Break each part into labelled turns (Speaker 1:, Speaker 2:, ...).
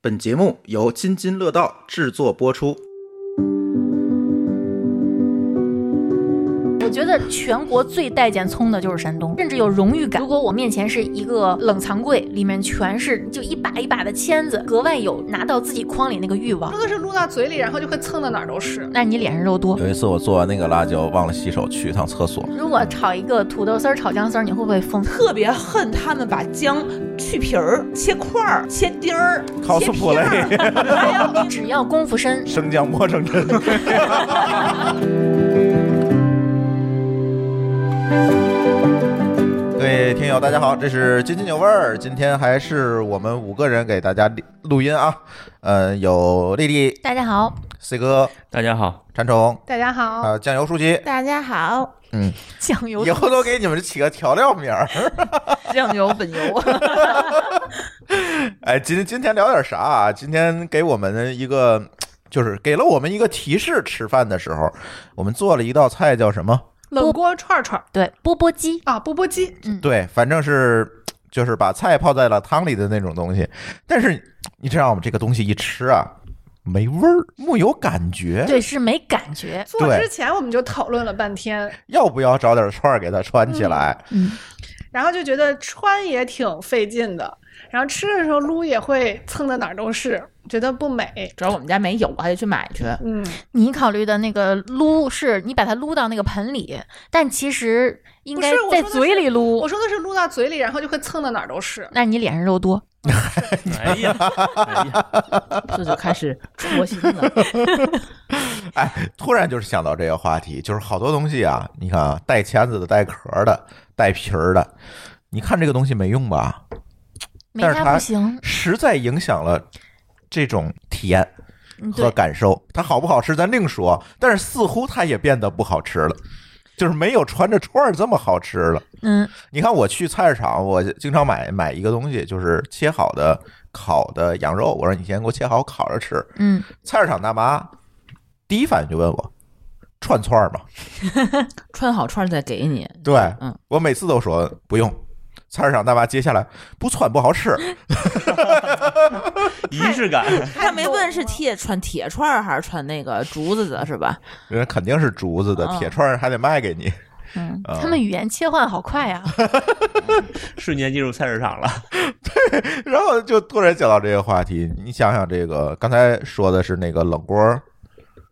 Speaker 1: 本节目由津津乐道制作播出。
Speaker 2: 我觉得全国最待见葱的就是山东，甚至有荣誉感。如果我面前是一个冷藏柜，里面全是就一把一把的签子，格外有拿到自己筐里那个欲望
Speaker 3: 那。个是撸到嘴里，然后就会蹭的哪儿都是。
Speaker 2: 那你脸上肉多。
Speaker 4: 有一次我做完那个辣椒，忘了洗手，去一趟厕所，
Speaker 2: 如果炒一个土豆丝儿、炒姜丝儿，你会不会 疯？
Speaker 5: 特别恨他们把姜去皮儿、切块儿、切丁儿、切片
Speaker 4: cosplay
Speaker 5: 儿，还有
Speaker 2: 只要功夫深，
Speaker 4: 生姜磨成 针。各位听友，大家好，这是津津有味儿。今天还是我们五个人给大家录音啊，嗯、有丽丽、
Speaker 2: 大家好，
Speaker 4: C 哥、
Speaker 6: 大家好，
Speaker 4: 馋虫
Speaker 3: 大家好，
Speaker 4: 啊、酱油书记，
Speaker 5: 大家好，
Speaker 2: 酱油
Speaker 4: 以后都给你们起个调料名儿。
Speaker 5: 酱油本油，
Speaker 4: 哎，今今天聊点啥啊？今天给我们一个，就是给了我们一个提示。吃饭的时候，我们做了一道菜叫什么？
Speaker 3: 冷锅串串儿
Speaker 2: 对钵钵鸡，
Speaker 3: 啊，钵钵鸡，
Speaker 4: 对，反正是就是把菜泡在了汤里的那种东西。但是你知道吗？这个东西一吃啊，没味儿，木有感觉。
Speaker 2: 对，是没感觉。
Speaker 3: 做
Speaker 4: 对
Speaker 3: 之前我们就讨论了半天，
Speaker 4: 要不要找点串儿给它穿起 来？
Speaker 2: 嗯，
Speaker 3: 然后就觉得穿也挺费劲的，然后吃的时候撸也会蹭的哪儿都是，觉得不美。
Speaker 5: 主要我们家没有，我还得去买去。
Speaker 3: 嗯，
Speaker 2: 你考虑的那个撸是你把它撸到那个盆里，但其实应该
Speaker 3: 不是我
Speaker 2: 在
Speaker 3: 说的是
Speaker 2: 嘴里撸
Speaker 3: 我。说的是撸到嘴里，然后就会蹭的哪儿都是。
Speaker 2: 那你脸上肉多，
Speaker 6: 哎呀，哎呀，
Speaker 5: 这就开始戳心了。
Speaker 4: 哎，突然就是想到这个话题，就是好多东西啊，你看啊，带签子的、带壳儿的、带皮儿的，你看这个东西没用吧？
Speaker 2: 没
Speaker 4: 但是
Speaker 2: 它
Speaker 4: 它
Speaker 2: 不行。
Speaker 4: 实在影响了这种体验
Speaker 2: 嗯
Speaker 4: 和
Speaker 2: 对，
Speaker 4: 感受。它好不好吃咱另说，但是似乎它也变得不好吃了，就是没有穿着串儿这么好吃了。
Speaker 2: 嗯，
Speaker 4: 你看我去菜市场，我经常买买一个东西，就是切好的烤的羊肉，我说你先给我切好烤着吃。
Speaker 2: 嗯，
Speaker 4: 菜市场大妈第一反应就问我。串串儿嘛，
Speaker 5: 穿好串儿再给你，
Speaker 4: 对、
Speaker 5: 嗯
Speaker 4: 我每次都说不用。菜市场大妈接下来不串不好吃，
Speaker 6: 仪式感，
Speaker 5: 他没问是铁串铁串儿还是串那个竹子的，是吧？
Speaker 4: 人家肯定是竹子的，
Speaker 5: 嗯
Speaker 4: 铁串儿还得卖给你。
Speaker 5: 嗯，
Speaker 4: 啊
Speaker 2: 他们语言切换好快啊。
Speaker 6: 瞬间进入菜市场了。
Speaker 4: 然后就突然讲到这个话题，你想想这个，刚才说的是那个冷锅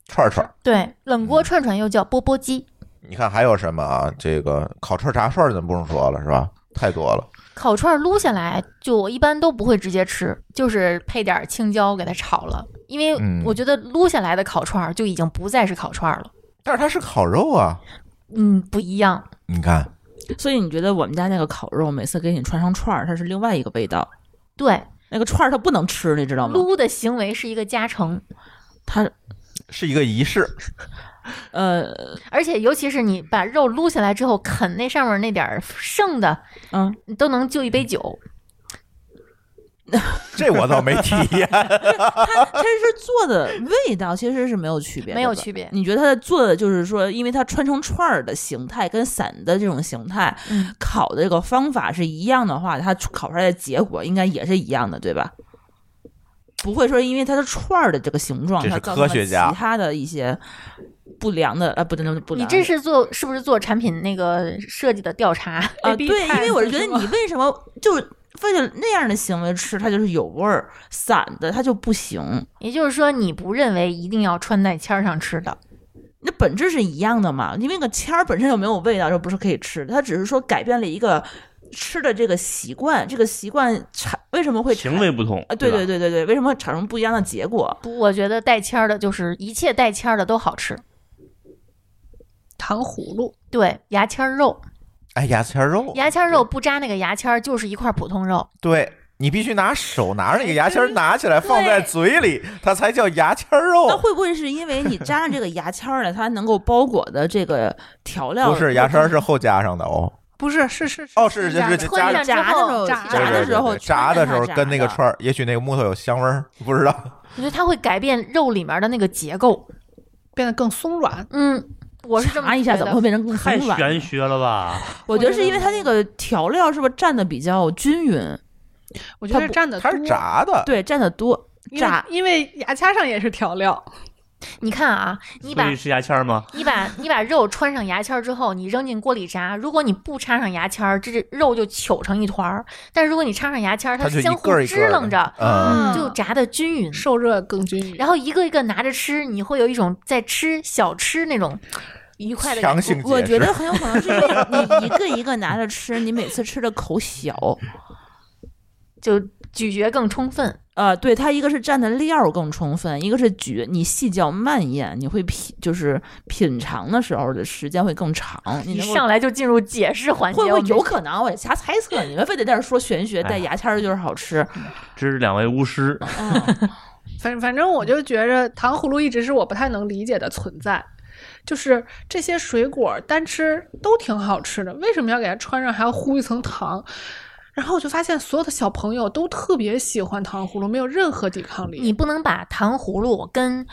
Speaker 4: 串串儿，
Speaker 2: 对，冷锅串串又叫钵钵鸡，
Speaker 4: 你看还有什么啊？这个烤串儿炸串儿咱不用说了，是吧？太多了。
Speaker 2: 烤串撸下来，就我一般都不会直接吃，就是配点儿青椒给它炒了，因为
Speaker 4: 嗯
Speaker 2: 我觉得撸下来的烤串儿就已经不再是烤串儿了。
Speaker 4: 但是它是烤肉啊，
Speaker 2: 嗯，不一样。
Speaker 4: 你看，
Speaker 5: 所以你觉得我们家那个烤肉，每次给你串上串儿，它是另外一个味道。
Speaker 2: 对，
Speaker 5: 那个串儿它不能吃，你知道吗？
Speaker 2: 撸的行为是一个加成，
Speaker 5: 它
Speaker 4: 是一个仪式。
Speaker 5: 呃
Speaker 2: 而且尤其是你把肉撸下来之后，啃那上面那点儿剩的，
Speaker 5: 嗯，
Speaker 2: 你都能就一杯酒。
Speaker 4: 这我倒没体 验，
Speaker 5: 它是做的味道其实是没有区别，
Speaker 2: 没有区别
Speaker 5: 你觉得它做的就是说，因为它穿成串儿的形态跟散的这种形态，
Speaker 2: 嗯
Speaker 5: 烤的这个方法是一样的话，它烤出来的结果应该也是一样的，对吧？不会说因为它的串儿的这个形状，
Speaker 4: 这是
Speaker 5: 它造成了
Speaker 4: 科学家
Speaker 5: 其他的一些不良的啊，不能不
Speaker 2: 你
Speaker 5: 良的。
Speaker 2: 这是做是不是做产品那个设计的调查
Speaker 5: 啊，
Speaker 2: 被
Speaker 5: 对，
Speaker 2: 逼
Speaker 5: 因
Speaker 2: 看
Speaker 5: 为我是觉得
Speaker 2: 是吗
Speaker 5: 你为什么就是为了那样的行为吃，它就是有味儿，散的它就不行。
Speaker 2: 也就是说你不认为一定要穿在签儿上吃的，
Speaker 5: 那本质是一样的嘛，因为那个签儿本身有没有味道，这不是可以吃的，它只是说改变了一个吃的这个习惯，这个习惯产为什么会产
Speaker 6: 行为不同
Speaker 5: 啊？对
Speaker 6: 吧
Speaker 5: 对对对对，为什么会产生不一样的结果？
Speaker 2: 不，我觉得带签儿的就是一切带签儿的都好吃。
Speaker 3: 糖葫芦，
Speaker 2: 对，牙签儿肉，
Speaker 4: 哎，牙签儿肉，
Speaker 2: 牙签儿肉不扎那个牙签儿，就是一块普通肉。
Speaker 4: 对你必须拿手拿着那个牙签儿拿起来放在嘴里，它才叫牙签儿
Speaker 5: 那
Speaker 4: 肉。
Speaker 5: 会不会是因为你扎上这个牙签儿了，它能够包裹的这个调料
Speaker 4: 不是牙签儿是后加上的哦，
Speaker 3: 不是，是是
Speaker 4: 哦是是是这
Speaker 2: 加
Speaker 5: 炸
Speaker 2: 上
Speaker 5: 的时候，
Speaker 3: 之后
Speaker 5: 炸的
Speaker 4: 对对对对炸的
Speaker 5: 时候，
Speaker 4: 时候
Speaker 5: 穿着它
Speaker 4: 跟那个
Speaker 5: 炸的
Speaker 4: 串儿，也许那个木头有香味儿，不知道。
Speaker 2: 我觉得它会改变肉里面的那个结构。
Speaker 3: 变得更松软。
Speaker 2: 嗯，我是这么
Speaker 5: 炸一下，
Speaker 2: 觉
Speaker 5: 怎
Speaker 2: 得
Speaker 5: 么会变成更
Speaker 6: 太
Speaker 5: 松软
Speaker 6: 玄学了吧？
Speaker 5: 我觉得是因为它那个调料是不是蘸的比较均匀，
Speaker 3: 我觉得
Speaker 5: 它不
Speaker 3: 蘸的
Speaker 4: 它是炸的，
Speaker 5: 对，蘸的多。
Speaker 3: 因为
Speaker 5: 炸
Speaker 3: 因为牙签上也是调料，
Speaker 2: 你看啊，你把
Speaker 6: 所以是牙签吗？
Speaker 2: 你把你把肉穿上牙签儿之后，你扔进锅里炸。如果你不插上牙签儿，这只肉就糗成一团儿；但是如果你插上牙签儿，
Speaker 7: 它就一
Speaker 2: 相
Speaker 7: 个
Speaker 2: 互
Speaker 7: 儿一个
Speaker 2: 支
Speaker 7: 儿的
Speaker 2: 棱着，
Speaker 7: 嗯，
Speaker 3: 嗯
Speaker 2: 就炸的均匀。
Speaker 3: 受热更均匀。
Speaker 2: 然后一个一个拿着吃，你会有一种在吃小吃那种愉快的感
Speaker 7: 强
Speaker 2: 觉。
Speaker 7: 行
Speaker 5: 我
Speaker 7: 解
Speaker 5: 觉
Speaker 7: 释
Speaker 5: 得很有可能是因为你一个一个拿着吃，你每次吃的口小。
Speaker 2: 就咀嚼更充分。
Speaker 5: 呃，对，它一个是蘸的料儿更充分，一个是咀，你细嚼慢咽，你会品就是品尝的时候的时间会更长。你
Speaker 2: 啊一
Speaker 5: 能够
Speaker 2: 上来就进入解释环节，
Speaker 5: 会不
Speaker 2: 我
Speaker 5: 会
Speaker 2: 们
Speaker 5: 有可能？我瞎猜测，你们非得在这儿说玄学，
Speaker 6: 哎
Speaker 5: 带牙签儿就是好吃。
Speaker 6: 这是两位巫师，
Speaker 5: 嗯，
Speaker 3: 反反正我就
Speaker 2: 嗯
Speaker 3: 觉着糖葫芦一直是我不太能理解的存在，就是这些水果单吃都挺好吃的，为什么要给它穿上还要糊一层糖？然后我就发现所有的小朋友都特别喜欢糖葫芦，没有任何抵抗力。
Speaker 2: 你不能把糖葫芦跟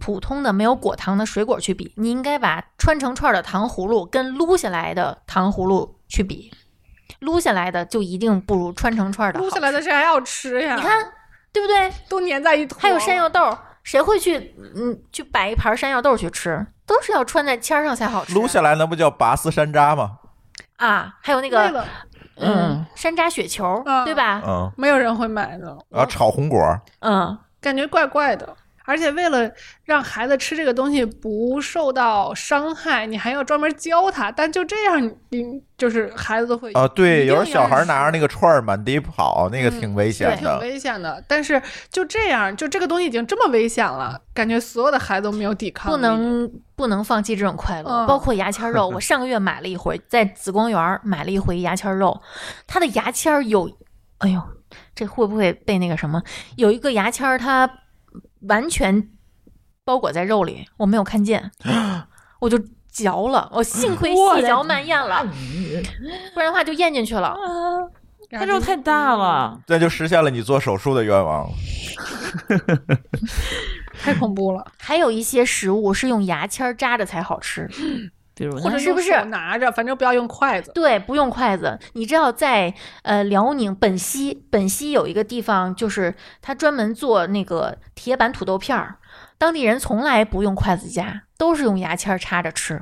Speaker 2: 普通的没有果糖的水果去比，你应该把穿成串儿的糖葫芦跟撸下来的糖葫芦去比，撸下来的就一定不如穿成串儿的好
Speaker 3: 撸下来的谁还要吃呀？
Speaker 2: 你看对不对？
Speaker 3: 都粘在一坨。
Speaker 2: 还有山药豆儿，谁会去嗯去摆一盘山药豆儿去吃？都是要穿在签儿上才好吃。
Speaker 7: 撸下来那不叫拔丝山楂吗？
Speaker 2: 啊，还有那
Speaker 3: 为
Speaker 2: 个
Speaker 3: 了
Speaker 2: 嗯
Speaker 5: 嗯
Speaker 2: 山楂雪球，
Speaker 3: 嗯
Speaker 2: 对吧？
Speaker 7: 嗯，
Speaker 3: 没有人会买的，
Speaker 7: 然后炒红果，
Speaker 2: 嗯，
Speaker 3: 感觉怪怪的。而且为了让孩子吃这个东西不受到伤害，你还要专门教他。但就这样，你你就是孩子都会
Speaker 7: 啊，对，有时候小孩拿着
Speaker 3: 那
Speaker 7: 那个串儿满地跑，那个
Speaker 3: 嗯
Speaker 7: 挺危
Speaker 2: 对
Speaker 7: 险
Speaker 3: 挺
Speaker 7: 的。
Speaker 3: 危险的。但是就这样，就这个东西已经这么危险了，感觉所有的孩子都没有抵抗力
Speaker 2: 不能不能放弃这种快乐，
Speaker 3: 嗯
Speaker 2: 包括牙签肉。我上个月买了一回，在紫光园儿买了一回牙签肉，它的牙签儿有，哎呦，这会不会被那个什么？有一个牙签儿它完全包裹在肉里，我没有看见，我就嚼了，我幸亏细嚼慢咽了，不然的话就咽进去了。
Speaker 3: 嗯
Speaker 5: 它肉太大，了，
Speaker 7: 这就实现了你做手术的愿望。
Speaker 3: 嗯太恐怖了。
Speaker 2: 还有一些食物是用牙签儿扎着才好吃，
Speaker 5: 比如呢
Speaker 3: 或者
Speaker 2: 嗯是不是
Speaker 3: 用手拿着，反正不要用筷子。
Speaker 2: 对，不用筷子。你知道在呃辽宁本溪，本溪有一个地方，就是他专门做那个铁板土豆片儿，当地人从来不用筷子夹，都是用牙签儿插着吃。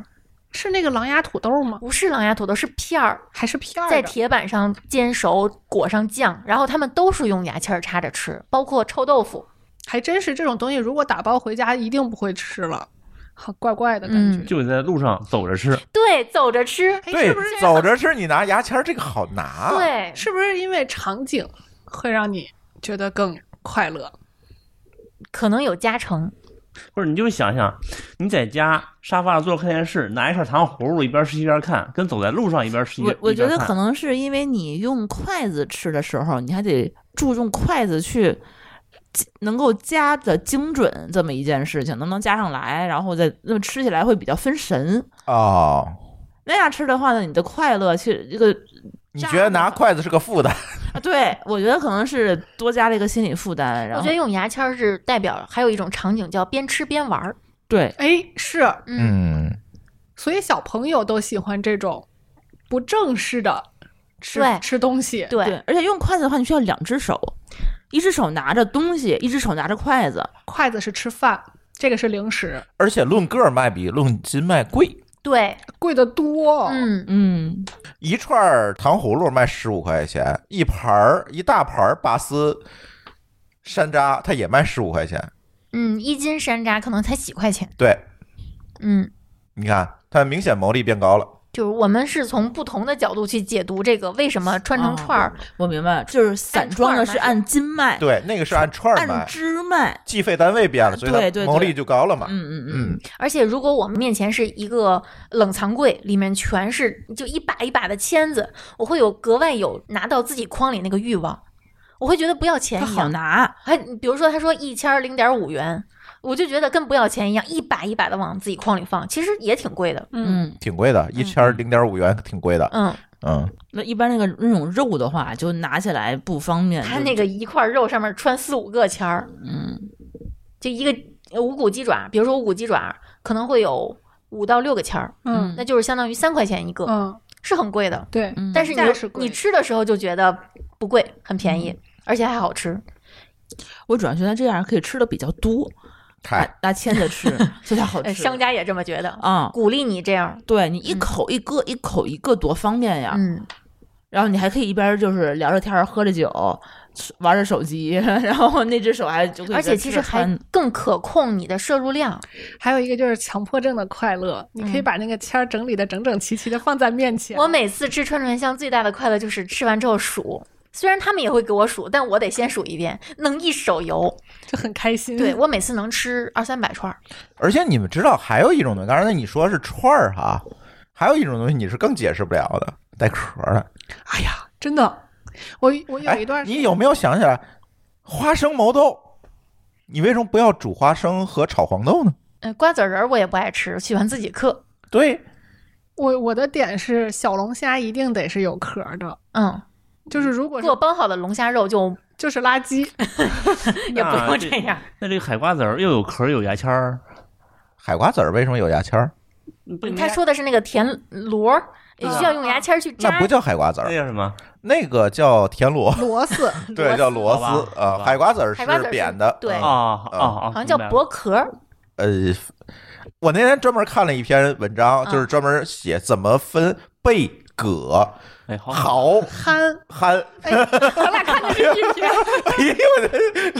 Speaker 3: 是那个狼牙土豆吗？
Speaker 2: 不是狼牙土豆，是片儿，
Speaker 3: 还是片儿的？
Speaker 2: 在铁板上煎熟，裹上酱，然后他们都是用牙签儿插着吃，包括臭豆腐。
Speaker 3: 还真是这种东西，如果打包回家，一定不会吃了，好怪怪的感觉。
Speaker 2: 嗯，
Speaker 6: 就得在路上走着吃，
Speaker 2: 对，走着吃，
Speaker 3: 哎
Speaker 7: 对
Speaker 3: 是不是，
Speaker 7: 走着吃，你拿牙签儿这个好拿。，
Speaker 4: 啊
Speaker 2: 对，
Speaker 3: 是不是因为场景会让你觉得更快乐？
Speaker 2: 可能有加成。
Speaker 6: 或者你就想想，你在家沙发上坐着看电视，拿一串糖葫芦一边吃一边看，跟走在路上一边吃一
Speaker 5: 我
Speaker 6: 边
Speaker 5: 我觉得可
Speaker 6: 能
Speaker 5: 能是因为你用筷子吃的时候，你还得注重筷子去能够夹的精准这么一件事情，能不能夹上来，然后再那么吃起来会比较分神。
Speaker 7: 哦，
Speaker 5: 那样吃的话呢，你的快乐其实这个
Speaker 7: 你觉得拿筷子是个负担？
Speaker 5: 啊，对我觉得可能是多加了一个心理负担，然
Speaker 2: 我
Speaker 5: 后
Speaker 2: 觉得用牙签儿是代表，还有一种场景叫边吃边玩儿。
Speaker 5: 对
Speaker 3: 哎，是，
Speaker 2: 嗯，
Speaker 7: 嗯，
Speaker 3: 所以小朋友都喜欢这种不正式的吃
Speaker 2: 对
Speaker 3: 吃东西。
Speaker 2: 对，
Speaker 5: 对，而且用筷子的话，你需要两只手，一只手拿着东西，一只手拿着筷子。
Speaker 3: 筷子是吃饭，这个是零食，
Speaker 7: 而且论个儿卖比论斤卖贵，
Speaker 2: 对，
Speaker 3: 贵得多。，
Speaker 2: 嗯。
Speaker 5: 嗯，
Speaker 7: 一串儿糖葫芦卖十五块钱，一盘儿一大盘儿拔丝山楂它也卖十五块钱。
Speaker 2: 嗯，一斤山楂可能才几块钱。
Speaker 7: 对，
Speaker 2: 嗯，
Speaker 7: 你看它明显毛利变高了。
Speaker 2: 就是我们是从不同的角度去解读这个为什么穿成串儿。
Speaker 5: 我明白了，就是
Speaker 2: 哎
Speaker 5: 散装的是按斤卖，
Speaker 7: 对，那个是按串儿
Speaker 5: 按
Speaker 7: 卖，
Speaker 5: 只卖。
Speaker 7: 计费单位变了，所以
Speaker 5: 对
Speaker 7: 它
Speaker 5: 对
Speaker 7: 毛
Speaker 5: 对
Speaker 7: 利就高了嘛。
Speaker 5: 嗯嗯嗯，
Speaker 7: 嗯，
Speaker 2: 而且如果我们面前是一个冷藏柜，里面全是就一把一把的签子，我会有格外有拿到自己筐里那个欲望，我会觉得不要钱
Speaker 5: 它
Speaker 2: 一
Speaker 5: 好
Speaker 2: 样。
Speaker 5: 拿。
Speaker 2: 还比如说他说一签零点五元，我就觉得跟不要钱一样，一把一把的往自己筐里放，其实也挺贵的。
Speaker 3: 嗯，
Speaker 5: 嗯，
Speaker 7: 挺贵的，一千零点五元，挺贵的。
Speaker 2: 嗯，
Speaker 7: 嗯，
Speaker 5: 那一般那个那种肉的话，就拿起来不方便。
Speaker 2: 它
Speaker 5: 就
Speaker 2: 那个一块肉上面穿四五个签儿，
Speaker 5: 嗯，
Speaker 2: 就一个呃无骨鸡爪，比如说无骨鸡爪可能会有五到六个签儿，
Speaker 3: 嗯
Speaker 2: 那就是相当于三块钱一个，
Speaker 3: 嗯，
Speaker 2: 是很贵的。
Speaker 3: 对，
Speaker 5: 嗯
Speaker 2: 但是你
Speaker 3: 价是
Speaker 5: 嗯
Speaker 3: 贵
Speaker 2: 你吃的时候就觉得不贵，很便宜，而且还好吃。
Speaker 5: 我主要觉得这样可以吃的比较多，拿
Speaker 4: 嗨，
Speaker 5: 拿签 子吃就叫好
Speaker 2: 呃
Speaker 5: 吃。
Speaker 2: 商家也这么觉得，
Speaker 5: 啊、
Speaker 2: 鼓励你这样。
Speaker 5: 对你一
Speaker 2: 嗯
Speaker 5: 口一个，一口一个，多方便呀！
Speaker 2: 嗯，
Speaker 5: 然后你还可以一边就是聊着天儿，喝着酒，吃玩着手机， 然后那只手还就可以
Speaker 2: 而且
Speaker 5: 在
Speaker 2: 其
Speaker 5: 吃
Speaker 2: 实
Speaker 5: 着
Speaker 2: 还
Speaker 5: 饭
Speaker 2: 更可控你的摄入量。
Speaker 3: 还有一个就是强迫症的快乐，你可以
Speaker 2: 嗯
Speaker 3: 把那个签儿整理的整整齐齐的放在面前。
Speaker 2: 我每次吃串串香最大的快乐就是吃完之后数。虽然他们也会给我数，但我得先数一遍，弄一手油。
Speaker 3: 就很开心。
Speaker 2: 对我每次能吃二三百串儿，
Speaker 4: 而且你们知道还有一种东西，刚才你说是串儿哈，还有一种东西你是更解释不了的，带壳儿的。
Speaker 3: 哎呀，真的，我我有
Speaker 4: 哎
Speaker 3: 一段、
Speaker 4: 你有没有想起来花生毛豆？你为什么不要煮花生和炒黄豆呢？
Speaker 2: 嗯、瓜子仁儿我也不爱吃，喜欢自己嗑。
Speaker 4: 对，
Speaker 3: 我我的点是小龙虾一定得是有壳儿的，
Speaker 2: 嗯，
Speaker 3: 就是如果
Speaker 2: 给
Speaker 3: 是
Speaker 2: 我包好的龙虾肉就
Speaker 3: 就是垃圾，
Speaker 2: 也不
Speaker 6: 那
Speaker 2: 用这样。
Speaker 6: 啊那这个海瓜子儿又有壳儿有牙签儿，
Speaker 4: 海瓜子儿为什么有牙签儿？
Speaker 6: 不
Speaker 2: 他说的是那个田螺儿，也
Speaker 6: 啊
Speaker 2: 需要用牙签儿去
Speaker 4: 那
Speaker 2: 扎
Speaker 4: 不。叫海瓜子
Speaker 6: 那
Speaker 4: 儿，
Speaker 6: 叫什么？
Speaker 4: 那个叫田螺，
Speaker 3: 螺丝
Speaker 4: 对，叫螺
Speaker 6: 好吧
Speaker 4: 丝啊
Speaker 6: 好。吧
Speaker 4: 海瓜子儿
Speaker 2: 海瓜子
Speaker 4: 是
Speaker 2: 儿是
Speaker 4: 扁的，
Speaker 2: 对
Speaker 4: 啊
Speaker 6: 哦哦哦，
Speaker 2: 好像叫
Speaker 6: 明白了
Speaker 2: 薄壳儿，
Speaker 4: 呃，我那天专门看了一篇文章，
Speaker 2: 嗯
Speaker 4: 就是专门写怎么分贝蛤、
Speaker 6: 哎，好好，
Speaker 4: 蚝、
Speaker 3: 憨，
Speaker 4: 憨。
Speaker 2: 咱俩看的是一篇。
Speaker 4: 哎呦我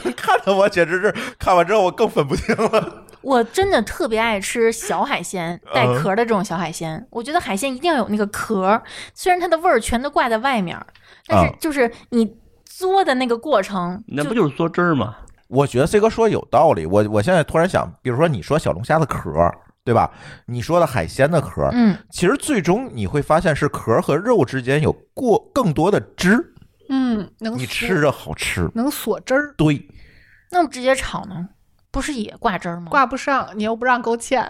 Speaker 4: 这看的我简直是看完之后我更分不清了。
Speaker 2: 我真的特别爱吃小海鲜，
Speaker 4: 嗯
Speaker 2: 带壳的这种小海鲜。我觉得海鲜一定要有那个壳儿，虽然它的味儿全都挂在外面儿，但是
Speaker 4: 啊
Speaker 2: 就是你嘬的那个过程，
Speaker 6: 那
Speaker 2: 就
Speaker 6: 不就是嘬汁儿吗？
Speaker 4: 我觉得 C 哥说有道理，我我现在突然想，比如说你说小龙虾的壳，对吧？你说的海鲜的壳，
Speaker 2: 嗯
Speaker 4: 其实最终你会发现是壳和肉之间有过更多的汁，
Speaker 3: 嗯，能
Speaker 4: 你
Speaker 3: 锁
Speaker 4: 吃着好吃。
Speaker 3: 能锁汁儿，
Speaker 4: 对，
Speaker 2: 那么直接炒呢？不是也挂汁儿吗？
Speaker 3: 挂不上，你又不让勾芡，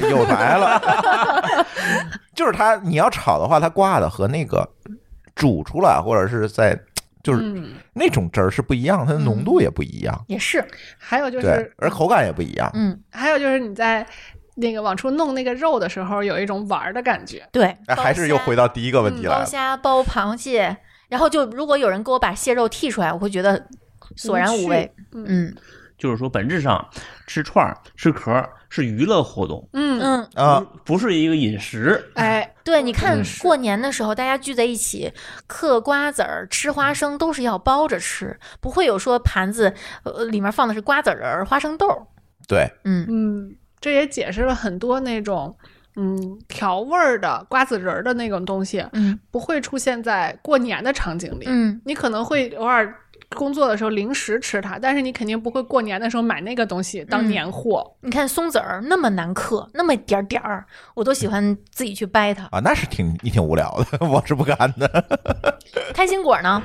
Speaker 4: 有来了，就是它，你要炒的话，它挂的和那个煮出来或者是在就是
Speaker 3: 嗯，
Speaker 4: 那种汁儿是不一样，它的浓度也不一样，
Speaker 2: 也嗯是，
Speaker 3: 还有就
Speaker 4: 对
Speaker 3: 是，，
Speaker 4: 而口感也不一样。
Speaker 2: 嗯，
Speaker 3: 还有就是你在那个往出弄那个肉的时候，有一种玩儿的感觉，
Speaker 2: 对，
Speaker 4: 哎，还是又回到第一个问题来
Speaker 2: 嗯包
Speaker 4: 了，
Speaker 2: 虾、啊包螃蟹，然后就如果有人给我把蟹肉剔出来，我会觉得索然无味。
Speaker 3: 嗯
Speaker 2: 嗯
Speaker 6: 就是说本质上吃串儿、吃壳儿是娱乐活动，
Speaker 3: 嗯，
Speaker 2: 嗯，
Speaker 4: 啊，
Speaker 6: 不是一个饮食。
Speaker 3: 哎，
Speaker 2: 对，你看
Speaker 6: 嗯
Speaker 2: 过年的时候，大家聚在一起嗑瓜子儿、吃
Speaker 4: 嗯
Speaker 2: 花生，都是要包着吃，不会有说盘子呃里面放的是瓜子仁儿、花生豆儿。
Speaker 4: 对，
Speaker 2: 嗯，
Speaker 3: 嗯，这也解释了很多那种。嗯，调味儿的瓜子仁儿的那种东西，
Speaker 2: 嗯
Speaker 3: 不会出现在过年的场景里。
Speaker 2: 嗯，
Speaker 3: 你可能会偶尔工作的时候零食吃它，但是你肯定不会过年的时候买那个东西当
Speaker 2: 嗯
Speaker 3: 年货。
Speaker 2: 你看松子儿那么难嗑，那么点儿点儿，我都喜欢自己去掰它。
Speaker 4: 啊，那是挺你挺无聊的， 我是不干的。
Speaker 2: 开心果呢？
Speaker 4: 啊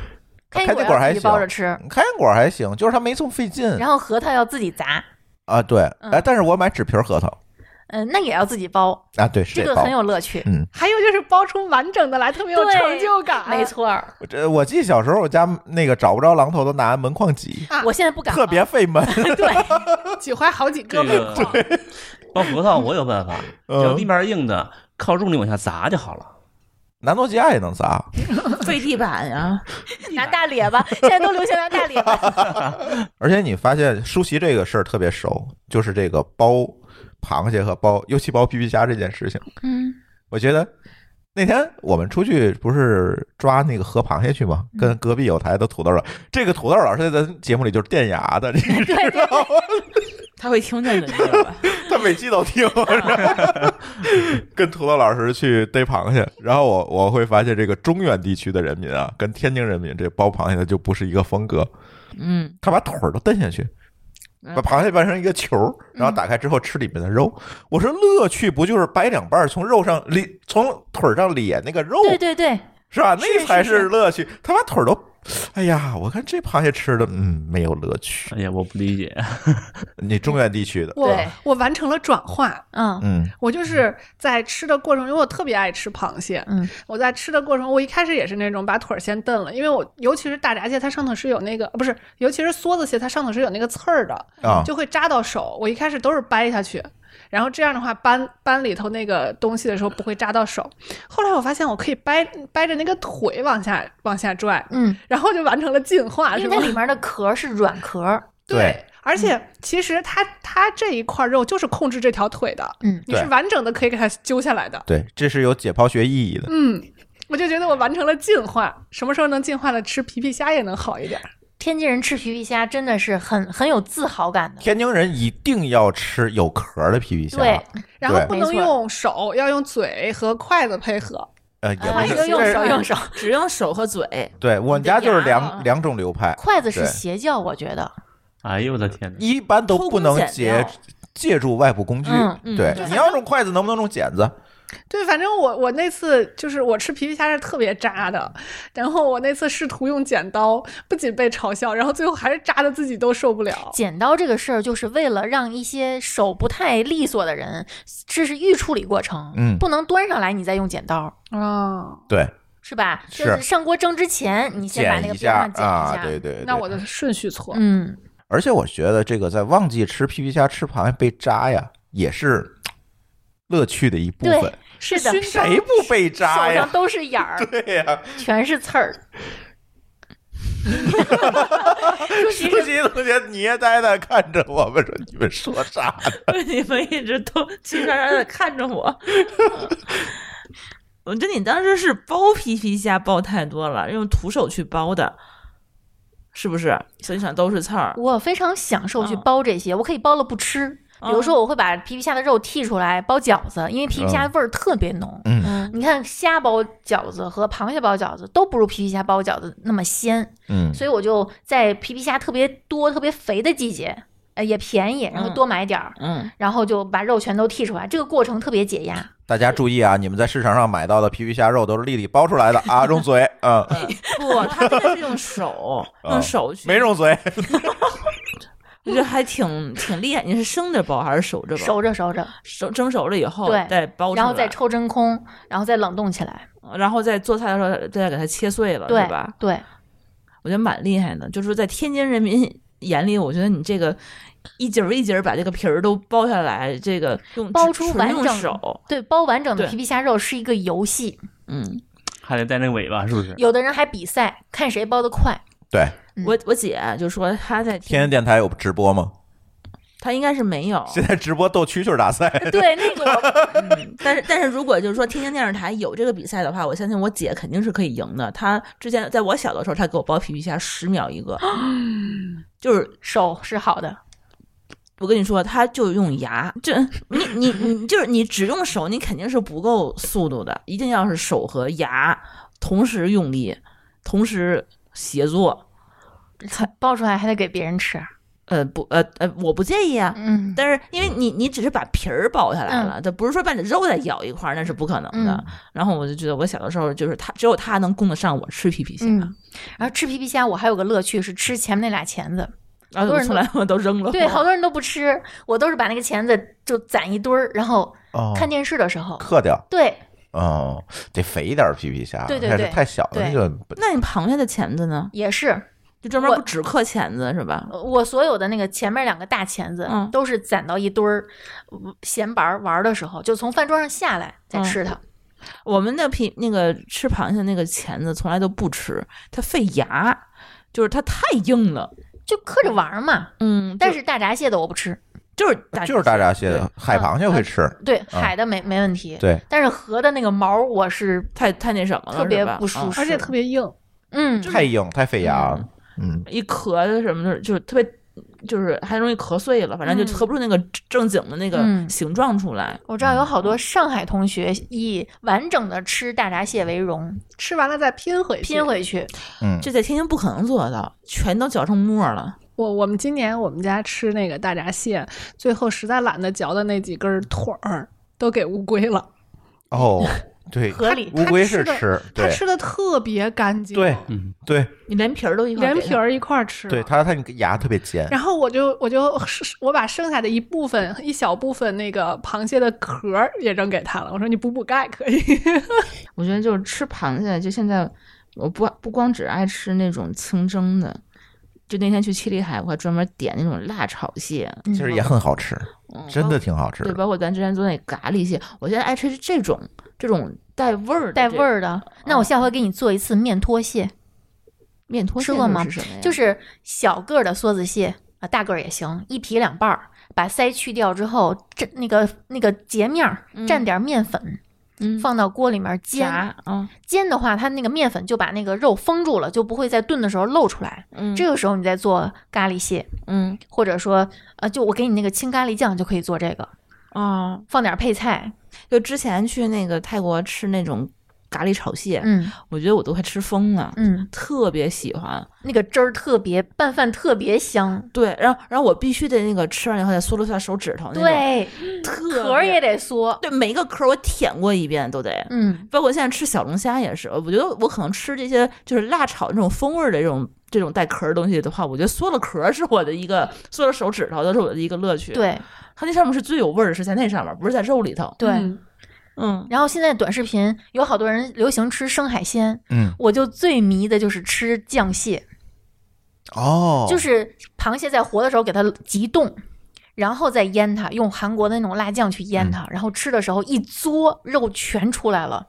Speaker 4: 开
Speaker 2: 开
Speaker 4: 心
Speaker 2: 心
Speaker 4: 果
Speaker 2: 要
Speaker 4: 还
Speaker 2: 自己包
Speaker 4: 行嗯
Speaker 2: 着吃，
Speaker 4: 开心果还行，就是它没这么费劲
Speaker 2: 嗯然后核桃要自己砸，
Speaker 4: 啊。对，
Speaker 2: 嗯
Speaker 4: 哎，但是我买纸皮儿核桃
Speaker 2: 嗯，那也要自己包，
Speaker 4: 啊，对，是
Speaker 2: 这个
Speaker 4: 包
Speaker 2: 很。有乐趣。
Speaker 3: 还有就是包出完整的来，特别有
Speaker 2: 对
Speaker 3: 成就感。
Speaker 7: 啊
Speaker 2: 没，错儿，
Speaker 4: 我这我记得小时候我家那个找不着榔头都拿门框挤，
Speaker 3: 啊
Speaker 2: 我现在不敢
Speaker 4: 特别费门。
Speaker 2: 对，
Speaker 3: 挤坏好几
Speaker 6: 这
Speaker 3: 个被
Speaker 6: 个
Speaker 3: 框。
Speaker 6: 包核桃我有办法，
Speaker 4: 嗯
Speaker 6: 只要地面儿硬的，靠重力往下砸就好了。
Speaker 4: 南诺基亚也能砸，
Speaker 5: 飞地板啊呀，
Speaker 2: 拿大咧巴，现在都流行拿大 咧巴。
Speaker 4: 而且你发现舒淇这个事儿特别熟，就是这个包螃蟹和包，尤其包皮皮虾这件事情。
Speaker 2: 嗯
Speaker 4: 我觉得那天我们出去不是抓那个河螃蟹去吗？跟隔壁有台的土豆老，这个土豆老师在咱节目里就是电牙的，这个知道吗？
Speaker 5: 他会听见的，你知 道吧？
Speaker 4: 他每期都听，跟土豆老师去逮螃蟹，然后我我会发现这个中原地区的人民啊，跟天津人民这包螃蟹的就不是一个风格，
Speaker 5: 嗯，
Speaker 4: 他把腿儿都蹬下去，
Speaker 5: 嗯
Speaker 4: 把螃蟹掰成一个球儿，
Speaker 2: 嗯
Speaker 4: 然后打开之后吃里面的肉。我说乐趣不就是掰两半儿，从肉上咧，从腿儿上咧那个肉
Speaker 2: 对对对，
Speaker 4: 是吧？
Speaker 2: 是
Speaker 4: 那才
Speaker 2: 是
Speaker 4: 是乐趣。他把腿儿都，哎呀，我看这螃蟹吃的，嗯，没有乐趣。
Speaker 6: 哎呀，我不理解，
Speaker 4: 你中原地区的，
Speaker 3: 我
Speaker 2: 对
Speaker 3: 我完成了转化，
Speaker 2: 嗯
Speaker 4: 嗯，
Speaker 3: 我就是在吃的过程中，我特别爱吃螃蟹。
Speaker 2: 嗯，
Speaker 3: 我在吃的过程，我一开始也是那种把腿儿先蹬了，因为我尤其是大闸蟹，它上头是有那个不是，尤其是梭子蟹，它上头是有那个刺儿的，
Speaker 4: 啊
Speaker 3: 就会扎到手。我一开始都是掰下去，然后这样的话搬搬里头那个东西的时候不会扎到手。后来我发现我可以掰掰着那个腿往下往下拽，
Speaker 2: 嗯，
Speaker 3: 然后就完成了进
Speaker 7: 啊
Speaker 3: 化，
Speaker 2: 因
Speaker 3: 是
Speaker 2: 为
Speaker 3: 吧
Speaker 2: 它？里面的壳是软壳，
Speaker 7: 对嗯
Speaker 3: 而且其实它它这一块肉就是控制这条腿的，
Speaker 2: 嗯，
Speaker 3: 你是
Speaker 7: 对
Speaker 3: 完整的可以给它揪下来的，
Speaker 7: 对，这是有解剖学意义的。
Speaker 3: 嗯。我就觉得我完成了进化，什么时候能进化了吃皮皮虾也能好一点。
Speaker 2: 天津人吃皮皮虾真的是很很有自豪感的。
Speaker 7: 天津人一定要吃有壳儿的皮皮虾，
Speaker 2: 对，
Speaker 3: 然后
Speaker 7: 对
Speaker 3: 不能
Speaker 2: 没错
Speaker 3: 用手，要用嘴和筷子配合。
Speaker 7: 呃，也不
Speaker 2: 哎
Speaker 7: 是，
Speaker 2: 用
Speaker 7: 这是
Speaker 2: 手用手，
Speaker 5: 只用手和嘴。
Speaker 7: 对我们家就是
Speaker 5: 牙
Speaker 7: 两两种流派，
Speaker 2: 筷子是
Speaker 7: 对
Speaker 2: 邪教，我觉得。
Speaker 6: 哎呦我的天哪！
Speaker 7: 一般都不能
Speaker 5: 偷
Speaker 7: 借
Speaker 5: 工减
Speaker 7: 借助外部工具。
Speaker 2: 嗯
Speaker 5: 嗯
Speaker 7: 对
Speaker 5: 就，
Speaker 7: 你要用筷子，能不能用剪子？
Speaker 3: 对，反正我我那次就是我吃皮皮虾是特别扎的，然后我那次试图用剪刀，不仅被嘲笑，然后最后还是扎的自己都受不了。
Speaker 2: 剪刀这个事儿，就是为了让一些手不太利索的人，这是预处理过程，
Speaker 7: 嗯
Speaker 2: 不能端上来你再用剪刀，
Speaker 3: 啊、
Speaker 2: 哦
Speaker 7: 对，
Speaker 2: 是吧？
Speaker 7: 是
Speaker 2: 就是上锅蒸之前，你先把
Speaker 7: 剪
Speaker 2: 那个
Speaker 7: 一
Speaker 2: 边
Speaker 7: 下
Speaker 2: 上剪一
Speaker 7: 啊，对对。对
Speaker 3: 那我的顺序错。
Speaker 2: 嗯，
Speaker 7: 而且我觉得这个在旺季吃皮皮虾、吃螃蟹被扎呀，也是乐趣的一部
Speaker 2: 对
Speaker 7: 分。
Speaker 2: 是的
Speaker 3: 勋，章
Speaker 7: 谁不被扎
Speaker 2: 手上
Speaker 7: 呀？
Speaker 2: 都是眼儿，
Speaker 7: 对呀，
Speaker 2: 全是刺儿。
Speaker 7: 舒淇同学捏呆呆看着我们说：“你们说啥 呢
Speaker 5: 你们一直都气杀杀的看着我。我觉得你当时是剥皮皮虾剥太多了，用徒手去剥的，是不是？所以想都是刺
Speaker 7: 啊
Speaker 5: 儿。
Speaker 2: 我非常享受去
Speaker 5: 嗯
Speaker 2: 包这些，我可以包了不吃。比如说，我会把皮皮虾的肉剔出来包饺子，因为皮皮虾味儿特别浓。
Speaker 7: 啊嗯
Speaker 5: 嗯，
Speaker 2: 你看，虾包饺子和螃蟹包饺子都不如皮皮虾包饺子那么鲜。？”
Speaker 7: 嗯，
Speaker 2: 所以我就在皮皮虾特别多、特别肥的季节，呃，也便宜，然后多买点儿，
Speaker 5: 嗯，
Speaker 2: 然后就把肉全都剔出来。这个过程特别解压，
Speaker 7: 大家注意啊，你们在市场上买到的皮皮虾肉都是丽丽剥出 来的啊，用嘴啊，嗯
Speaker 5: 不，他真的是用手，用手去，
Speaker 7: 没，用嘴。
Speaker 5: 我觉得还挺挺厉害。你是生着剥还是熟着剥？
Speaker 2: 熟着熟着，
Speaker 5: 熟蒸熟了以后，
Speaker 2: 对
Speaker 5: 再剥出来，
Speaker 2: 然后再抽真空，然后再冷冻起来。
Speaker 5: 然后再做菜的时候再给它切碎了，
Speaker 2: 对
Speaker 5: 是吧？
Speaker 2: 对，
Speaker 5: 我觉得蛮厉害的，就是说在天津人民 眼里，我觉得你这个一节儿一节儿把这个皮儿都剥下来，这个用
Speaker 2: 剥
Speaker 5: 只
Speaker 2: 出
Speaker 5: 纯
Speaker 2: 完
Speaker 5: 用
Speaker 2: 整
Speaker 5: 手，
Speaker 2: 对，包完整的
Speaker 5: 对
Speaker 2: 皮皮虾肉是一个游戏，
Speaker 5: 嗯，
Speaker 6: 还得带那尾巴，是不是？
Speaker 2: 有的人还比赛，看谁包的快。
Speaker 7: 对，
Speaker 2: 嗯
Speaker 5: 我我姐啊就说她在
Speaker 7: 天津，电台有直播吗？
Speaker 5: 她应该是没有，
Speaker 7: 现在直播斗蛐蛐大赛，
Speaker 2: 对，那个我
Speaker 5: 嗯但是但是如果就是说天津电视台有这个比赛的话，我相信我姐肯定是可以赢的。她之前在我小的时候，她给我剥皮皮虾十秒一 个，就是
Speaker 2: 手是好的，
Speaker 5: 我跟你说，他就用牙，这你你你就是你只用手，你肯定是不够速度的，一定要是手和牙同时用力，同时协作。
Speaker 2: 包出来还得给别人吃。啊
Speaker 5: 呃，不，呃呃，我不介意啊，
Speaker 2: 嗯，
Speaker 5: 但是因为你你只是把皮儿剥下来了，这、不是说把你的肉再咬一块儿，那是不可能的。
Speaker 2: 嗯
Speaker 5: 然后我就觉得，我小的时候就是他，只有他能供得上我吃皮啊皮虾，
Speaker 2: 嗯，然后吃皮皮虾，我还有个乐趣是吃前面那俩钳 子。
Speaker 5: 然后
Speaker 2: 多
Speaker 5: 我
Speaker 2: 人
Speaker 5: 从来我都扔了。
Speaker 2: 对，好多人都不吃，我都是把那个钳子就攒一堆儿，然后
Speaker 7: 哦
Speaker 2: 看电视的时候，
Speaker 7: 克掉
Speaker 2: 对
Speaker 7: 哦，得肥一点儿皮皮虾，
Speaker 2: 对对
Speaker 7: 但是
Speaker 2: 对
Speaker 7: 太小的
Speaker 2: 对
Speaker 7: 那个不
Speaker 5: 那你螃蟹的钳子呢？
Speaker 2: 也是
Speaker 5: 就专门
Speaker 2: 我
Speaker 5: 不只刻钳子是吧？
Speaker 2: 呃我所有的那个前面两个大钳子
Speaker 5: 嗯
Speaker 2: 都是攒到一堆儿，呃闲玩儿玩儿的时候就从饭桌上下来再吃它，
Speaker 5: 我们那皮那个吃螃蟹那个钳子从来都不吃，它费牙，就是它太硬了。
Speaker 2: 就嗑着玩儿嘛。
Speaker 5: 嗯
Speaker 2: 但
Speaker 5: 是
Speaker 2: 是大闸蟹的我不吃，
Speaker 5: 就是大
Speaker 7: 就是大闸蟹的，海螃
Speaker 2: 嗯
Speaker 7: 蟹会吃，
Speaker 2: 对
Speaker 5: 啊
Speaker 2: 海的没没问题，
Speaker 7: 对，
Speaker 2: 但是河的那个毛儿我是
Speaker 5: 太太那什么了，
Speaker 2: 特别
Speaker 5: 是吧
Speaker 2: 不舒
Speaker 5: 嗯
Speaker 2: 服
Speaker 3: 而且特别硬，
Speaker 2: 嗯
Speaker 7: 太硬太费牙了，嗯，
Speaker 5: 一咳的什么的，就是特别。就是还容易咳碎了，反正就
Speaker 2: 嗯
Speaker 5: 咳不出那个正经的那个
Speaker 2: 嗯
Speaker 5: 形状出来。
Speaker 2: 我知道有好
Speaker 5: 嗯
Speaker 2: 多上海同学以完整的吃大闸蟹为荣，
Speaker 3: 吃完了再拼回去。
Speaker 2: 拼回去，
Speaker 7: 嗯，
Speaker 5: 这在天津不可能做到，全都嚼成沫了。
Speaker 3: 我我们今年我们家吃那个大闸蟹，最后实在懒得嚼的那几根腿儿都给乌龟了。
Speaker 7: 哦，对，
Speaker 2: 合理。
Speaker 7: 乌龟是
Speaker 3: 它吃
Speaker 7: 吃，
Speaker 3: 它
Speaker 7: 对
Speaker 3: 吃的特别干净，
Speaker 7: 对
Speaker 6: 嗯，
Speaker 7: 对
Speaker 5: 你连皮儿都一块儿
Speaker 3: 连
Speaker 5: 给
Speaker 3: 皮
Speaker 5: 它，
Speaker 3: 儿一块儿吃。
Speaker 7: 对，它它牙特别尖，
Speaker 3: 然后我就我就是我把剩下的一部分一小部分那个螃蟹的壳儿也扔给他了，我说你补补钙可以。
Speaker 5: 我觉得就是吃螃蟹，就现在我不不光只爱吃那种清蒸的，就那天去七里海，我还专门点那种辣炒蟹，
Speaker 4: 其实也很好吃，
Speaker 5: 嗯
Speaker 4: 真
Speaker 2: 哦
Speaker 4: 的挺好吃
Speaker 5: 对，
Speaker 4: 的。
Speaker 5: 包括咱之前做那咖喱蟹，我现在爱吃这种这种带味儿的
Speaker 2: 带
Speaker 5: 这嗯
Speaker 2: 味儿的。那我下回给你做一次面拖蟹，
Speaker 5: 面拖
Speaker 2: 吃
Speaker 5: 蟹
Speaker 2: 过
Speaker 5: 是
Speaker 2: 吗
Speaker 5: 什么呀？
Speaker 2: 就是小个儿的梭子蟹啊，大个儿也行，一劈两半儿，把鳃去掉之后，蘸那个那个截面儿
Speaker 5: 嗯
Speaker 2: 蘸点面粉，
Speaker 5: 嗯
Speaker 2: 放到锅里面煎。
Speaker 5: 炸啊，
Speaker 2: 煎的话，它那个面粉就把那个肉封住了，就不会在炖的时候露出来。
Speaker 5: 嗯
Speaker 2: 这个时候你再做咖喱蟹，
Speaker 5: 嗯
Speaker 2: 或者说呃，就我给你那个青咖喱酱就可以做这个，
Speaker 5: 啊，
Speaker 2: 放点配菜。
Speaker 5: 就之前去那个泰国吃那种咖喱炒蟹，
Speaker 2: 嗯
Speaker 5: 我觉得我都快吃疯了，
Speaker 2: 嗯，
Speaker 5: 特别喜欢。
Speaker 2: 那个汁儿特别拌饭特别香。
Speaker 5: 对，然后然后我必须得那个吃完以后再嗦了下手指头，那种，
Speaker 2: 对，
Speaker 5: 特
Speaker 2: 壳儿
Speaker 5: 别
Speaker 2: 也得缩。
Speaker 5: 对，每一个壳儿我舔过一遍都得。
Speaker 2: 嗯，
Speaker 5: 包括现在吃小龙虾也是，我觉得我可能吃这些就是辣炒那种风味儿的这种这种带壳儿的东西的话，我觉得嗦了壳儿是我的一个嗦了手指头都是我的一个乐趣。，
Speaker 2: 对
Speaker 5: 它那上面是最有味儿的，是在那上面，不是在肉里头。
Speaker 2: 对。
Speaker 3: 嗯
Speaker 5: 嗯，
Speaker 2: 然后现在短视频有好多人流行吃生海鲜，
Speaker 4: 嗯，
Speaker 2: 我就最迷的就是吃酱蟹，
Speaker 4: 哦，
Speaker 2: 就是螃蟹在活的时候给它急冻，然后再腌它，用韩国的那种辣酱去
Speaker 4: 嗯
Speaker 2: 腌它，然后吃的时候一嘬，肉全出来了。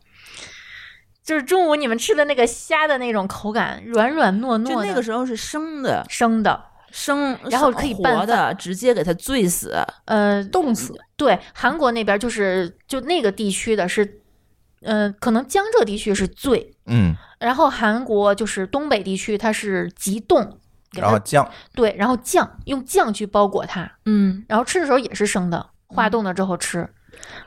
Speaker 2: 就是中午你们吃的那个虾的那种口感，软软糯糯
Speaker 5: 就
Speaker 2: 的，
Speaker 5: 那个时候是生的，
Speaker 2: 生的，
Speaker 5: 生
Speaker 2: 然后可以拌
Speaker 5: 活的，直接给它醉死。
Speaker 2: 呃，
Speaker 3: 冻死，
Speaker 2: 对，韩国那边就是就那个地区的是，呃，可能江浙地区是最，
Speaker 4: 嗯，
Speaker 2: 然后韩国就是东北地区它是急冻，给
Speaker 4: 然后
Speaker 2: 它
Speaker 4: 酱，
Speaker 2: 对，然后酱用酱去包裹它，
Speaker 5: 嗯，
Speaker 2: 然后吃的时候也是生的，化冻了之后吃，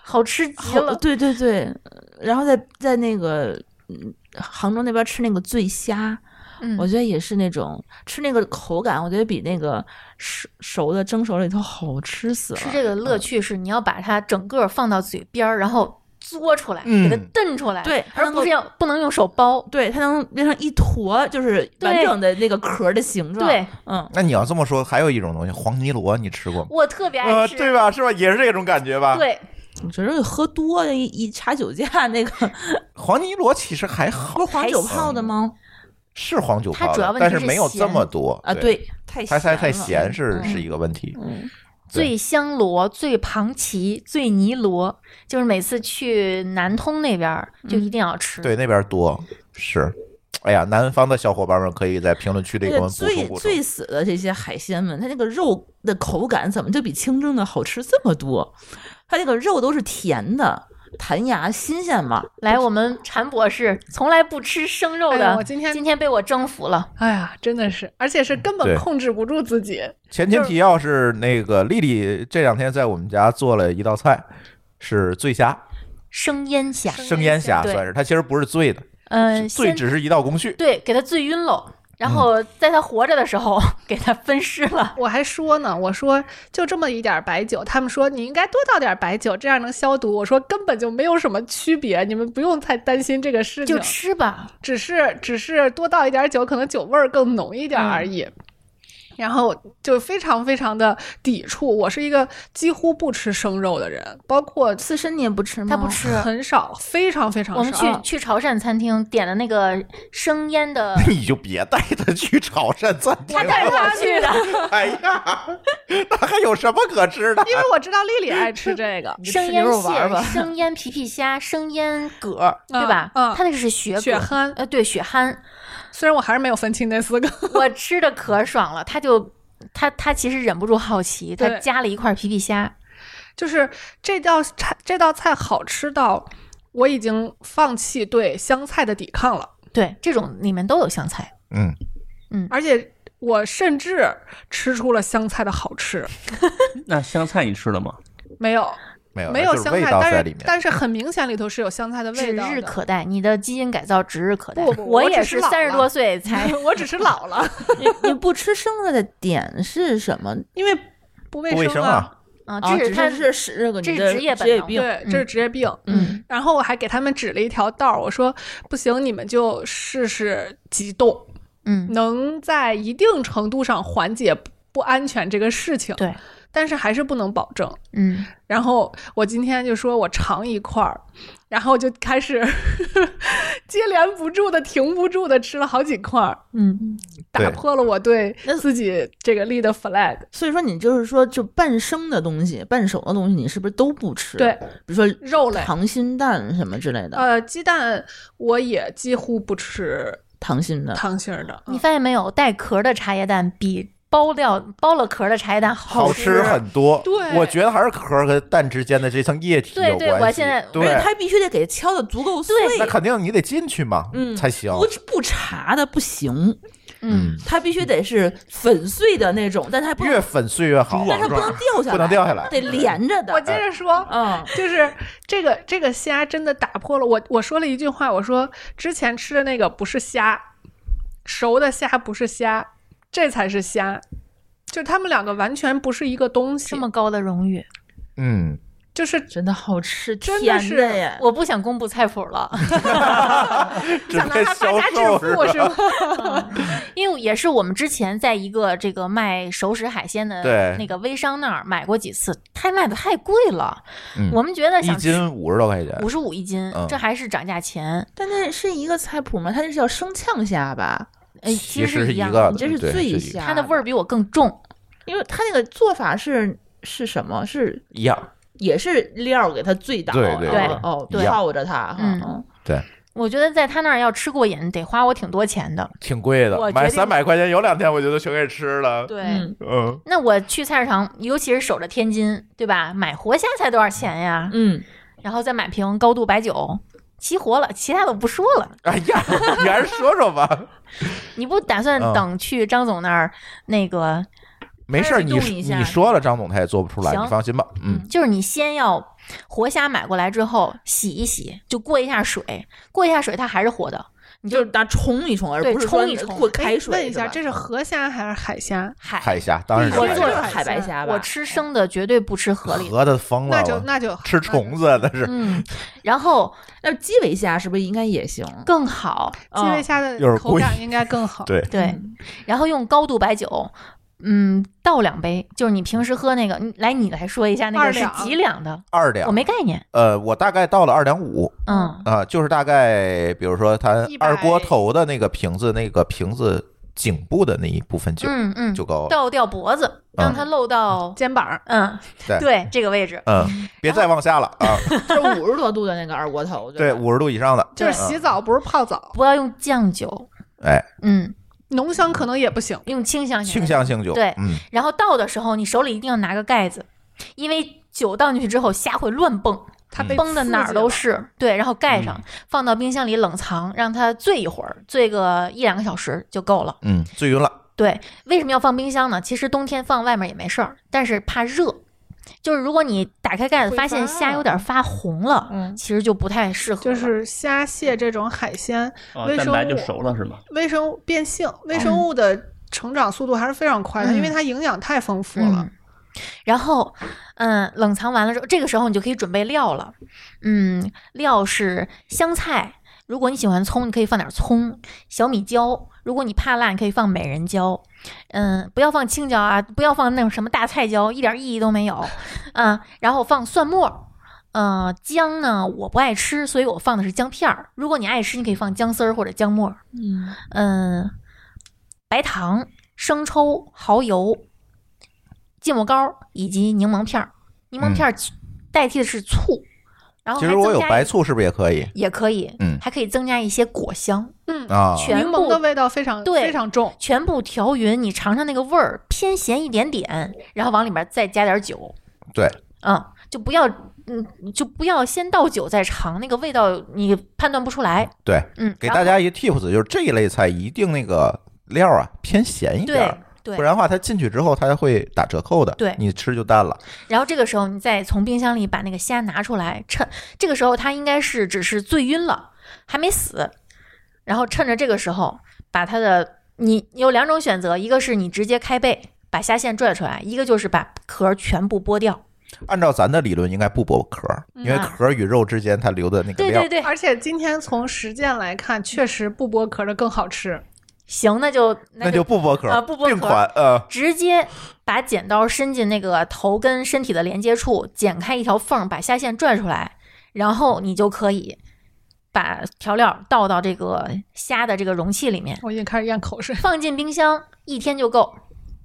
Speaker 2: 好吃极
Speaker 5: 好，
Speaker 2: 了。
Speaker 5: 呃对对对，然后在在那个嗯杭州那边吃那个醉虾，
Speaker 2: 嗯
Speaker 5: 我，觉得也是那种吃那个口感，我觉得比那个熟熟的蒸熟里头好吃死了。
Speaker 2: 吃这个乐趣是你要把它整个放到嘴边儿，然后嘬出来，
Speaker 4: 嗯
Speaker 2: 给它炖出来，
Speaker 5: 对它
Speaker 2: 而
Speaker 5: 能
Speaker 2: 不
Speaker 5: 够
Speaker 2: 是要不能用手剥。
Speaker 5: 对，它能变成一坨，就是完
Speaker 2: 对
Speaker 5: 整的那个壳儿的形状。
Speaker 2: 对，
Speaker 5: 嗯，
Speaker 4: 那你要这么说，还有一种东西，黄泥螺，你吃过吗？
Speaker 2: 我特别爱
Speaker 7: 呃，
Speaker 2: 吃，
Speaker 7: 对吧？是吧？也是这种感觉吧？，
Speaker 2: 对
Speaker 5: 我觉得喝多了一一查酒驾那个，
Speaker 4: 黄泥螺其实还好
Speaker 5: 不，是黄酒泡的吗？
Speaker 4: 是黄酒
Speaker 2: 它
Speaker 4: 泡
Speaker 2: 主要
Speaker 4: 的，
Speaker 2: 问
Speaker 4: 但
Speaker 2: 题
Speaker 4: 是
Speaker 2: 是
Speaker 4: 没有这
Speaker 2: 咸呃
Speaker 4: 么多
Speaker 5: 啊，，对，太
Speaker 4: 它它太
Speaker 5: 了
Speaker 4: 咸是
Speaker 5: 嗯
Speaker 4: 是一个问题。
Speaker 5: 嗯
Speaker 2: 醉香螺、醉庞旗、醉泥螺，就是每次去南通那边儿就一定要吃。
Speaker 4: 对，那边多是。哎呀，南方的小伙伴们可以在评论区里
Speaker 5: 而
Speaker 4: 给我
Speaker 5: 且
Speaker 4: 们补充
Speaker 5: 最
Speaker 4: 补充。
Speaker 5: 最死的这些海鲜们，它那个肉的口感怎么就比清蒸的好吃这么多？它那个肉都是甜的，弹牙新鲜嘛。
Speaker 2: 来，我们禅博士从来不吃生肉
Speaker 3: 哎
Speaker 2: 的，
Speaker 3: 呀我今天
Speaker 2: 被我征服了。
Speaker 3: 哎呀，真的是，而且是根
Speaker 4: 对
Speaker 3: 本控制不住自己。
Speaker 4: 前情提要是那个丽丽这两天在我们家做了一道菜，是醉虾，
Speaker 2: 生腌虾，
Speaker 4: 生腌虾
Speaker 2: 对
Speaker 4: 算是，它其实不是醉的，
Speaker 2: 嗯，
Speaker 4: 醉
Speaker 2: 先
Speaker 4: 只是一道工序。，
Speaker 2: 对，给它醉晕喽。
Speaker 5: 嗯
Speaker 2: 然后在它活着的时候， 给它分尸了。
Speaker 3: 我还说呢，我说就这么一点儿白酒，他们说你应该多倒点儿白酒，这样能消毒。我说根本就没有什么区别，你们不用太担心这个事情
Speaker 2: 就，吃吧，
Speaker 3: 只是只是多倒一点儿酒，可能酒味儿更浓一点儿
Speaker 2: 嗯
Speaker 3: 而已。然后就非常非常的抵触，我是一个几乎不吃生肉的人，包括
Speaker 5: 刺身你也不吃吗？
Speaker 2: 它不吃。
Speaker 3: 很少，非常非常少。
Speaker 2: 我们去去潮汕餐厅点的那个生腌的
Speaker 4: 你就别带他去潮汕餐厅
Speaker 2: 他带着
Speaker 4: 了。
Speaker 2: 我去的
Speaker 4: 哎呀，那还有什么可吃的？
Speaker 3: 因为我知道丽丽爱吃这个
Speaker 5: 你就
Speaker 2: 生
Speaker 5: 吃
Speaker 2: 腌
Speaker 5: 牛肉丸儿
Speaker 2: 蟹
Speaker 5: 吧、
Speaker 2: 生腌皮皮虾、生腌蛤儿，对吧？
Speaker 3: 嗯
Speaker 2: 它那个是血
Speaker 3: 血
Speaker 2: 蛤，
Speaker 3: 憨，
Speaker 2: 呃，对，血蚶，
Speaker 3: 虽然我还是没有分清那四个。
Speaker 2: 我吃的可爽了，他就他他其实忍不住好奇，他
Speaker 3: 对
Speaker 2: 加了一块皮皮虾，
Speaker 3: 就是这道菜这道菜好吃到我已经放弃对香菜的抵抗了，
Speaker 2: 对，这种里面都有香菜，
Speaker 4: 嗯，
Speaker 3: 而且我甚至吃出了香菜的好吃，
Speaker 6: 那香菜你吃了吗？
Speaker 3: 没有
Speaker 4: 没有，
Speaker 3: 没
Speaker 4: 那
Speaker 3: 有
Speaker 4: 就是
Speaker 3: 香
Speaker 4: 味
Speaker 3: 菜，
Speaker 4: 道在
Speaker 3: 但
Speaker 4: 里
Speaker 3: 是
Speaker 4: 面。嗯
Speaker 3: 但是很明显里头是有香菜的
Speaker 2: 指
Speaker 3: 味道
Speaker 2: 日
Speaker 3: 的。
Speaker 2: 可待。你的基因改造指日可待。
Speaker 3: 不不
Speaker 2: 我
Speaker 3: 我
Speaker 2: 也
Speaker 3: 只
Speaker 2: 是
Speaker 3: 是老
Speaker 2: 三十
Speaker 3: 了
Speaker 2: 多岁才
Speaker 3: 我只是老了，
Speaker 5: 你不吃生的的点是什么？
Speaker 3: 因为不卫
Speaker 4: 不卫
Speaker 3: 生
Speaker 4: 生啊，
Speaker 2: 啊，
Speaker 5: 啊
Speaker 2: 这
Speaker 5: 只
Speaker 2: 是他
Speaker 5: 是是这个
Speaker 2: 这
Speaker 5: 你
Speaker 2: 是
Speaker 5: 的
Speaker 2: 职业本能
Speaker 5: 病，
Speaker 3: 对，这是职业病。
Speaker 5: 嗯
Speaker 3: 然后我还给他们指了一条道儿，我说不行，你们就试试急冻，
Speaker 2: 嗯，
Speaker 3: 能在一定程度上缓解不不安全这个事情。
Speaker 2: 对，
Speaker 3: 但是还是不能保证。
Speaker 2: 嗯，
Speaker 3: 然后我今天就说我尝一块儿，然后就开始 接连不住的、停不住的吃了好几块儿，
Speaker 2: 嗯，
Speaker 3: 打
Speaker 7: 对
Speaker 3: 破了我对自己这个立的 flag。
Speaker 5: 所以说你就是说，就半生的东西、伴手的东西，你是不是都不吃？
Speaker 3: 对，
Speaker 5: 比如说
Speaker 3: 肉类
Speaker 5: 溏心蛋什么之类的，
Speaker 3: 呃，鸡蛋我也几乎不吃
Speaker 5: 溏心的。
Speaker 3: 溏心儿的，
Speaker 2: 你
Speaker 3: 嗯
Speaker 2: 发现没有，带壳的茶叶蛋比剥掉剥了壳的茶叶蛋好
Speaker 4: 好吃很多。
Speaker 3: 对
Speaker 4: 我觉得还是壳和蛋之间的这层液体
Speaker 2: 对
Speaker 4: 有
Speaker 2: 对
Speaker 4: 关系。
Speaker 2: 我现在
Speaker 5: 而且
Speaker 4: 对，
Speaker 5: 它必须得给敲的足够碎，
Speaker 4: 那肯定你得进去嘛，
Speaker 5: 嗯
Speaker 4: 才行。
Speaker 5: 不不查的不行，
Speaker 2: 嗯，
Speaker 5: 它必须得是粉碎的那种，但它不能
Speaker 4: 越粉碎越好
Speaker 6: 猪。
Speaker 5: 但
Speaker 6: 网
Speaker 5: 是它不能掉下来，
Speaker 4: 不能掉下来
Speaker 5: 得连着
Speaker 3: 我
Speaker 5: 的。
Speaker 3: 接着说，
Speaker 5: 嗯，
Speaker 3: 就是这个这个虾真的打破了我。我说了一句话，我说之前吃的那个不是虾，熟的虾不是虾，这才是虾。就他们两个完全不是一个东西
Speaker 2: 这，么高的荣誉，
Speaker 4: 嗯，
Speaker 3: 就是
Speaker 5: 真的好吃，
Speaker 3: 真的
Speaker 5: 甜
Speaker 3: 是
Speaker 5: 耶！
Speaker 2: 我不想公布菜谱了，
Speaker 3: 想拿它发家致富 是吗？
Speaker 2: 因为也是我们之前在一个这个卖熟食海鲜的
Speaker 4: 对
Speaker 2: 那个微商那儿买过几次，太卖的太贵了，
Speaker 4: 嗯
Speaker 2: 我们觉得
Speaker 4: 一
Speaker 2: 想吃
Speaker 4: 斤五十多块钱，
Speaker 2: 五十五一斤，
Speaker 4: 嗯
Speaker 2: 这还是涨价前，
Speaker 5: 但那是一个菜谱吗？它那是叫生呛虾吧？
Speaker 2: 哎，
Speaker 4: 其
Speaker 2: 实
Speaker 4: 实
Speaker 2: 一样，
Speaker 4: 个
Speaker 5: 你这
Speaker 4: 对
Speaker 5: 是
Speaker 4: 是
Speaker 5: 醉
Speaker 4: 一
Speaker 5: 虾，
Speaker 2: 它的味儿，比我更重，
Speaker 5: 因为它那个做法是是什么？是
Speaker 4: 一样。
Speaker 5: 也是料给它醉倒，
Speaker 4: 对对
Speaker 5: 然后
Speaker 4: 对
Speaker 5: 哦，
Speaker 4: 对
Speaker 5: 泡着它，
Speaker 2: 嗯
Speaker 5: 哈
Speaker 2: 我觉得在他那儿要吃过瘾，得花我挺多钱的。
Speaker 4: 挺贵
Speaker 2: 我
Speaker 4: 的，
Speaker 2: 决
Speaker 4: 买
Speaker 2: 定
Speaker 4: 三百块钱有两天我觉得全给吃了。
Speaker 2: 对
Speaker 5: 嗯，
Speaker 4: 嗯，
Speaker 2: 那我去菜市场，尤其是守着天津，对吧？买活虾才多少钱呀？
Speaker 5: 嗯，
Speaker 2: 然后再买瓶高度白酒，齐活了，其他的我不说了。
Speaker 4: 哎呀，你还是说说吧。
Speaker 2: 你不打算
Speaker 4: 嗯
Speaker 2: 等去张总那儿、那个？
Speaker 4: 没事儿，你
Speaker 5: 动一下
Speaker 4: 你说了，张总他也做不出来，
Speaker 2: 行
Speaker 4: 你放心吧。嗯，
Speaker 2: 就是你先要活虾买过来之后洗一洗，就过一下水，过一下水它还是活的，
Speaker 5: 你就是拿冲一冲，而
Speaker 2: 对
Speaker 5: 不是说
Speaker 2: 冲一冲
Speaker 5: 过开水。
Speaker 3: 哎问一下，
Speaker 5: 是
Speaker 3: 这是河虾还是海虾？
Speaker 2: 海
Speaker 4: 海虾当然是
Speaker 2: 哎我
Speaker 4: 海
Speaker 5: 吧
Speaker 4: 虾
Speaker 2: 做
Speaker 5: 这是
Speaker 2: 的
Speaker 5: 海白虾吧？
Speaker 2: 我吃生的绝对不吃河里的。
Speaker 4: 盒子疯了，
Speaker 3: 那就
Speaker 4: 我
Speaker 3: 那就
Speaker 4: 嗯啊吃虫子啊那是
Speaker 2: 嗯，然后
Speaker 5: 那鸡尾虾是不是应该也行？嗯
Speaker 2: 更好，
Speaker 3: 那就嗯鸡尾虾的
Speaker 4: 又是
Speaker 3: 口感
Speaker 4: 贵
Speaker 3: 应该更好。
Speaker 4: 对
Speaker 2: 对，然后用高度白酒，嗯，倒两杯，就是你平时喝那个，你嗯来你来说一下那
Speaker 3: 二
Speaker 2: 个是
Speaker 3: 两
Speaker 2: 几两的？
Speaker 4: 二两
Speaker 2: 我。没概念，
Speaker 4: 呃，我大概到了二两五
Speaker 2: 嗯，
Speaker 4: 啊，就是大概比如说它
Speaker 3: 100
Speaker 4: 二锅头的那个瓶子，那个瓶子颈部的那一部分酒
Speaker 2: 嗯嗯，
Speaker 4: 就够了。
Speaker 2: 倒掉脖子，让它 露到，
Speaker 3: 肩膀儿
Speaker 2: 嗯，
Speaker 4: 对
Speaker 2: 对，这个位置，
Speaker 4: 嗯，别再往下了啊！
Speaker 2: 嗯
Speaker 5: 就是五十多度的那个二锅头，
Speaker 4: 对，
Speaker 5: 吧
Speaker 4: 五十度以上的，
Speaker 3: 就是
Speaker 4: 嗯
Speaker 3: 洗澡不是泡澡，
Speaker 2: 不要用酱酒，
Speaker 4: 哎，
Speaker 2: 嗯，
Speaker 3: 浓香可能也不行。
Speaker 2: 用清香型的
Speaker 4: 清香性酒，
Speaker 2: 对
Speaker 4: 嗯，
Speaker 2: 然后倒的时候，你手里一定要拿个盖子，因为酒倒进去之后，虾会乱蹦，
Speaker 3: 它
Speaker 4: 嗯
Speaker 3: 被
Speaker 2: 蹦的
Speaker 3: 刺
Speaker 2: 哪
Speaker 3: 激
Speaker 2: 儿都
Speaker 3: 了
Speaker 2: 是。对，然后盖上，放到冰箱里冷藏，让它醉一会儿，醉个一两个小时就够了。
Speaker 4: 嗯，醉晕了，
Speaker 2: 对，为什么要放冰箱呢？其实冬天放外面也没事儿，但是怕热。就是如果你打开盖子，
Speaker 5: 会
Speaker 2: 发现
Speaker 5: 发
Speaker 2: 虾有点发红了，
Speaker 5: 嗯
Speaker 2: 其实就不太适合了。
Speaker 3: 就是虾蟹这种海鲜，
Speaker 6: 啊，
Speaker 3: 微
Speaker 6: 蛋
Speaker 3: 生
Speaker 6: 白就
Speaker 3: 物
Speaker 6: 熟了是吗？
Speaker 3: 微生物变性，微生
Speaker 4: 哦
Speaker 3: 物的成长速度还是非常快的，
Speaker 2: 嗯
Speaker 3: 因为它营养太丰富了
Speaker 2: 嗯。。然后，嗯，冷藏完了之后，这个时候你就可以准备料了。嗯，料是香菜，如果你喜欢葱，你可以放点葱；小米椒，如果你怕辣，你可以放美人椒。嗯，不要放青椒啊，不要放那种什么大菜椒，一点意义都没有。嗯，然后放蒜末。呃，姜呢，我不爱吃，所以我放的是姜片儿。如果你爱吃，你可以放姜丝儿或者姜末儿。
Speaker 5: 嗯，
Speaker 2: 嗯，白糖、生抽、蚝油、芥末膏以及柠檬片儿。柠檬片儿代替的是醋，然
Speaker 4: 嗯
Speaker 2: 后
Speaker 4: 其
Speaker 2: 哦还
Speaker 4: 实我有
Speaker 2: 增加
Speaker 4: 白
Speaker 2: 一
Speaker 4: 醋，是不是也可以
Speaker 2: 也可以，
Speaker 4: 嗯
Speaker 2: 还可以增加一些果香，
Speaker 3: 嗯，
Speaker 4: 啊？
Speaker 2: 全
Speaker 3: 柠檬
Speaker 2: 部
Speaker 3: 的味道非常
Speaker 2: 对
Speaker 3: 非常重，
Speaker 2: 全部调匀，你尝尝那个味儿，偏咸一点点，然后往里边再加点酒，
Speaker 4: 对，
Speaker 2: 嗯，就不要。嗯，就不要先倒酒再尝，那个味道你判断不出来。
Speaker 4: 对，
Speaker 2: 嗯，
Speaker 4: 给
Speaker 2: 然后
Speaker 4: 大家一个 tips，就是这一类菜一定那个料啊偏咸一点
Speaker 2: 对
Speaker 4: 儿，
Speaker 2: 对
Speaker 4: 不，然的话它进去之后它会打折扣的，
Speaker 2: 对
Speaker 4: 你吃就淡了。
Speaker 2: 然后这个时候，你再从冰箱里把那个虾拿出来，趁这个时候它应该是只是醉晕了，还没死。然后趁着这个时候，把它的你你有两种选择，一个是你直接开背把虾线拽出来，一个就是把壳全部剥掉。
Speaker 4: 按照咱的理论，应该不剥壳，因为
Speaker 2: 啊
Speaker 4: 壳与肉之间它留的那个
Speaker 2: 对
Speaker 4: 料
Speaker 2: 对，对，
Speaker 3: 而且今天从实践来看，确实不剥壳的更好吃。
Speaker 2: 行，那就
Speaker 4: 那就不剥壳
Speaker 2: 啊不剥壳
Speaker 4: 并款呃，
Speaker 2: 直接把剪刀伸进那个头跟身体的连接处，剪开一条缝，把虾线拽出来，然后你就可以把调料倒到这个虾的这个容器里面，
Speaker 3: 我已经开始咽口水。
Speaker 2: 放进冰箱一天就够。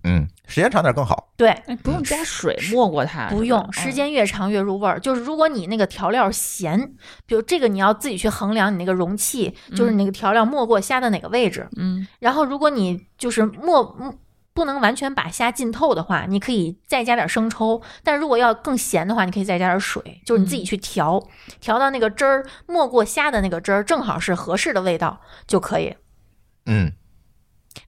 Speaker 4: 嗯，时间长点更好。
Speaker 2: 对，
Speaker 5: 哎，不用加水没过它，
Speaker 2: 不
Speaker 5: 是吧
Speaker 2: 用，时。
Speaker 5: 嗯
Speaker 2: 间越长越入味儿。就是如果你那个调料咸，比如这个你要自己去衡量你那个容器，就是
Speaker 5: 嗯
Speaker 2: 那个调料没过虾的哪个位置。
Speaker 5: 嗯，
Speaker 2: 然后如果你就是没嗯不能完全把虾浸透的话，你可以再加点生抽；但如果要更咸的话，你可以再加点水，就是你自
Speaker 5: 嗯
Speaker 2: 己去调，调到那个汁儿没过虾的那个汁儿正好是合适的味道就可以。
Speaker 4: 嗯，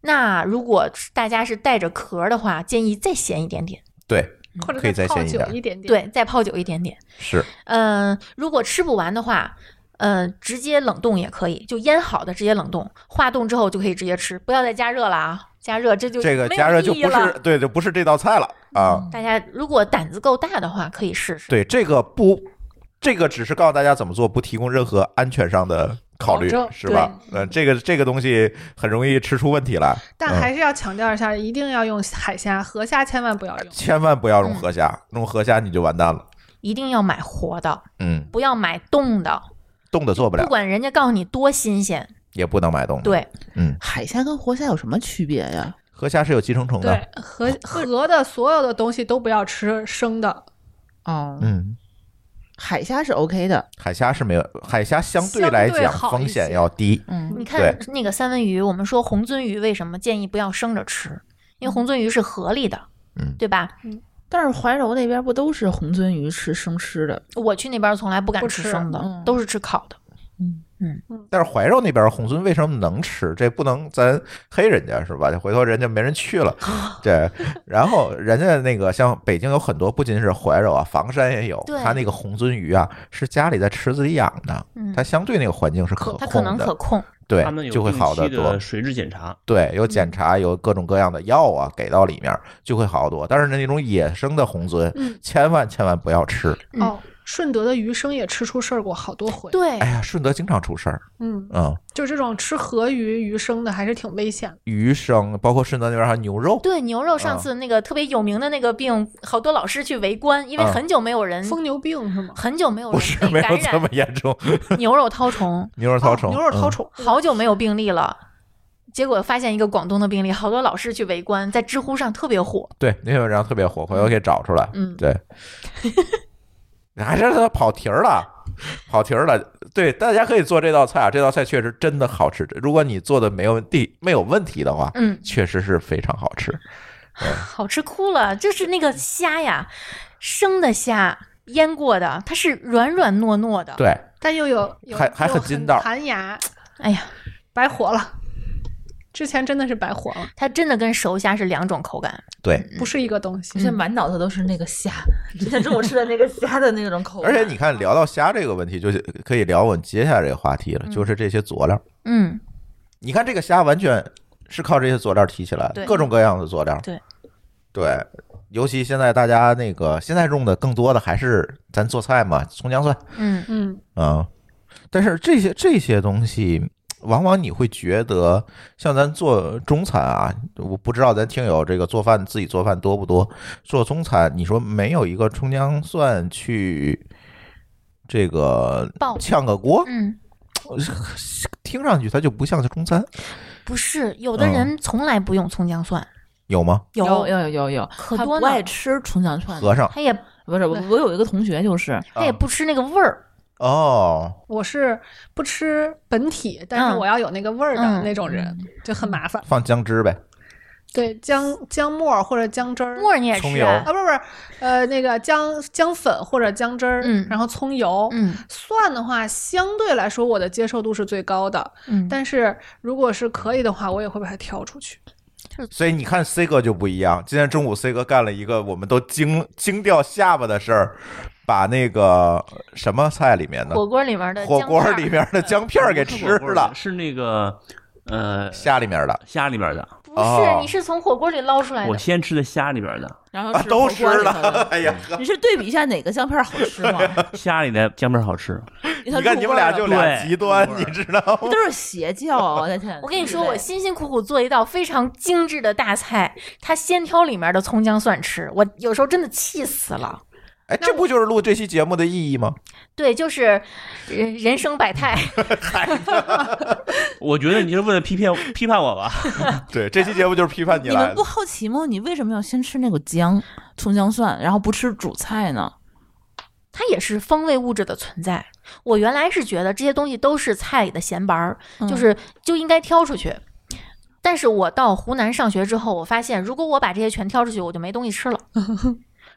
Speaker 2: 那如果大家是带着壳儿的话，建议再咸一点点，
Speaker 4: 对，
Speaker 3: 或者
Speaker 4: 可以再
Speaker 3: 泡
Speaker 4: 咸一
Speaker 3: 久
Speaker 4: 点
Speaker 3: 一点点。，
Speaker 2: 对，再泡久一点点。
Speaker 4: 是
Speaker 2: 嗯，如果吃不完的话，呃，直接冷冻也可以，就腌好的直接冷冻，化冻之后就可以直接吃，不要再加热了啊！加热这就
Speaker 4: 这个
Speaker 2: 没有
Speaker 4: 加热就
Speaker 2: 意义
Speaker 4: 不是
Speaker 2: 了嗯
Speaker 4: 对，就不是这道菜了啊。
Speaker 2: 大家如果胆子够大的话，可以试试。
Speaker 4: 对，这个不，这个只是告诉大家怎么做，不提供任何安全上的考虑
Speaker 3: 保证，
Speaker 4: 是吧？嗯，这个这个东西很容易吃出问题来，
Speaker 3: 但
Speaker 4: 嗯
Speaker 3: 还是要强调一下，一定要用海虾，河虾千万不要用。
Speaker 4: 千万不要用河虾，
Speaker 2: 嗯
Speaker 4: 用河虾你就完蛋了。
Speaker 2: 一定要买活的，
Speaker 4: 嗯，
Speaker 2: 不要买冻的。
Speaker 4: 冻的做不
Speaker 2: 不
Speaker 4: 了，嗯
Speaker 2: 管人家告诉你多新鲜，
Speaker 4: 也不能买冻的。，
Speaker 2: 对，
Speaker 5: 海虾跟活虾有什么区别呀？
Speaker 4: 河虾是有寄生虫的。
Speaker 3: 对，河河的所有的东西都不要吃生的，
Speaker 5: 哦，
Speaker 4: 嗯，
Speaker 5: 海虾是 OK 的，
Speaker 4: 海虾是没有，海虾相对
Speaker 3: 相
Speaker 4: 来
Speaker 3: 对
Speaker 4: 讲
Speaker 3: 好
Speaker 4: 风
Speaker 3: 一
Speaker 4: 险
Speaker 3: 些
Speaker 4: 要低。
Speaker 5: 嗯
Speaker 2: 你看那个三文鱼，我们说红鳟鱼为什么建议不要生着吃？因为红鳟鱼是河里的，
Speaker 4: 嗯
Speaker 2: 对吧？
Speaker 5: 但是怀柔那边不都是红鳟鱼吃生吃的？
Speaker 2: 我去那边从来不敢
Speaker 3: 不
Speaker 2: 吃
Speaker 3: 吃
Speaker 2: 生的，
Speaker 5: 嗯
Speaker 2: 都是吃烤的。
Speaker 4: 但是怀柔那边红鳟为什么能吃？这不能咱黑人家是吧？回头人家没人去了，对。然后人家那个像北京有很多，不仅是怀柔啊，房山也有
Speaker 2: 对，
Speaker 4: 他那个红鳟鱼啊是家里在池子里养的，
Speaker 2: 嗯
Speaker 4: 它，相对那个环境是可
Speaker 2: 它可能
Speaker 4: 控
Speaker 2: 可
Speaker 4: 的，
Speaker 2: 控。
Speaker 4: 对
Speaker 6: 他们，有
Speaker 4: 就会
Speaker 6: 定
Speaker 4: 好
Speaker 6: 期
Speaker 4: 得多
Speaker 6: 的。水质检查，
Speaker 4: 对，有检查，有各种各样的药啊，给到里面就会好得多。但是那种野生的红鳟
Speaker 3: 嗯，
Speaker 4: 千万千万不要吃。
Speaker 2: 嗯
Speaker 3: 哦，顺德的鱼生也吃出事儿过好多回。，
Speaker 2: 对
Speaker 4: 哎，呀，顺德经常出事儿，
Speaker 3: 嗯，
Speaker 4: 嗯，
Speaker 3: 就这种吃河鱼鱼生的还是挺危险的。
Speaker 4: 鱼生，包括顺德那边还有牛肉，
Speaker 2: 对，牛肉上
Speaker 4: 啊
Speaker 2: 次那个特别有名的那个病，好多老师去围观，因为
Speaker 4: 啊
Speaker 2: 很久没有人，
Speaker 3: 疯牛病是吗？
Speaker 2: 很久没有
Speaker 4: 不
Speaker 2: 人
Speaker 4: 是没
Speaker 2: 被
Speaker 4: 有
Speaker 2: 感
Speaker 4: 这么
Speaker 2: 染哦
Speaker 4: 严重。
Speaker 2: 牛肉绦 虫。
Speaker 4: 牛肉绦虫，
Speaker 3: 哦牛肉绦
Speaker 4: 嗯，
Speaker 3: 虫，
Speaker 2: 好久没有病例了。结果发现一个广东的病例，好多老师去围观，在知乎上特别火。
Speaker 4: 嗯对，那篇文章特别火，回头可以找出来。
Speaker 2: 嗯，
Speaker 4: 对，还是他跑题儿了，跑题儿了。对，大家可以做这道菜啊，这道菜确实真的好吃。如果你做的没有地没有问题的话，
Speaker 2: 嗯，
Speaker 4: 确实是非常好吃。
Speaker 2: 好吃哭了，就是那个虾呀，生的虾，腌过的，它是软软糯糯的。，
Speaker 4: 对，
Speaker 3: 但又有有
Speaker 4: 还还
Speaker 3: 有
Speaker 4: 很筋道
Speaker 3: 弹牙，
Speaker 2: 哎呀，
Speaker 3: 白活了。之前真的是白活了，
Speaker 2: 它真的跟熟虾是两种口感。
Speaker 4: 对。
Speaker 3: 不是一个东西
Speaker 5: 我。现在满脑子都是那个虾，之前中午吃的 那个虾的那种口感。
Speaker 4: 而且
Speaker 2: 嗯
Speaker 4: 你看，聊到虾这个问题，就是可以聊我们接下来这个话题了，就是这些佐料。
Speaker 2: 嗯，
Speaker 4: 你看这个虾完全是靠这些佐料提起来的，
Speaker 2: 对
Speaker 4: 各种各样的佐料。
Speaker 2: 对，
Speaker 4: 对，尤其现在大家那个现在用的更多的还是咱做菜嘛，葱姜蒜
Speaker 2: 嗯，
Speaker 3: 嗯，
Speaker 4: 啊、但是这些这些东西，往往你会觉得，像咱做中餐啊，我不知道咱听友这个做饭自己做饭多不多，做中餐你说没有一个葱姜蒜去这个
Speaker 2: 爆
Speaker 4: 炝个锅，
Speaker 2: 嗯，
Speaker 4: 听上去它就不像是中餐，
Speaker 2: 不是，有
Speaker 4: 嗯
Speaker 2: 的人从来不用葱姜蒜，
Speaker 4: 有吗？
Speaker 5: 有
Speaker 2: 有
Speaker 5: 有有有有，
Speaker 2: 可
Speaker 5: 他
Speaker 2: 多
Speaker 5: 不爱
Speaker 2: 呢，
Speaker 5: 吃葱姜蒜的，
Speaker 4: 和尚
Speaker 2: 他也
Speaker 5: 不是我我有一个同学就是，
Speaker 2: 他
Speaker 4: 啊
Speaker 2: 也不吃那个味儿。
Speaker 4: 哦，
Speaker 3: 我是不吃本体，但是
Speaker 2: 嗯
Speaker 3: 我要有那个味儿的
Speaker 2: 嗯
Speaker 3: 那种人，就很麻烦。
Speaker 4: 放姜汁呗，
Speaker 3: 对，姜姜末儿或者姜汁儿，
Speaker 2: 沫儿你也
Speaker 4: 葱
Speaker 2: 吃
Speaker 4: 油
Speaker 2: 啊？
Speaker 3: 啊，不是不是，呃，那个姜姜粉或者姜汁儿，
Speaker 2: 嗯
Speaker 3: 然后葱油。
Speaker 2: 嗯
Speaker 3: 蒜的话，相对来说我的接受度是最高的，
Speaker 2: 嗯，
Speaker 3: 但是如果是可以的话，我也会把它挑出去。
Speaker 4: 所以你看 C 哥就不一样。今天中午 C 哥干了一个我们都惊惊掉下巴的事儿，把那个什么菜里面的
Speaker 2: 火锅里面的
Speaker 4: 火
Speaker 2: 姜
Speaker 4: 锅
Speaker 2: 片儿
Speaker 4: 里面的姜片儿给
Speaker 6: 不是
Speaker 4: 吃
Speaker 6: 火锅的
Speaker 4: 了，
Speaker 6: 是那个呃
Speaker 4: 虾里面的
Speaker 6: 虾里边的，
Speaker 2: 不
Speaker 4: 哦
Speaker 2: 是，你是从火锅里捞出来的
Speaker 6: 我。先吃的虾里边的，
Speaker 5: 然后
Speaker 4: 啊
Speaker 5: 吃
Speaker 4: 都
Speaker 5: 火
Speaker 4: 吃
Speaker 5: 锅里头嗯
Speaker 4: 了，
Speaker 5: 的
Speaker 4: 哎呀，
Speaker 5: 你是对比一下哪个姜片好吃吗？
Speaker 6: 虾里的姜片好吃，
Speaker 5: 他
Speaker 7: 你看
Speaker 5: 入
Speaker 7: 你们
Speaker 5: 味儿
Speaker 7: 俩
Speaker 5: 了
Speaker 7: 就俩
Speaker 6: 对
Speaker 7: 极端，
Speaker 6: 入味
Speaker 7: 你
Speaker 6: 儿
Speaker 7: 知道吗
Speaker 5: 这？都是邪教啊！ 我的天，
Speaker 2: 我跟你说，我辛辛苦苦做一道非常精致的大菜，他先挑里面的葱姜蒜吃，我有时候真的气死了。
Speaker 4: 哎，这不就是录这期节目的意义吗？
Speaker 2: 对，就是人人生百态。
Speaker 6: 我觉得你是为了批评批判我吧？
Speaker 7: 对，这期节目就是批判你
Speaker 5: 你
Speaker 7: 来
Speaker 5: 们
Speaker 7: 的
Speaker 5: 不。好奇吗？你为什么要先吃那个姜、葱姜蒜，然后不吃主菜呢？
Speaker 2: 它也是风味物质的存在。我原来是觉得这些东西都是菜里的闲白儿，
Speaker 5: 嗯
Speaker 2: 就是就应该挑出去。但是我到湖南上学之后，我发现如果我把这些全挑出去，我就没东西 吃了。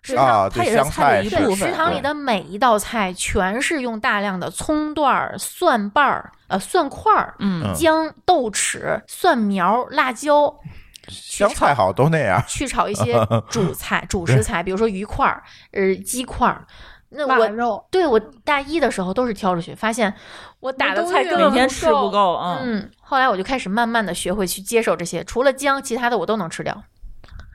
Speaker 2: 食堂
Speaker 4: 啊，
Speaker 5: 它
Speaker 4: 对，
Speaker 5: 也是
Speaker 4: 香
Speaker 5: 菜
Speaker 4: 菜
Speaker 5: 的一
Speaker 4: 是
Speaker 5: 部
Speaker 2: 对
Speaker 5: 分
Speaker 2: 食堂里的每一道菜全是用大量的葱段儿、蒜瓣儿、呃蒜块儿、
Speaker 5: 嗯
Speaker 4: 嗯
Speaker 2: 姜、豆豉、蒜苗、辣椒
Speaker 4: 香菜好像都那样。
Speaker 2: 去炒一 些主菜、主食材，比如说鱼块儿、呃鸡块儿。那
Speaker 3: 腊
Speaker 2: 我
Speaker 3: 肉
Speaker 2: 对我大一的时候都是挑出去，发现我打的菜根本
Speaker 3: 没
Speaker 5: 每
Speaker 3: 东西
Speaker 5: 天吃不够啊。嗯
Speaker 2: 嗯，后来我就开始慢慢的学会去接受这些，除了姜，其他的我都能吃掉，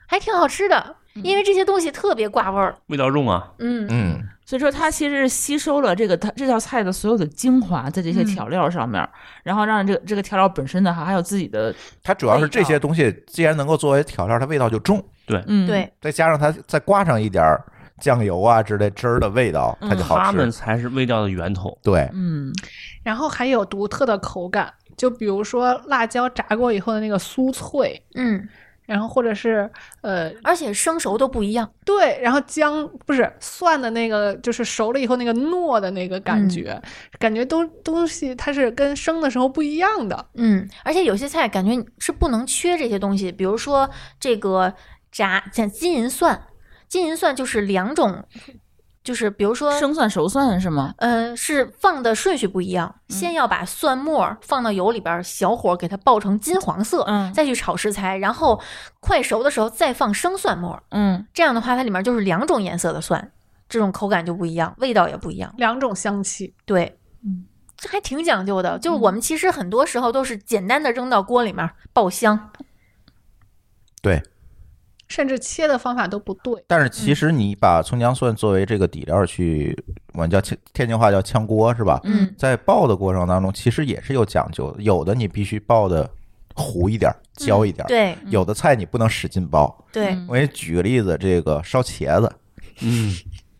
Speaker 2: 还挺好吃的，因为这些东西特别挂味儿。
Speaker 6: 味道重啊，
Speaker 2: 嗯，
Speaker 4: 嗯，
Speaker 5: 所以说，它其实是吸收了这个它这道菜的所有的精华在这些
Speaker 3: 嗯
Speaker 5: 调料上面，然后让这个这个调料本身的哈，还有自己的
Speaker 4: 它主要是这些东西，既然能够作为调料，它味道就重，
Speaker 5: 嗯，
Speaker 2: 对，
Speaker 4: 再加上它再挂上一点儿酱油啊之类汁儿的味道，它就好
Speaker 6: 他
Speaker 4: 吃。
Speaker 6: 们才是味道的源头。
Speaker 4: 对，
Speaker 5: 嗯，
Speaker 3: 然后还有独特的口感，就比如说辣椒炸过以后的那个酥脆，
Speaker 2: 嗯，
Speaker 3: 然后或者是呃
Speaker 2: 而且生熟都不一样。
Speaker 3: 对，然后姜不是蒜的那个，就是熟了以后那个糯的那个
Speaker 2: 嗯
Speaker 3: 感觉，感觉东东西它是跟生的时候不一样的。
Speaker 2: 嗯，而且有些菜感觉是不能缺这些东西，比如说这个炸像金银蒜，金银蒜就是两种，就是比如说
Speaker 5: 生蒜熟蒜是吗？
Speaker 2: 呃，是放的顺序不一样，先要把蒜末儿放到油里边儿，小火给它爆成金黄色，
Speaker 5: 嗯
Speaker 2: 再去炒食材，然后快熟的时候再放生蒜末儿，
Speaker 5: 嗯，
Speaker 2: 这样的话它里面就是两种颜色的蒜，这种口感就不一样，味道也不一样。
Speaker 3: 两种香气，
Speaker 2: 对，
Speaker 5: 嗯，
Speaker 2: 这还挺讲究的。
Speaker 3: 嗯
Speaker 2: 就是我们其实很多时候都是简单的扔到锅里面儿爆香，
Speaker 3: 甚至切的方法都不对。
Speaker 4: 但是其实你把葱姜蒜作为这个底料去，我们叫天天津话叫炝锅是吧？
Speaker 2: 嗯
Speaker 4: 在爆的过程当中，其实也是有讲究的，有的你必须爆的糊一点儿、焦一点儿，
Speaker 2: 对
Speaker 4: 有的菜你不能使劲爆。
Speaker 2: 对，
Speaker 5: 嗯
Speaker 4: 我给你举个例子，这个烧茄子，
Speaker 6: 嗯，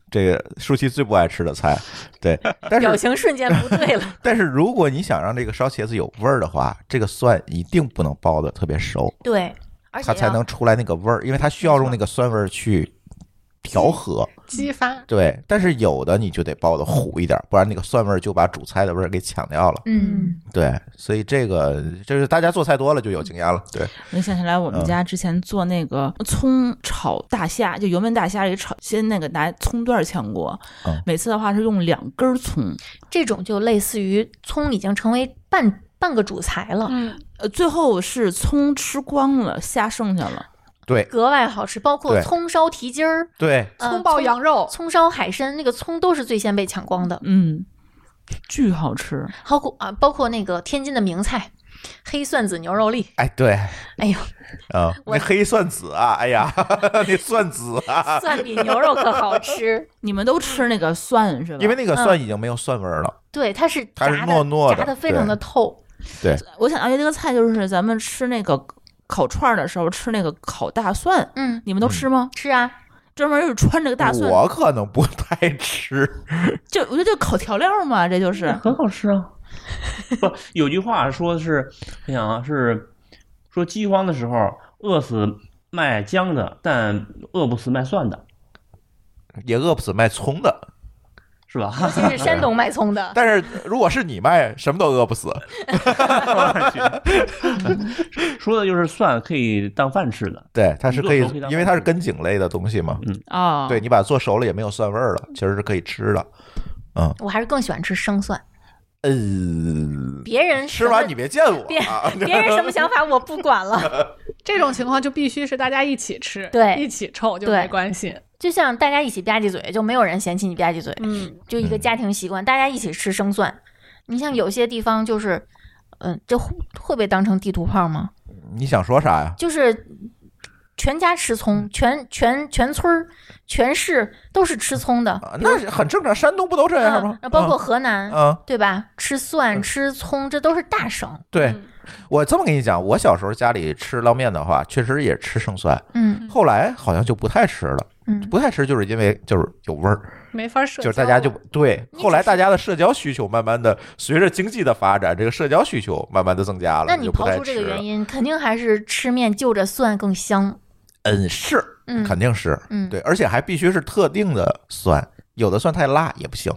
Speaker 4: 这个舒淇最不爱吃的菜，对，但
Speaker 2: 表
Speaker 4: 是
Speaker 2: 情瞬间不对 了。
Speaker 4: 但是如果你想让这个烧茄子有味儿的话，这个蒜一定不能爆的特别熟，
Speaker 2: 对，而且啊
Speaker 4: 它才
Speaker 2: 要
Speaker 4: 能出来那个味儿，因为它需要用那个酸味儿去调和。
Speaker 2: 嗯
Speaker 3: 激发
Speaker 4: 对，但是有的你就得爆的糊一点，不然那个蒜味儿就把主菜的味儿给抢掉了。
Speaker 2: 嗯
Speaker 4: 对，所以这个就是大家做菜多了就有经验了。对，
Speaker 5: 我就想起来我们
Speaker 4: 嗯
Speaker 5: 家之前做那个葱炒大虾，就油焖大虾里炒，先那个拿葱段儿炝锅，
Speaker 4: 嗯
Speaker 5: 每次的话是用两根儿葱，
Speaker 2: 这种就类似于葱已经成为半半个主材了。
Speaker 3: 嗯，
Speaker 5: 呃，最后是葱吃光了，虾剩下了，
Speaker 4: 对，
Speaker 2: 格外好吃，包括
Speaker 4: 对
Speaker 2: 葱烧蹄筋儿、
Speaker 4: 对，
Speaker 2: 呃
Speaker 3: 嗯葱爆、羊肉
Speaker 2: 葱、葱烧海参，那个葱都是最先被抢光的。
Speaker 5: 嗯，巨好吃，
Speaker 2: 包括啊，包括那个天津的名菜黑蒜子牛肉 粒，
Speaker 4: 哎，对，
Speaker 2: 哎呦，
Speaker 4: 啊、
Speaker 2: 我
Speaker 4: 那黑蒜子啊，哎 呀， 那蒜子啊，
Speaker 2: 蒜比牛肉可好 吃。
Speaker 5: 你们都吃那个蒜
Speaker 2: 嗯
Speaker 5: 是吧？
Speaker 4: 因为那个蒜已经没有蒜味儿了。
Speaker 2: 对，它是
Speaker 4: 它
Speaker 2: 炸
Speaker 4: 是
Speaker 2: 的，
Speaker 4: 糯糯的
Speaker 2: 炸的非常的透。
Speaker 5: 我想到一个菜，就是咱们吃那个烤串儿的时候吃那个烤大蒜，
Speaker 2: 嗯，
Speaker 5: 你们都吃吗？
Speaker 2: 吃啊，
Speaker 5: 专门就是穿这个大蒜，
Speaker 4: 我可能不太吃，
Speaker 5: 就我觉得就烤调料嘛，
Speaker 2: 嗯
Speaker 5: 这就是
Speaker 6: 很好吃啊。 不，有句话说是，我想啊，是说饥荒的时候饿死卖姜的，但饿不死卖蒜的，
Speaker 4: 也饿不死卖葱的。
Speaker 6: 是吧？
Speaker 2: 尤其是山东卖葱的，
Speaker 4: 但是如果是你卖，什么都饿不死。
Speaker 6: 说的就是蒜可以当饭吃的。
Speaker 4: 对，它是可以
Speaker 6: 你做熟可以，当
Speaker 4: 因为它是根茎类的东西嘛。
Speaker 5: 啊，
Speaker 4: 对，你把它做熟了也没有蒜味儿了，其实是可以吃的。
Speaker 2: 我还是更喜欢吃生蒜。
Speaker 4: 呃，
Speaker 2: 别人
Speaker 4: 吃完你别见我
Speaker 2: 别
Speaker 4: 啊！
Speaker 2: 别人嗯什么想法我不管了。
Speaker 3: 这种情况就必须是大家一起吃，
Speaker 2: 对
Speaker 3: 一起臭就
Speaker 2: 对
Speaker 3: 没关系。
Speaker 2: 就像大家一起吧唧嘴，就没有人嫌弃你吧唧嘴，
Speaker 3: 嗯，
Speaker 2: 就一个家庭习惯，大家一起吃生蒜。你像有些地方就是，嗯、这会会被当成地图炮吗？
Speaker 4: 你想说啥呀？
Speaker 2: 就是全家吃葱，全全全村儿、全市都是吃葱的，
Speaker 4: 啊那是很正常，山东不都这样吗
Speaker 2: 嗯？包括河南，
Speaker 4: 啊啊，
Speaker 2: 对吧？吃
Speaker 4: 嗯
Speaker 2: 蒜、吃葱，这都是大省。
Speaker 4: 对
Speaker 3: 嗯
Speaker 4: 我这么跟你讲，我小时候家里吃捞面的话，确实也吃生蒜，
Speaker 2: 嗯
Speaker 4: 后来好像就不太吃了，
Speaker 2: 嗯，
Speaker 4: 不太吃就是因为就是有味儿，
Speaker 3: 没法社
Speaker 4: 就是
Speaker 3: 交
Speaker 4: 大家就
Speaker 3: 了
Speaker 4: 对。
Speaker 2: 你只
Speaker 4: 后来
Speaker 2: 是
Speaker 4: 大家的社交需求慢慢的随着经济的发展，这个社交需求慢慢的增加了，
Speaker 2: 那你
Speaker 4: 就不
Speaker 2: 刨
Speaker 4: 太
Speaker 2: 出这
Speaker 4: 吃
Speaker 2: 个原
Speaker 4: 了。
Speaker 2: 因，肯定还是吃面就着蒜更香。
Speaker 4: 嗯，是，
Speaker 2: 嗯，
Speaker 4: 肯定是，
Speaker 2: 嗯
Speaker 4: 对，而且还必须是特定的蒜，有的蒜太辣也不行。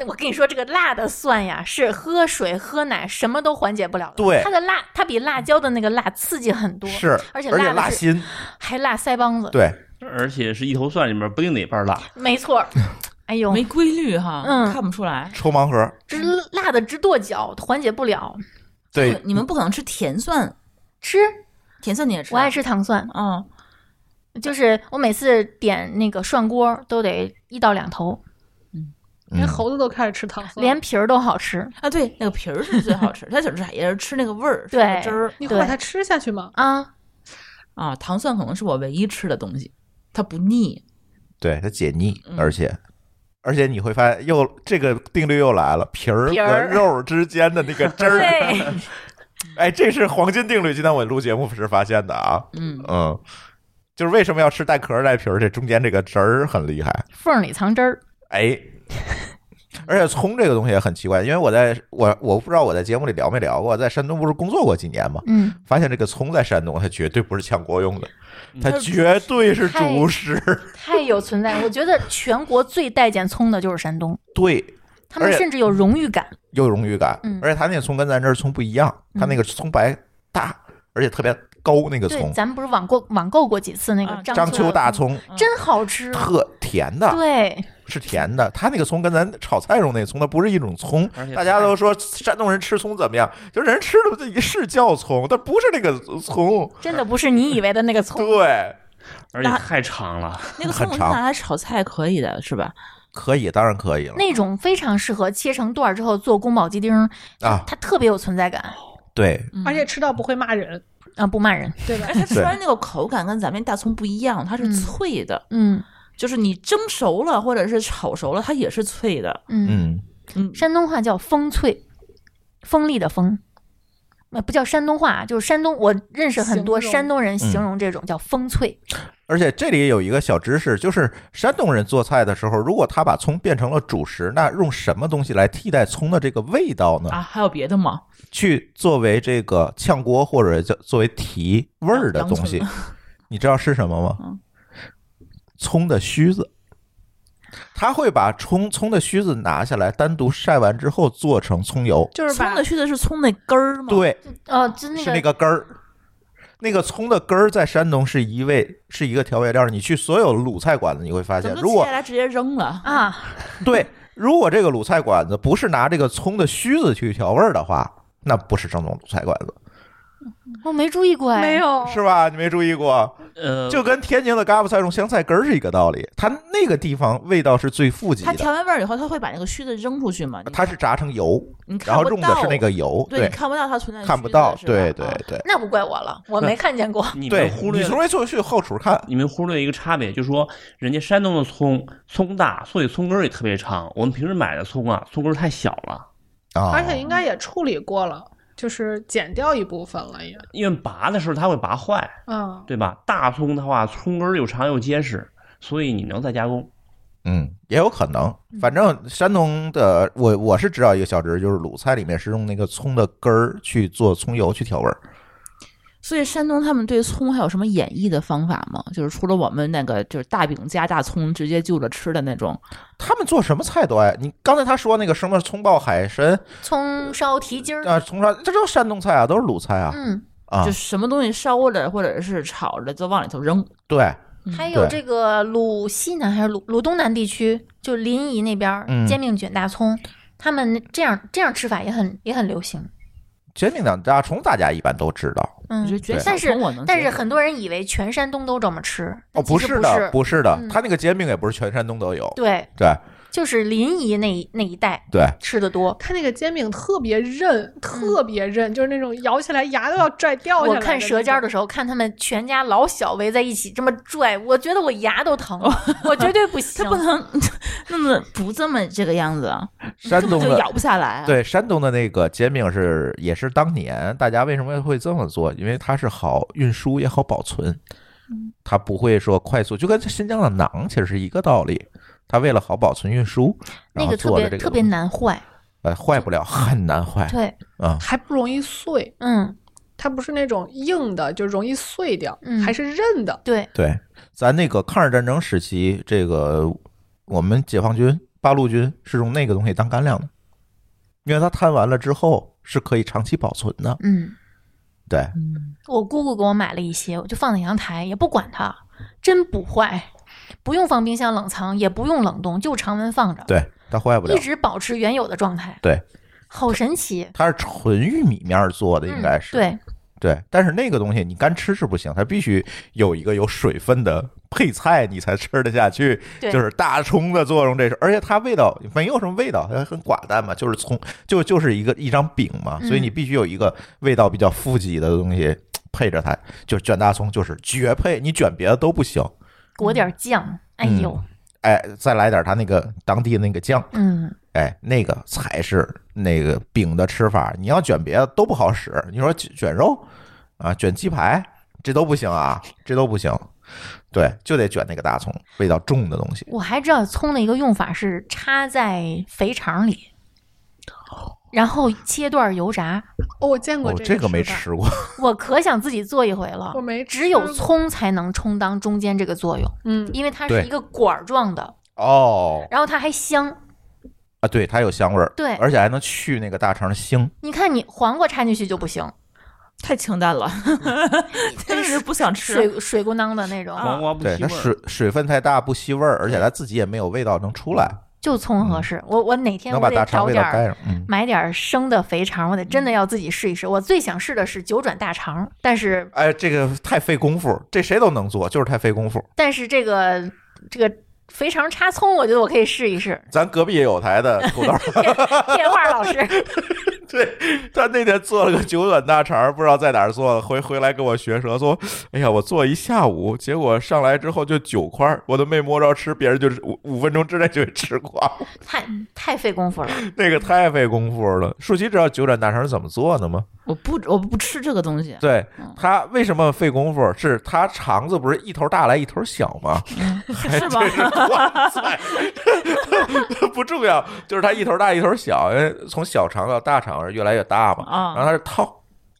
Speaker 2: 那我跟你说，这个辣的蒜呀，是喝水、喝奶什么都缓解不了的。
Speaker 4: 对
Speaker 2: 它的辣，它比辣椒的那个辣刺激很多，
Speaker 4: 是，
Speaker 2: 而且
Speaker 4: 而且
Speaker 2: 辣的
Speaker 4: 辣
Speaker 2: 是
Speaker 4: 心，
Speaker 2: 还辣腮帮子。
Speaker 4: 对，
Speaker 6: 而且是一头蒜里面不定哪半辣，
Speaker 2: 没错 儿。哎呦，
Speaker 5: 没规律哈，
Speaker 2: 嗯
Speaker 5: 看不出来。
Speaker 4: 抽盲盒，
Speaker 2: 这辣的直跺脚，缓解不了。
Speaker 4: 对，
Speaker 5: 哦你们不可能吃甜蒜，
Speaker 2: 吃，
Speaker 5: 甜蒜你也吃？
Speaker 2: 我爱。吃糖
Speaker 4: 啊
Speaker 2: 蒜，
Speaker 5: 嗯，
Speaker 2: 就是我每次点那个涮锅都得一到两头，
Speaker 4: 嗯
Speaker 3: 连猴子都开始吃糖蒜，
Speaker 2: 连皮儿都好吃
Speaker 5: 啊，对，那个皮儿是最好 吃，它就是也是吃那个味儿，吃
Speaker 2: 对
Speaker 5: 那个汁儿
Speaker 3: 你会把它吃下去吗？
Speaker 2: 啊。
Speaker 5: 啊。糖蒜可能是我唯一吃的东西，它不腻。
Speaker 4: 对，它解腻，
Speaker 5: 嗯
Speaker 4: 而且。而且你会发现又，这个定律又来了，皮儿
Speaker 2: 皮
Speaker 4: 和
Speaker 2: 儿
Speaker 4: 肉之间的那个汁 儿，
Speaker 2: 对，
Speaker 4: 哎，这是黄金定律。今天我录节目时发现的啊，
Speaker 5: 嗯，
Speaker 4: 嗯，就是为什么要吃带壳儿带皮儿，这中间这个汁儿很厉害。
Speaker 2: 缝里藏汁儿。
Speaker 4: 哎，而且葱这个东西也很奇怪，因为我在我我不知道我在节目里聊没聊过，在山东不是工作过几年嘛，
Speaker 2: 嗯，
Speaker 4: 发现这个葱在山东它绝对不是炝锅用的，它
Speaker 5: 它是
Speaker 4: 绝对是主食。
Speaker 2: 太有存在。我觉得全国最待见葱的就是山东，
Speaker 4: 对，
Speaker 2: 他们
Speaker 4: 而且
Speaker 2: 甚至有荣誉感。
Speaker 4: 有荣誉感，
Speaker 2: 嗯
Speaker 4: 而且它那个葱跟咱这儿葱不一样，它那个葱白大，而且特别高那个
Speaker 2: 对，
Speaker 4: 葱，
Speaker 2: 咱们不是网购网购过几次那
Speaker 5: 啊
Speaker 2: 个
Speaker 4: 章
Speaker 2: 丘
Speaker 4: 丘大葱
Speaker 5: 嗯
Speaker 2: 真好吃。
Speaker 4: 特甜的，
Speaker 2: 对，
Speaker 4: 是甜的，它那个葱跟咱炒菜用那葱，它不是一种葱
Speaker 6: 而。且
Speaker 4: 大家都说山东人吃葱怎么样？就人吃的这是叫葱，但不是那个葱。
Speaker 2: 真的不是你以为的那个葱。
Speaker 4: 对，
Speaker 6: 而且太长了。
Speaker 5: 那 个
Speaker 4: 很
Speaker 5: 葱是
Speaker 4: 长
Speaker 5: 拿来炒菜可以的，是吧？
Speaker 4: 可以，当然可以了。
Speaker 2: 那种非常适合切成段儿之后做宫保鸡丁儿
Speaker 4: 啊
Speaker 2: 它特别有存在感
Speaker 4: 对，
Speaker 5: 嗯
Speaker 3: 而且吃到不会骂人，
Speaker 2: 啊，不骂人。
Speaker 3: 对吧
Speaker 5: 而？且它吃完那个口感跟咱们大葱不一样，它是
Speaker 2: 嗯
Speaker 5: 脆的，
Speaker 2: 嗯
Speaker 5: 就是你蒸熟了或者是炒熟了，它也是脆的。
Speaker 2: 嗯，
Speaker 4: 嗯，
Speaker 5: 嗯，
Speaker 2: 山东话叫风脆，锋利的锋。呃不叫山东话，就是山东。我认识很多
Speaker 3: 形容
Speaker 2: 山东人
Speaker 4: 嗯
Speaker 2: 形容这种叫风脆，
Speaker 4: 而且这里有一个小知识，就是山东人做菜的时候，如果他把葱变成了主食，那用什么东西来替代葱的这个味道呢？
Speaker 5: 啊，还有别的吗？
Speaker 4: 去作为这个炝锅或者叫作为提味儿的东西
Speaker 5: 洋，
Speaker 4: 你知道是什么吗
Speaker 5: 嗯？
Speaker 4: 葱的须子，他会把葱葱的须子拿下来，单独晒完之后做成葱油，
Speaker 3: 就是
Speaker 5: 葱
Speaker 3: 把
Speaker 5: 的须子是葱那根儿吗？，
Speaker 4: 对，
Speaker 3: 嗯
Speaker 2: 呃，就那
Speaker 4: 是
Speaker 2: 个
Speaker 4: 那个根儿。那个葱的根儿在山东是一味是一个调味料，你去所有鲁菜馆子你会发现
Speaker 5: 怎，么
Speaker 4: 如
Speaker 5: 都切
Speaker 4: 果
Speaker 5: 下来直接扔了？
Speaker 2: 啊，
Speaker 4: 对，如果这个鲁菜馆子不是拿这个葱的须子去调味儿的话，那不是正宗鲁菜馆子，
Speaker 2: 我没注意过哎，
Speaker 3: 没有
Speaker 5: 哦
Speaker 4: 是吧？你没注意过？
Speaker 6: 呃，
Speaker 4: 就跟天津的嘎巴菜用香菜根儿是一个道理，它那个地方味道是最富集
Speaker 5: 它
Speaker 4: 的，
Speaker 5: 调完味儿以后，它会把那个须子扔出去吗？你
Speaker 4: 它是炸成油，
Speaker 5: 你看
Speaker 4: 然后
Speaker 5: 不
Speaker 4: 用的
Speaker 5: 到
Speaker 4: 是那个油，
Speaker 5: 对，你看不到它存在的
Speaker 4: 看
Speaker 5: 须
Speaker 4: 不
Speaker 5: 子
Speaker 4: 到，
Speaker 5: 是吧
Speaker 4: 对对
Speaker 5: 啊
Speaker 4: 对
Speaker 2: 那不怪我了，我没看见过。
Speaker 6: 你
Speaker 4: 对
Speaker 6: 们，忽
Speaker 4: 你
Speaker 6: 略了
Speaker 4: 除非就去后厨看，
Speaker 6: 你们忽略一个差别，就是说人家山东的葱葱大，所以葱根儿也特别长。我们平时买的葱啊，葱根儿太小了，
Speaker 4: 啊，
Speaker 3: 而且应该也处理过了，就是剪掉一部分了也。
Speaker 6: 因为拔的时候它会拔坏，
Speaker 3: 嗯，
Speaker 6: 对吧？大葱的话，葱根儿又长又结实，所以你能再加工。
Speaker 4: 嗯，也有可能。
Speaker 5: 嗯
Speaker 4: 反正山东的，我我是知道一个小知识，就是鲁菜里面是用那个葱的根儿去做葱油去调味儿。
Speaker 5: 所以山东他们对葱还有什么演绎的方法吗？就是除了我们那个就是大饼加大葱直接就着吃的那种，
Speaker 4: 他们做什么菜都爱。你刚才他说那个什么葱爆海参
Speaker 2: 葱烧蹄筋儿，
Speaker 4: 啊，葱烧，这都是山东菜啊，都是鲁菜啊
Speaker 2: 嗯，
Speaker 4: 啊
Speaker 5: 就，什么东西烧了或者是炒了就往里头扔。
Speaker 4: 对，
Speaker 5: 嗯
Speaker 2: 还有
Speaker 4: 对
Speaker 2: 这个鲁西南还是鲁鲁东南地区，就临沂那边儿
Speaker 4: 嗯
Speaker 2: 煎饼卷大葱，他们这样这样吃法也很也很流行。煎
Speaker 4: 煎饼两大葱大家一般都知道。
Speaker 5: 我觉得
Speaker 2: 嗯，
Speaker 5: 卷小
Speaker 2: 但是
Speaker 5: 葱我能接受，
Speaker 2: 但是很多人以为全山东都这么吃，
Speaker 4: 哦，
Speaker 2: 但其
Speaker 4: 不
Speaker 2: 实
Speaker 4: 是
Speaker 2: 不
Speaker 4: 的，不是的，
Speaker 2: 嗯
Speaker 4: 他那个煎饼也不是全山东都有。
Speaker 2: 对，
Speaker 4: 对，
Speaker 2: 就是临沂那一那一带
Speaker 4: 对，
Speaker 2: 吃的多。
Speaker 3: 它那个煎饼特别韧，特别韧，就是那种咬起来牙都要拽掉下
Speaker 2: 嗯我
Speaker 3: 来。
Speaker 2: 看《舌尖》的，时候，看他们全家老小围在一起这么拽，我觉得我牙都疼了，我绝 对不
Speaker 5: 它
Speaker 2: 行。
Speaker 5: 哦不能那么不这么这个样子啊，
Speaker 4: 山
Speaker 5: 根本
Speaker 4: 东
Speaker 5: 就
Speaker 4: 的
Speaker 5: 咬不下来、啊。，
Speaker 4: 对，山东的那个煎饼是也是当年大家为什么会这么做？因为它是好运输也好保存，
Speaker 2: 嗯
Speaker 4: 它不会说快速，就跟新疆的馕其实是一个道理。它为了好保存运输，然
Speaker 2: 那
Speaker 4: 后
Speaker 2: 个特
Speaker 4: 做的
Speaker 2: 别
Speaker 4: 这个
Speaker 2: 特别
Speaker 4: 东西，
Speaker 2: 难坏，
Speaker 4: 呃，坏不了，很难坏
Speaker 2: 对，
Speaker 4: 啊、
Speaker 3: 还不容易碎，
Speaker 2: 嗯，
Speaker 3: 它不是那种硬的，就容易碎掉，
Speaker 2: 嗯
Speaker 3: 还是韧的。
Speaker 2: 对，
Speaker 4: 对，咱那个抗日战争时期，这个我们解放军八路军是用那个东西当干粮的，因为它摊完了之后是可以长期保存的。
Speaker 2: 嗯，
Speaker 4: 对，
Speaker 2: 我姑姑给我买了一些，我就放在阳台，也不管它，真不坏，不用放冰箱冷藏，也不用冷冻，就常温放着，
Speaker 4: 对，它坏不了
Speaker 2: 一。直保持原有的状态，
Speaker 4: 对，
Speaker 2: 好神奇，
Speaker 4: 它是纯玉米面儿做的，应该是、
Speaker 2: 嗯、对，
Speaker 4: 对，但是那个东西你干吃是不行，它必须有一个有水分的配菜，你才吃得下去。
Speaker 2: 对
Speaker 4: 就是大葱的作用这是，而且它味道没有什么味道，它很寡淡嘛，就是葱，就就是一个一张饼嘛，所以你必须有一个味道比较富集的东西配着它，就是卷大葱就是绝配，你卷别的都不行。
Speaker 2: 裹点酱，
Speaker 4: 嗯
Speaker 2: 哎呦，
Speaker 4: 哎，再来点它那个当地那个酱，
Speaker 2: 嗯，
Speaker 4: 哎，那个才是那个饼的吃法。你要卷别的都不好使，你说卷卷肉啊，卷鸡排这都不行啊，这都不行。对，就得卷那个大葱，味道重的东西。
Speaker 2: 我还知道葱的一个用法是插在肥肠里，然后切段油炸，
Speaker 3: 哦，我见过
Speaker 4: 哦，
Speaker 3: 这
Speaker 4: 这个没
Speaker 3: 法，
Speaker 4: 吃过，
Speaker 2: 我可想自己做一回了
Speaker 3: 我。没吃
Speaker 2: 只有
Speaker 3: 过，
Speaker 2: 葱才能充当中间这个作用，
Speaker 3: 嗯，
Speaker 2: 因为它
Speaker 4: 对
Speaker 2: 是一个管儿状的，
Speaker 4: 哦
Speaker 2: 然后它还香。
Speaker 4: 啊，对，它有香味儿，
Speaker 2: 对
Speaker 4: 而且还能去那个大肠的腥。
Speaker 2: 你看你黄瓜插进去就不 行，
Speaker 5: 太清淡了， 真嗯是不想吃。
Speaker 2: 水水咕囔的啊那种，
Speaker 6: 黄瓜不
Speaker 4: 对，
Speaker 6: 吸
Speaker 4: 它
Speaker 6: 味儿。
Speaker 4: 水水分太大不吸味儿，而且它自己也没有味道能出来，
Speaker 2: 就葱合适。我我哪嗯天
Speaker 4: 嗯能
Speaker 2: 我
Speaker 4: 把
Speaker 2: 得
Speaker 4: 大肠
Speaker 2: 找
Speaker 4: 味道
Speaker 2: 点
Speaker 4: 盖
Speaker 2: 儿
Speaker 4: 上。嗯，
Speaker 2: 买点儿生的肥肠，我得真的要自己试一试。我最想试的是九转大肠，但是
Speaker 4: 哎，这个太费功夫，这谁都能做，就是太费功夫。。
Speaker 2: 但是这个这个肥肠插葱，我觉得我可以试一试
Speaker 4: 咱隔壁也有台 的土豆儿，
Speaker 2: 电话老师，
Speaker 4: 对他那天做了个九转大肠儿，不知道在哪儿做的，回回来跟我学舌说：“哎呀，我做一下午，结果上来之后就九块儿，我都没摸着吃，别人就是五五分钟之内就给吃光，
Speaker 2: 太太费功夫了。
Speaker 4: 那个太费功夫了。”舒淇知道九转大肠是怎么做的吗？
Speaker 5: 我不，我不吃这个东西。
Speaker 4: 对
Speaker 2: 嗯
Speaker 4: 他为什么费功夫？是他肠子不是一头大来一头小 吗？
Speaker 5: 是吗？
Speaker 4: 哇塞， 不重要，就是它一头大一头小，因为从小肠到大肠是越来越大嘛，
Speaker 2: 嗯
Speaker 5: 啊
Speaker 4: 然后它是套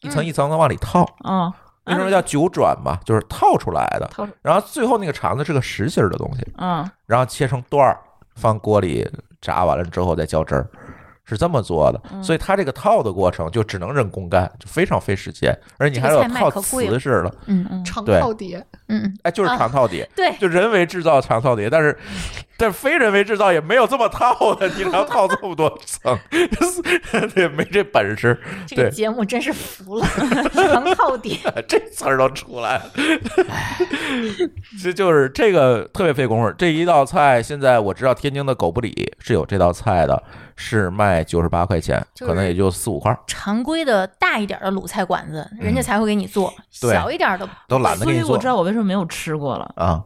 Speaker 4: 一层一层的往里套，
Speaker 5: 嗯，
Speaker 4: 为什么叫九转嘛？就是套出来的
Speaker 5: 套出，
Speaker 4: 然后最后那个肠子是个实心儿的东西，
Speaker 5: 嗯，
Speaker 4: 然后切成段儿，放锅里炸完了之后再浇汁儿。是这么做
Speaker 2: 嗯
Speaker 4: 的，所以它这个套的过程就只能人工干，就非常费时间，而且你还
Speaker 2: 这
Speaker 4: 有
Speaker 2: 个菜卖
Speaker 4: 套
Speaker 2: 可贵了
Speaker 4: 瓷式了，
Speaker 2: 嗯
Speaker 3: 长
Speaker 4: 对
Speaker 3: 套碟，
Speaker 2: 嗯，
Speaker 4: 哎，就是
Speaker 2: 啊
Speaker 4: 长套碟，
Speaker 2: 对，
Speaker 4: 就人为制造长套碟，但是但是非人为制造也没有这么套的，你要套这么多层，对，没这 本事，
Speaker 2: 这个
Speaker 4: 对
Speaker 2: 节目真是服了，长套点。
Speaker 4: 这词儿都出来了。这就是这个特别费功夫。这一道菜现在我知道天津的狗不理是有这道菜的，是卖九十八块钱，
Speaker 2: 就是
Speaker 4: 可能也就四五块儿，
Speaker 2: 常规的大一点的鲁菜馆子，人家
Speaker 4: 嗯
Speaker 2: 才会给你做，
Speaker 4: 对
Speaker 2: 小一点的
Speaker 4: 都懒得
Speaker 5: 所
Speaker 4: 给
Speaker 5: 以
Speaker 4: 你
Speaker 5: 我
Speaker 4: 做
Speaker 5: 知道我为什么没有吃过了，
Speaker 4: 啊。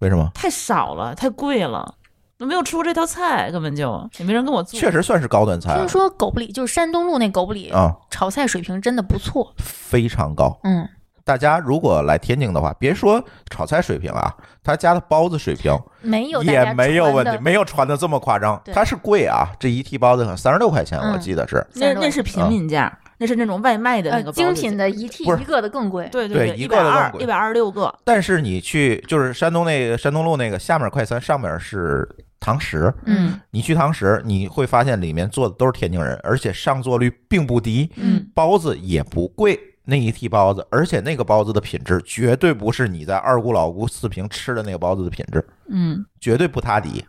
Speaker 4: 为什么？
Speaker 5: 太少了，太贵了，我没有吃过这道菜，根本就也没人跟我做。
Speaker 4: 确实算是高端菜
Speaker 2: 听说狗不理就是山东路那狗不理，
Speaker 4: 啊，
Speaker 2: 炒菜水平真的不错。
Speaker 4: 非常高。
Speaker 2: 嗯，
Speaker 4: 大家如果来天津的话，别说炒菜水平啊，他家的包子水平
Speaker 2: 没有大家
Speaker 4: 也没有
Speaker 2: 传
Speaker 4: 问
Speaker 2: 的
Speaker 4: 题，没有传的这么夸张。
Speaker 2: 对
Speaker 4: 它是贵啊，这一屉包子可能三十六块钱，
Speaker 2: 嗯
Speaker 4: 我记得是。
Speaker 5: 那
Speaker 2: 三十多
Speaker 5: 那是平民价，
Speaker 4: 啊
Speaker 5: 那是那种外卖的那
Speaker 2: 呃
Speaker 5: 个包子
Speaker 2: 精品
Speaker 5: 价，
Speaker 2: 的一
Speaker 4: 不
Speaker 2: 屉
Speaker 4: 是
Speaker 2: 一个的更贵。
Speaker 5: 对
Speaker 4: 对
Speaker 5: 对，
Speaker 4: 一
Speaker 5: 一
Speaker 4: 个
Speaker 5: 百
Speaker 4: 的更
Speaker 5: 二
Speaker 4: 贵
Speaker 5: 一百二十六个，
Speaker 4: 但是你去就是山东那个山东路那个下面快餐，上面是堂食。
Speaker 2: 嗯
Speaker 4: 你去堂食，你会发现里面坐的都是天津人，而且上座率并不低，
Speaker 2: 嗯，
Speaker 4: 包子也不贵。那一屉包子，而且那个包子的品质绝对不是你在二姑老姑四平吃的那个包子的品质，
Speaker 5: 嗯，
Speaker 4: 绝对不塌底。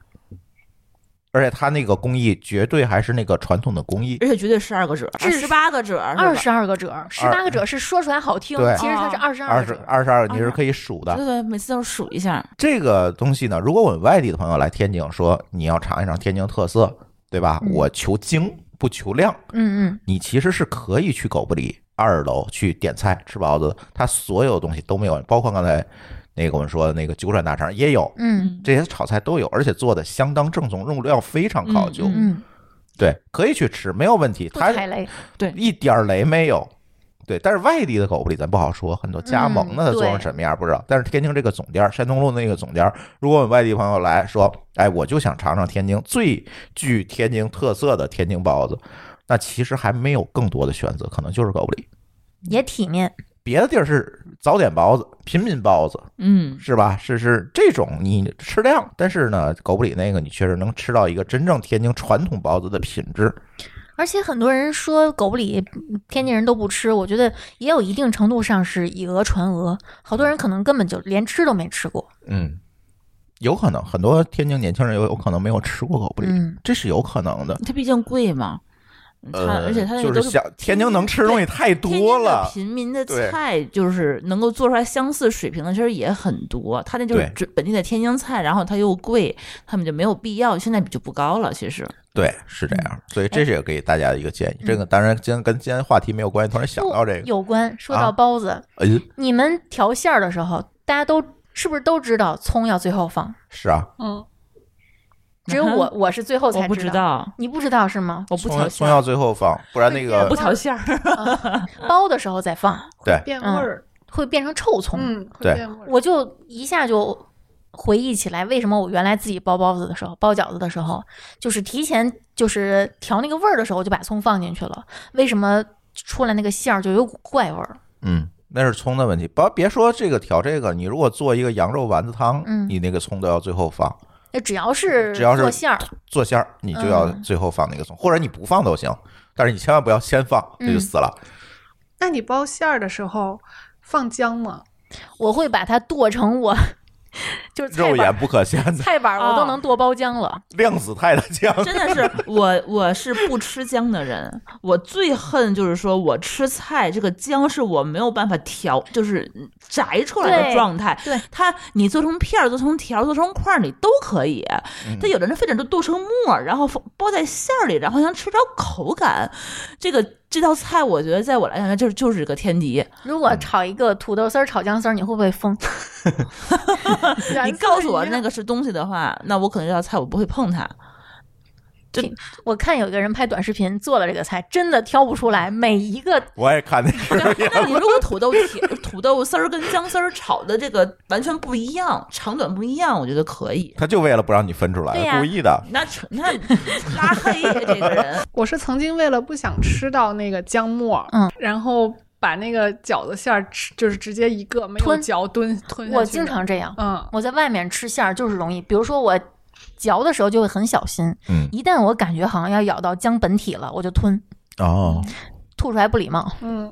Speaker 4: 而且它那个工艺绝对还是那个传统的工艺。
Speaker 5: 而且绝对十二个褶，
Speaker 2: 至
Speaker 5: 十八个褶，
Speaker 4: 嗯
Speaker 2: 二十二个折，十八个折是说出来好听，
Speaker 4: 对
Speaker 2: 其实它是二十
Speaker 4: 二
Speaker 2: 二
Speaker 4: 十
Speaker 2: 个折。
Speaker 4: 二十二，你是可以数的
Speaker 5: 对。对，每次都数一下，
Speaker 4: 这个东西呢，如果我们外地的朋友来天津，说你要尝一尝天津特色，对吧？
Speaker 2: 嗯
Speaker 4: 我求精不求量，
Speaker 2: 嗯嗯，
Speaker 4: 你其实是可以去狗不理二楼去点菜吃包子，它所有东西都没有，包括刚才那个我们说的那个九转大肠也有，
Speaker 2: 嗯
Speaker 4: 这些炒菜都有，而且做的相当正宗，用料非常考究，
Speaker 5: 嗯
Speaker 2: 嗯，
Speaker 4: 对，可以去吃，没有问题。
Speaker 2: 不
Speaker 4: 它
Speaker 2: 踩雷，
Speaker 4: 一点儿雷没有。对，但是外地的狗不理咱不好说，很多加盟的
Speaker 2: 嗯
Speaker 4: 做成什么样不知道。但是天津这个总店儿，山东路那个总店儿，如果我们外地朋友来说，哎，我就想尝尝天津最具天津特色的天津包子，那其实还没有更多的选择，可能就是狗不理。
Speaker 2: 也体面。
Speaker 4: 别的地儿是早点包子、平民包子，
Speaker 5: 嗯，
Speaker 4: 是吧？是是这种你吃量，但是呢，狗不理那个你确实能吃到一个真正天津传统包子的品质。
Speaker 2: 而且很多人说狗不理，嗯天津人都不吃，我觉得也有一定程度上是以讹传讹，好多人可能根本就连吃都没吃过。
Speaker 4: 嗯，有可能很多天津年轻人有有可能没有吃过狗不理，
Speaker 2: 嗯
Speaker 4: 这是有可能的。
Speaker 5: 它毕竟贵嘛，它
Speaker 4: 呃，
Speaker 5: 而且它那
Speaker 4: 就
Speaker 5: 都
Speaker 4: 想天津能吃的东西太
Speaker 5: 天津
Speaker 4: 多
Speaker 5: 的
Speaker 4: 了，
Speaker 5: 平民的
Speaker 4: 对
Speaker 5: 菜就是能够做出来相似水平的，其实也很多。他那就是
Speaker 4: 对
Speaker 5: 只本地的天津菜，然后它又贵，他们就没有必要，现在就不高了。其实，
Speaker 4: 对，是这样。所以这是也给大家一个建议。这个当然今天跟今天话题没有关系，突然想到这个，
Speaker 2: 有关说
Speaker 4: 啊
Speaker 2: 到包子，
Speaker 4: 哎，
Speaker 2: 你们调馅儿的时候，大家都是不是都知道葱要最后放？
Speaker 4: 是啊，
Speaker 3: 嗯，
Speaker 2: 只有我，我是最后
Speaker 5: 嗯我
Speaker 2: 才
Speaker 5: 不
Speaker 2: 知
Speaker 5: 知道，
Speaker 2: 你不知道是吗？
Speaker 5: 我不
Speaker 4: 葱
Speaker 5: 调
Speaker 4: 葱
Speaker 5: 馅儿，
Speaker 4: 要最后放，不然那
Speaker 5: 我
Speaker 4: 个
Speaker 5: 不调馅儿。
Speaker 4: 嗯
Speaker 2: 包的时候再放，
Speaker 4: 对
Speaker 3: 变味
Speaker 2: 嗯
Speaker 3: 儿，
Speaker 2: 会变成臭葱。
Speaker 3: 嗯，会
Speaker 4: 对
Speaker 3: 变味儿。
Speaker 2: 我就一下就回忆起来，为什么我原来自己包包子的时候，包饺子的时候，就是提前就是调那个味儿的时候，我就把葱放进去了。为什么出来那个馅儿就有股怪味儿？
Speaker 4: 嗯，那是葱的问题。不，别说这个调这个，你如果做一个羊肉丸子汤，
Speaker 2: 嗯
Speaker 4: 你那个葱都要最后放。
Speaker 2: 那只要是
Speaker 4: 只要是
Speaker 2: 做馅儿，
Speaker 4: 做馅儿，你就要
Speaker 2: 嗯
Speaker 4: 最后放那个葱，或者你不放都行，但是你千万不要先放，
Speaker 2: 嗯
Speaker 4: 这就死了。
Speaker 3: 那你包馅儿的时候放姜吗？
Speaker 2: 我会把它剁成我 就是菜
Speaker 4: 肉
Speaker 2: 板
Speaker 4: 眼
Speaker 2: 儿。
Speaker 4: 不可见的
Speaker 2: 菜板儿我都
Speaker 5: 哦
Speaker 2: 能剁包浆了，
Speaker 4: 量子态的酱，
Speaker 5: 真的是我，我是不吃姜的人。我最恨就是说我吃菜，这个姜是我没有办法调，就是摘出来
Speaker 2: 对
Speaker 5: 的状态。
Speaker 2: 对
Speaker 5: 它，你做成片儿、做成条儿、做成块儿，你都可以。但有的人非得都剁成沫儿，然后放包在馅儿里，然后想吃着口感。这个这道菜，我觉得在我来讲，就是就是个天敌。
Speaker 2: 如果炒一个土豆丝儿、炒姜丝儿，你会不会疯？
Speaker 5: 你
Speaker 3: 颜色
Speaker 5: 告诉我
Speaker 3: 一
Speaker 5: 那
Speaker 3: 样
Speaker 5: 个是东西的话，那我可能这道菜我不会碰它。
Speaker 2: 我看有一个人拍短视频做了这个菜，真的挑不出来，每一个
Speaker 4: 我也看那个，
Speaker 5: 那你如果土豆条、土豆丝儿跟姜丝儿炒的这个完全不一样，长短不一样，我觉得可以。
Speaker 4: 他就为了不让你分出来
Speaker 2: 对，呀
Speaker 4: 故意的。
Speaker 5: 那扯那拉黑这个人，
Speaker 3: 我是曾经为了不想吃到那个姜末，
Speaker 2: 嗯，
Speaker 3: 然后把那个饺子馅儿吃，就是直接一个没有
Speaker 2: 吞
Speaker 3: 嚼吞
Speaker 5: 嗯
Speaker 3: 吞下去的。
Speaker 2: 我经常这样，
Speaker 3: 嗯，
Speaker 2: 我在外面吃馅儿就是容易，比如说我嚼的时候就会很小心，
Speaker 4: 嗯，
Speaker 2: 一旦我感觉好像要咬到姜本体了，我就吞，
Speaker 4: 哦，
Speaker 2: 吐出来不礼貌。
Speaker 3: 嗯，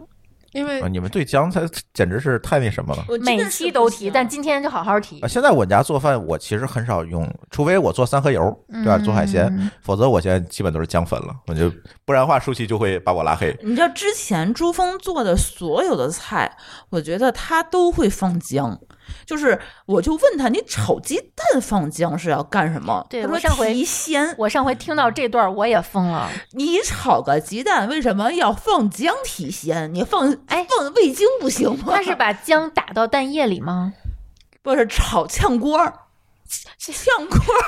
Speaker 3: 因为
Speaker 4: 啊你们对姜菜简直是太那什么了。
Speaker 5: 我真
Speaker 2: 每
Speaker 5: 的是
Speaker 2: 期
Speaker 5: 不
Speaker 2: 都
Speaker 5: 行
Speaker 2: 提，但今天就好好提
Speaker 4: 啊，。现在我家做饭，我其实很少用，除非我做三合油，对吧？
Speaker 2: 嗯
Speaker 4: 做海鲜，否则我现在基本都是姜粉了。我就不然的话，舒淇就会把我拉黑。
Speaker 5: 你知道之前朱峰做的所有的菜，我觉得他都会放姜。就是，我就问他，你炒鸡蛋放姜是要干什么？
Speaker 2: 对
Speaker 5: 他
Speaker 2: 我
Speaker 5: 说
Speaker 2: 上回
Speaker 5: 提鲜。
Speaker 2: 我上回听到这段儿我也疯 了，
Speaker 5: 你炒个鸡蛋为什么要放姜提鲜？你放
Speaker 2: 哎
Speaker 5: 放味精不行吗？
Speaker 2: 他是把姜打到蛋液里 吗？
Speaker 5: 不是炒炝锅儿，炝锅儿，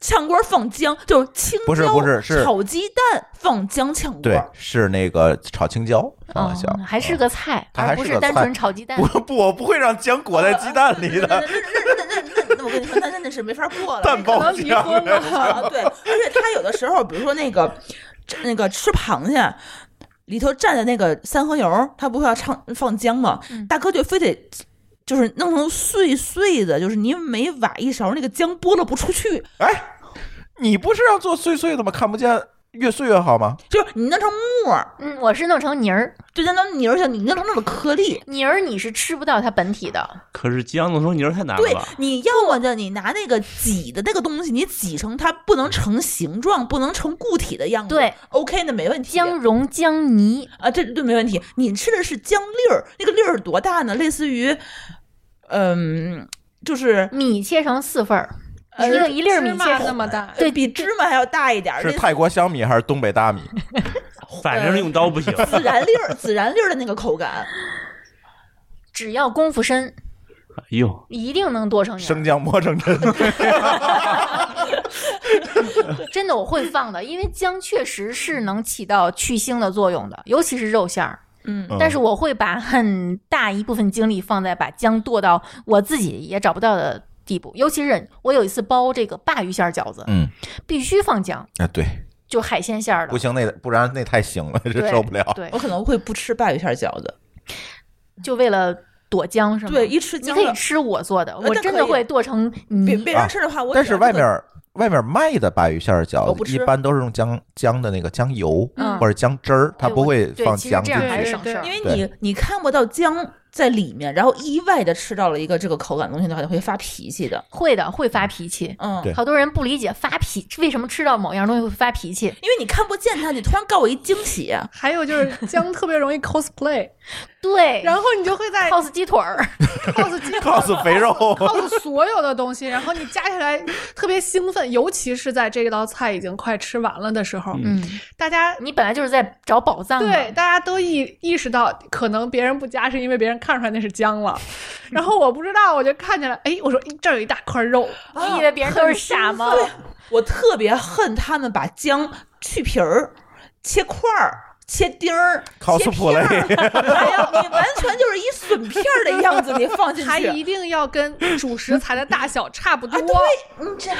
Speaker 5: 炝锅儿放姜，就是青椒，
Speaker 4: 不是不是是
Speaker 5: 炒鸡蛋放姜炝锅
Speaker 4: 对
Speaker 5: 儿，，
Speaker 4: 是那个炒青椒放
Speaker 2: 哦
Speaker 4: 了姜，，
Speaker 2: 还是个菜，
Speaker 4: 它
Speaker 2: 而
Speaker 4: 哦还
Speaker 2: 不
Speaker 4: 是
Speaker 2: 是
Speaker 4: 个
Speaker 2: 单
Speaker 4: 菜
Speaker 2: 纯炒鸡蛋。
Speaker 4: 不不，我不会让姜裹在鸡蛋里
Speaker 5: 那
Speaker 2: 哦
Speaker 4: 的
Speaker 5: 那那那那那那我跟你说，那那那是没法过了。
Speaker 4: 蛋
Speaker 5: 那
Speaker 4: 包
Speaker 3: 能离
Speaker 4: 姜。
Speaker 3: 婚
Speaker 5: 个
Speaker 3: 了。
Speaker 5: 啊对，而且他有的时候，比如说那个这那个吃螃蟹。里头蘸的那个三合油儿，他不是要唱放姜吗？大哥就非得就是弄成碎碎的，就是您每挖一勺，那个姜剥了不出去，
Speaker 4: 哎，你不是要做碎碎的吗？看不见。越碎越好吗？
Speaker 5: 就是你弄成沫儿，
Speaker 2: 嗯，我是弄成泥儿，
Speaker 5: 就相当于泥儿像你弄成那种颗粒。
Speaker 2: 泥儿你是吃不到它本体的，
Speaker 6: 可是吉阳弄成泥儿太难了
Speaker 5: 对
Speaker 6: 吧？，
Speaker 5: 你要么就你拿那个挤的那个东西，你挤成它不能成形状，不能成固体的样子。
Speaker 2: 对
Speaker 5: ，OK，那没问题。
Speaker 2: 姜蓉姜泥，
Speaker 5: 啊，这对没问题。你吃的是姜粒儿，那个粒儿多大呢？类似于，嗯，就是
Speaker 2: 米切成四份儿，
Speaker 5: 呃
Speaker 2: 一个一粒儿米
Speaker 3: 芝
Speaker 2: 切
Speaker 3: 麻那
Speaker 2: 成，
Speaker 3: 么大，
Speaker 5: 对呃比芝麻还要大一点儿，
Speaker 4: 是
Speaker 5: 类似
Speaker 4: 泰国香米还是东北 大米？
Speaker 6: 反正是用刀不行。
Speaker 2: 呃
Speaker 5: 孜然粒儿、孜然粒儿的那个口感。
Speaker 2: 只要功夫深，
Speaker 6: 哎呦，
Speaker 2: 一定能剁成泥
Speaker 4: 生
Speaker 2: 儿。
Speaker 4: 姜磨成针，
Speaker 2: 真的，我会放的，因为姜确实是能起到去腥的作用的，尤其是肉馅儿。
Speaker 5: 嗯，
Speaker 2: 但是我会把很大一部分精力放在把姜剁到我自己也找不到的地步，尤其是我有一次包这个鲅鱼馅儿饺子，
Speaker 4: 嗯，
Speaker 2: 必须放姜，
Speaker 4: 啊，对，
Speaker 2: 就海鲜馅儿的
Speaker 4: 不，行，那不然那太腥了，这
Speaker 2: 对
Speaker 4: 受不了。
Speaker 2: 对
Speaker 5: 我，可能会不吃鲅鱼馅儿饺子。
Speaker 2: 就为了躲姜是吗？
Speaker 5: 对，一吃
Speaker 2: 你
Speaker 5: 姜
Speaker 2: 可以
Speaker 5: 了，
Speaker 2: 吃我做的，
Speaker 5: 呃
Speaker 2: 我
Speaker 5: 那
Speaker 2: 真
Speaker 5: 可
Speaker 2: 的
Speaker 5: 以
Speaker 2: 会剁成
Speaker 5: 别
Speaker 2: 泥。
Speaker 5: 别人吃的话，我
Speaker 4: 啊但
Speaker 5: 喜
Speaker 4: 是
Speaker 5: 欢
Speaker 4: 外
Speaker 5: 那个
Speaker 4: 面儿外面卖的鲅鱼馅儿
Speaker 5: 我
Speaker 4: 饺
Speaker 5: 不
Speaker 4: 子
Speaker 5: 吃
Speaker 4: 一般都是用姜姜的那个姜油
Speaker 2: 嗯
Speaker 4: 或者姜汁儿，它
Speaker 2: 对
Speaker 4: 不
Speaker 2: 我
Speaker 4: 会
Speaker 2: 对
Speaker 4: 放
Speaker 2: 其实
Speaker 4: 姜
Speaker 2: 这
Speaker 4: 进
Speaker 2: 样
Speaker 3: 对
Speaker 2: 还
Speaker 4: 去
Speaker 2: 是。省
Speaker 3: 对
Speaker 2: 事儿
Speaker 5: 因。为
Speaker 4: 对
Speaker 5: 你你看不到姜在里面，然后意外的吃到了一个这个口感东西的话，你会发脾气的。
Speaker 2: 会的，会发脾气。
Speaker 5: 嗯，
Speaker 4: 对
Speaker 2: 好多人不理解发脾，为什么吃到某样东西会发脾气？
Speaker 5: 因为你看不见它，你突然告我一惊喜，
Speaker 3: 还有就是姜特别容易 cosplay，
Speaker 2: 对，
Speaker 3: 然后你就会在
Speaker 2: cos 鸡腿儿，
Speaker 3: cos 鸡
Speaker 4: cos 肥肉
Speaker 3: cos 所有的东西，然后你加起来特别兴奋，尤其是在这道菜已经快吃完了的时候，
Speaker 6: 嗯
Speaker 2: 嗯，
Speaker 3: 大家
Speaker 2: 你本来就是在找宝藏嘛，
Speaker 3: 对，大家都意意识到，可能别人不加是因为别人看出来那是姜 了，然后我不知道，我就看见了，哎，我说哎这儿有一大块肉，
Speaker 2: 你以为
Speaker 3: 啊
Speaker 2: 别人都是傻吗？
Speaker 5: 我特别恨他们把姜去皮儿、切块儿、切丁儿、切片儿， 哎呀，你完全就是一笋片儿的样子，你 放进
Speaker 3: 还
Speaker 5: 去。
Speaker 3: 一定要跟主 食材的大小差
Speaker 4: 啊
Speaker 3: 不多。
Speaker 5: 嗯这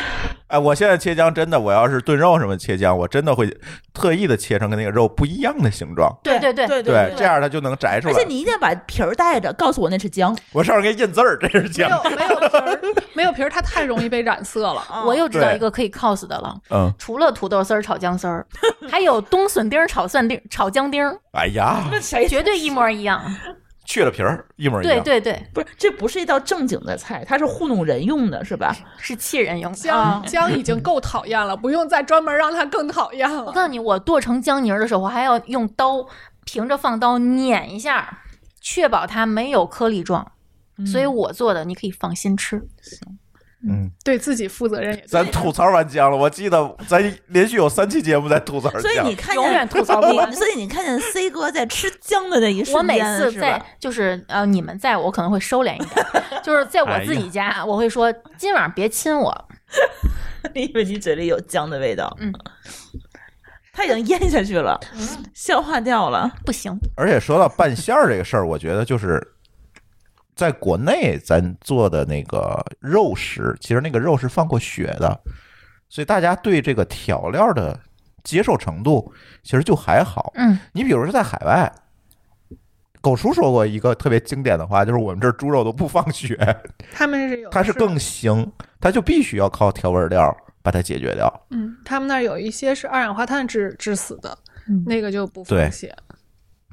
Speaker 4: 哎，我现在切姜真的，我要是炖肉什么切姜，我真的会特意的切成跟那个肉不一样的形状，
Speaker 2: 对对对
Speaker 5: 对
Speaker 4: 这样它就能摘出
Speaker 5: 而
Speaker 4: 来
Speaker 5: 且。你一定要把皮儿带着，告诉我那是姜。
Speaker 4: 我上面给印字儿， 这是
Speaker 3: 没
Speaker 4: 姜。嗯
Speaker 3: 有没有皮儿，没有皮儿，它太容易被染色了。啊
Speaker 2: 我又知道
Speaker 4: 对
Speaker 2: 一个可以 cos 的了，
Speaker 4: 嗯，
Speaker 2: 除了土豆丝儿炒姜丝儿， 还有冬笋丁儿炒蒜丁儿炒姜丁儿，
Speaker 4: 哎呀，
Speaker 5: 那谁
Speaker 2: 绝对一模一样。
Speaker 4: 去了皮儿，一模一
Speaker 2: 对
Speaker 4: 样。
Speaker 2: 对对，
Speaker 5: 不是？这不是一道正经的菜，它是糊弄人用的，是吧？
Speaker 2: 是气人用的。
Speaker 3: 姜
Speaker 5: 啊
Speaker 4: 嗯
Speaker 3: 姜已经够讨厌了，不用再专门让它更讨厌
Speaker 2: 我
Speaker 4: 嗯
Speaker 3: 了。
Speaker 2: 告诉你，我剁成姜泥儿的时候，我还要用刀平着放刀碾一下，确保它没有颗粒状。所以我做的你可以放心吃。
Speaker 4: 嗯，
Speaker 3: 对自己负责任也对。
Speaker 4: 咱吐槽完姜了，我记得咱连续有三期节目在吐槽姜。
Speaker 5: 所以你看见
Speaker 2: 永远吐槽不完
Speaker 5: 你所以你看见 C 哥在吃姜的那一瞬间，
Speaker 2: 我每次
Speaker 5: 是
Speaker 2: 在
Speaker 5: 吧
Speaker 2: 就是呃你们在我可能会收敛一点，就是在我自己家我会说今晚上别亲我，
Speaker 5: 因为 你嘴里有姜的味道，
Speaker 2: 嗯，
Speaker 5: 它已经咽下去了，消化掉了。
Speaker 2: 不行。
Speaker 4: 而且说到拌馅儿这个事儿，我觉得就是在国内咱做的那个肉食，其实那个肉是放过血的，所以大家对这个调料的接受程度其实就还好。
Speaker 2: 嗯，
Speaker 4: 你比如说在海外，狗叔说过一个特别经典的话，就是我们这儿猪肉都不放血，
Speaker 3: 他们
Speaker 2: 哦
Speaker 3: 是有，
Speaker 4: 它是更腥，它就必须要靠调味料把它解决掉。
Speaker 3: 嗯，他们那儿有一些是二氧化碳致致死的，
Speaker 2: 嗯
Speaker 3: 那个就不
Speaker 4: 对
Speaker 3: 放血。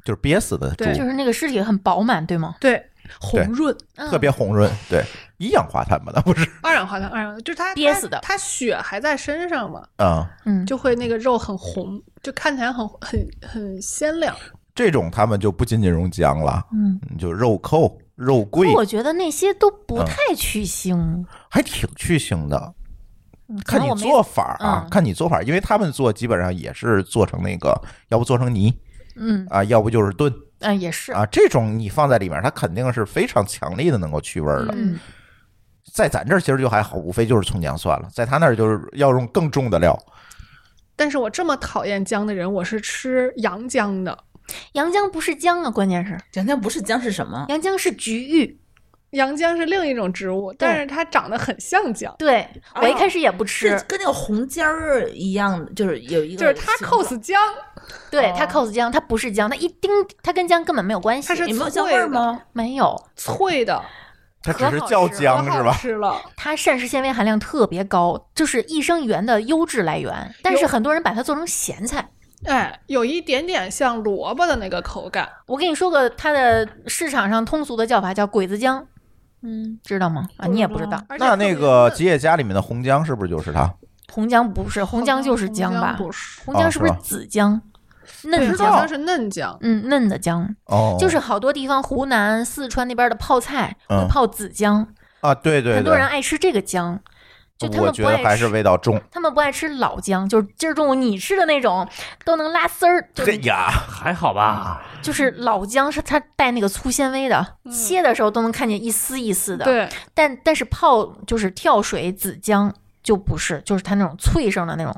Speaker 4: 就是憋死的猪
Speaker 3: 对
Speaker 2: 就是那个尸体很饱满，对吗？
Speaker 3: 对，红润
Speaker 2: 嗯
Speaker 4: 特别红润，对，一氧化碳吧，那不是
Speaker 3: 二氧化碳，二氧化碳就是它
Speaker 2: 憋死的
Speaker 3: 它它血还在身上嘛，
Speaker 4: 啊。
Speaker 2: 嗯，
Speaker 3: 就会那个肉很红，就看起来很很很鲜亮。
Speaker 4: 这种他们就不仅仅用姜了，
Speaker 2: 嗯，
Speaker 4: 就肉扣、肉桂
Speaker 2: 我觉得那些都不
Speaker 4: 嗯
Speaker 2: 太去腥，
Speaker 4: 还挺去腥的，
Speaker 2: 嗯
Speaker 4: 看
Speaker 2: 可能
Speaker 4: 你
Speaker 2: 我没
Speaker 4: 做法啊，
Speaker 2: 嗯
Speaker 4: 看你做法，因为他们做基本上也是做成那个，要不做成泥
Speaker 2: 嗯
Speaker 4: 啊，要不就是炖
Speaker 2: 嗯也是，
Speaker 4: 啊，这种你放在里面，它肯定是非常强力的能够去味儿的。
Speaker 2: 嗯，
Speaker 4: 在咱这儿其实就还好，无非就是葱姜蒜了，在他那儿就是要用更重的料，
Speaker 3: 但是我这么讨厌姜的人，我是吃阳姜的。
Speaker 2: 阳姜不是姜啊，关键是
Speaker 5: 讲讲不是姜是什么？
Speaker 2: 阳姜是菊苣。
Speaker 3: 阳姜是另一种植物，但是它长得很像姜，
Speaker 2: 对我一开始也不
Speaker 5: 是
Speaker 2: 吃，
Speaker 5: 跟那个红尖儿一样的，就是有一个，
Speaker 3: 就是它 cos 姜，
Speaker 2: 对
Speaker 5: 哦
Speaker 2: 它 cos 姜，它不是姜，它一丁，它跟姜根本没有关系。
Speaker 3: 它是
Speaker 5: 你
Speaker 2: 你
Speaker 5: 没
Speaker 2: 们
Speaker 5: 有姜味儿吗？
Speaker 2: 没有，
Speaker 3: 脆的，
Speaker 4: 它只是
Speaker 2: 可好
Speaker 4: 叫
Speaker 2: 吃
Speaker 4: 姜
Speaker 3: 可好
Speaker 4: 是吧？
Speaker 3: 吃了，
Speaker 2: 它膳食纤维含量特别高，就是益生元的优质来源。但是
Speaker 3: 有
Speaker 2: 很多人把它做成咸菜。
Speaker 3: 哎，有一点点像萝卜的那个口感。
Speaker 2: 我跟你说个它的市场上通俗的叫法叫鬼子姜，
Speaker 3: 嗯，
Speaker 2: 知道吗？啊，你也不知道，
Speaker 3: 而且
Speaker 4: 那
Speaker 3: 特别
Speaker 4: 那个
Speaker 3: 嫩
Speaker 4: 吉野家里面的红姜是不是就是它？
Speaker 2: 红姜不是，红姜就是姜吧？
Speaker 3: 不是，
Speaker 2: 红姜是不是
Speaker 4: 哦是吧
Speaker 2: 紫姜？嫩
Speaker 3: 对，好
Speaker 2: 姜
Speaker 3: 像，是嫩姜。
Speaker 2: 嗯，嫩的姜，
Speaker 4: 哦，
Speaker 2: 就是好多地方湖南、四川那边的泡菜
Speaker 4: 嗯
Speaker 2: 会泡紫姜，
Speaker 4: 啊，对对对，嗯
Speaker 2: 很多人爱吃这个姜，就他
Speaker 4: 我
Speaker 2: 们
Speaker 4: 觉
Speaker 2: 不
Speaker 4: 得还
Speaker 2: 爱
Speaker 4: 是
Speaker 2: 吃。
Speaker 4: 味道重。
Speaker 2: 他们不爱吃老姜，就是今儿中午你吃的那种，都能拉丝儿，就
Speaker 4: 哎
Speaker 2: 是
Speaker 4: 呀，
Speaker 6: 还好吧？
Speaker 2: 就是老姜是它带那个粗纤维的，
Speaker 3: 嗯
Speaker 2: 切的时候都能看见一丝一丝的。，
Speaker 3: 对，
Speaker 2: 但但是泡就是跳水紫姜就不是，就是它那种脆生的那种，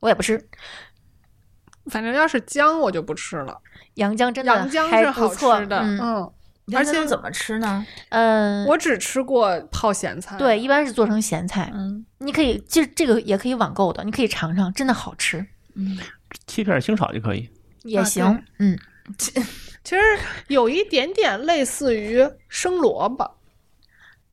Speaker 2: 我也不吃。
Speaker 3: 反正要是姜我就不吃了，
Speaker 2: 阳姜真的
Speaker 3: 阳姜
Speaker 2: 还
Speaker 3: 是
Speaker 2: 不
Speaker 3: 好
Speaker 2: 错
Speaker 3: 吃的，
Speaker 2: 嗯
Speaker 3: 嗯，
Speaker 5: 你
Speaker 3: 而
Speaker 5: 看它
Speaker 3: 且
Speaker 5: 能怎么吃呢？
Speaker 2: 嗯，
Speaker 3: 我只吃过泡咸菜，
Speaker 2: 对，一般是做成咸菜，
Speaker 5: 嗯，
Speaker 2: 你可以这这个也可以网购的，你可以尝尝，真的好吃
Speaker 6: 切片清炒就可以。
Speaker 2: 也
Speaker 3: 啊
Speaker 2: 行。
Speaker 3: 对
Speaker 2: 嗯，
Speaker 3: 其实有一点点类似于生萝卜，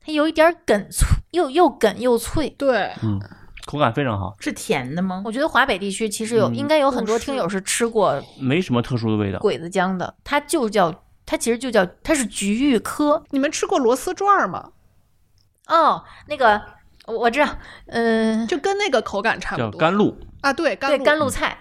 Speaker 2: 它有一点儿梗脆，又又梗又脆。
Speaker 3: 对，
Speaker 6: 嗯，口感非常好，
Speaker 5: 是甜的吗？
Speaker 2: 我觉得华北地区其实有、
Speaker 6: 嗯
Speaker 2: 应该有很
Speaker 3: 不
Speaker 2: 多
Speaker 3: 是
Speaker 2: 听友是吃过
Speaker 6: 没什么特殊的味道。
Speaker 2: 鬼子姜的，它就叫它其实就叫它是菊苣科
Speaker 3: 你们吃过螺丝转儿吗？
Speaker 2: 哦，那个我我知道，嗯、
Speaker 3: 就跟那个口感差
Speaker 6: 叫
Speaker 3: 不多。
Speaker 6: 甘露，
Speaker 3: 啊，对，甘
Speaker 2: 对，
Speaker 3: 露，
Speaker 2: 甘露菜。
Speaker 4: 啊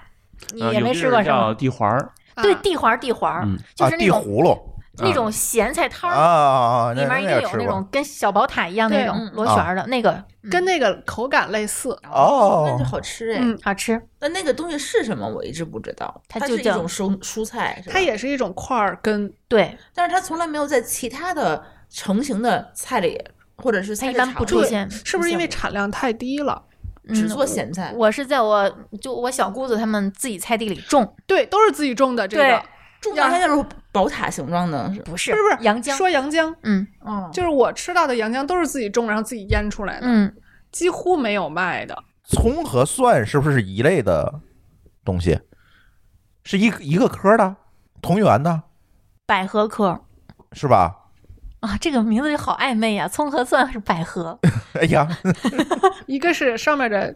Speaker 2: 你
Speaker 6: 呃
Speaker 2: 也
Speaker 6: 有
Speaker 2: 没
Speaker 6: 地
Speaker 2: 吃
Speaker 6: 儿
Speaker 2: 过是
Speaker 6: 叫
Speaker 2: 吗？
Speaker 6: 地环儿，
Speaker 3: 啊
Speaker 2: 对，地环儿地环儿
Speaker 6: 嗯，
Speaker 2: 就
Speaker 4: 啊，
Speaker 2: 是那
Speaker 4: 地
Speaker 2: 种
Speaker 4: 葫芦
Speaker 2: 那种咸菜汤
Speaker 4: 啊
Speaker 2: 儿，
Speaker 4: 啊啊，
Speaker 2: 里
Speaker 4: 那
Speaker 2: 面一
Speaker 4: 那
Speaker 2: 定
Speaker 4: 个
Speaker 2: 有
Speaker 4: 吃
Speaker 2: 那
Speaker 4: 过
Speaker 2: 种跟小宝塔一样那
Speaker 3: 对
Speaker 2: 种
Speaker 5: 嗯
Speaker 2: 螺旋
Speaker 4: 啊
Speaker 2: 儿的那个，嗯
Speaker 3: 跟那个口感类似。
Speaker 4: 哦
Speaker 5: 那就好吃哎。
Speaker 3: 嗯，
Speaker 2: 好吃。
Speaker 5: 那那个东西是什么？我一直不知道。
Speaker 2: 它
Speaker 5: 它
Speaker 2: 就是
Speaker 5: 一
Speaker 2: 叫
Speaker 5: 种蔬蔬菜，是吧
Speaker 3: 它，也是一种块儿根，
Speaker 2: 对，
Speaker 5: 但是它从来没有在其他的成型的菜里或者是
Speaker 2: 它
Speaker 5: 菜
Speaker 2: 一
Speaker 5: 市
Speaker 2: 般
Speaker 5: 场
Speaker 2: 不
Speaker 5: 里
Speaker 2: 出现。
Speaker 3: 是不是因为
Speaker 5: 不
Speaker 3: 产量太低了？
Speaker 5: 只
Speaker 2: 嗯
Speaker 5: 做咸菜。
Speaker 2: 我是在我就我小姑子他们自己菜地里种，
Speaker 3: 对，都是自己种的这
Speaker 2: 对
Speaker 3: 个，
Speaker 5: 种的它就是宝塔形状的，是
Speaker 2: 不是
Speaker 3: 是不是？
Speaker 2: 阳姜，
Speaker 3: 说阳姜，
Speaker 2: 嗯
Speaker 5: 嗯，
Speaker 3: 就是我吃到的阳姜都是自己种，然后自己腌出来的，
Speaker 2: 嗯，
Speaker 3: 几乎没有卖的。
Speaker 4: 葱和蒜是不是一类的东西？是一一个科的，同源的，
Speaker 2: 百合科
Speaker 4: 是吧？
Speaker 2: 啊，这个名字就好暧昧呀、葱和蒜是百合，
Speaker 4: 哎呀，
Speaker 3: 一个是上面的，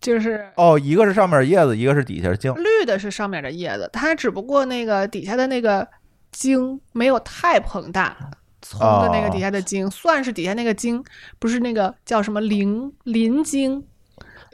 Speaker 3: 就是
Speaker 4: 哦，一个是上面叶子，一个是底下茎。
Speaker 3: 绿的是上面的叶子，它只不过那个底下的那个茎没有太膨大，
Speaker 4: 哦
Speaker 3: 葱的那个底下的茎，蒜是底下那个茎，不是那个叫什么鳞鳞茎，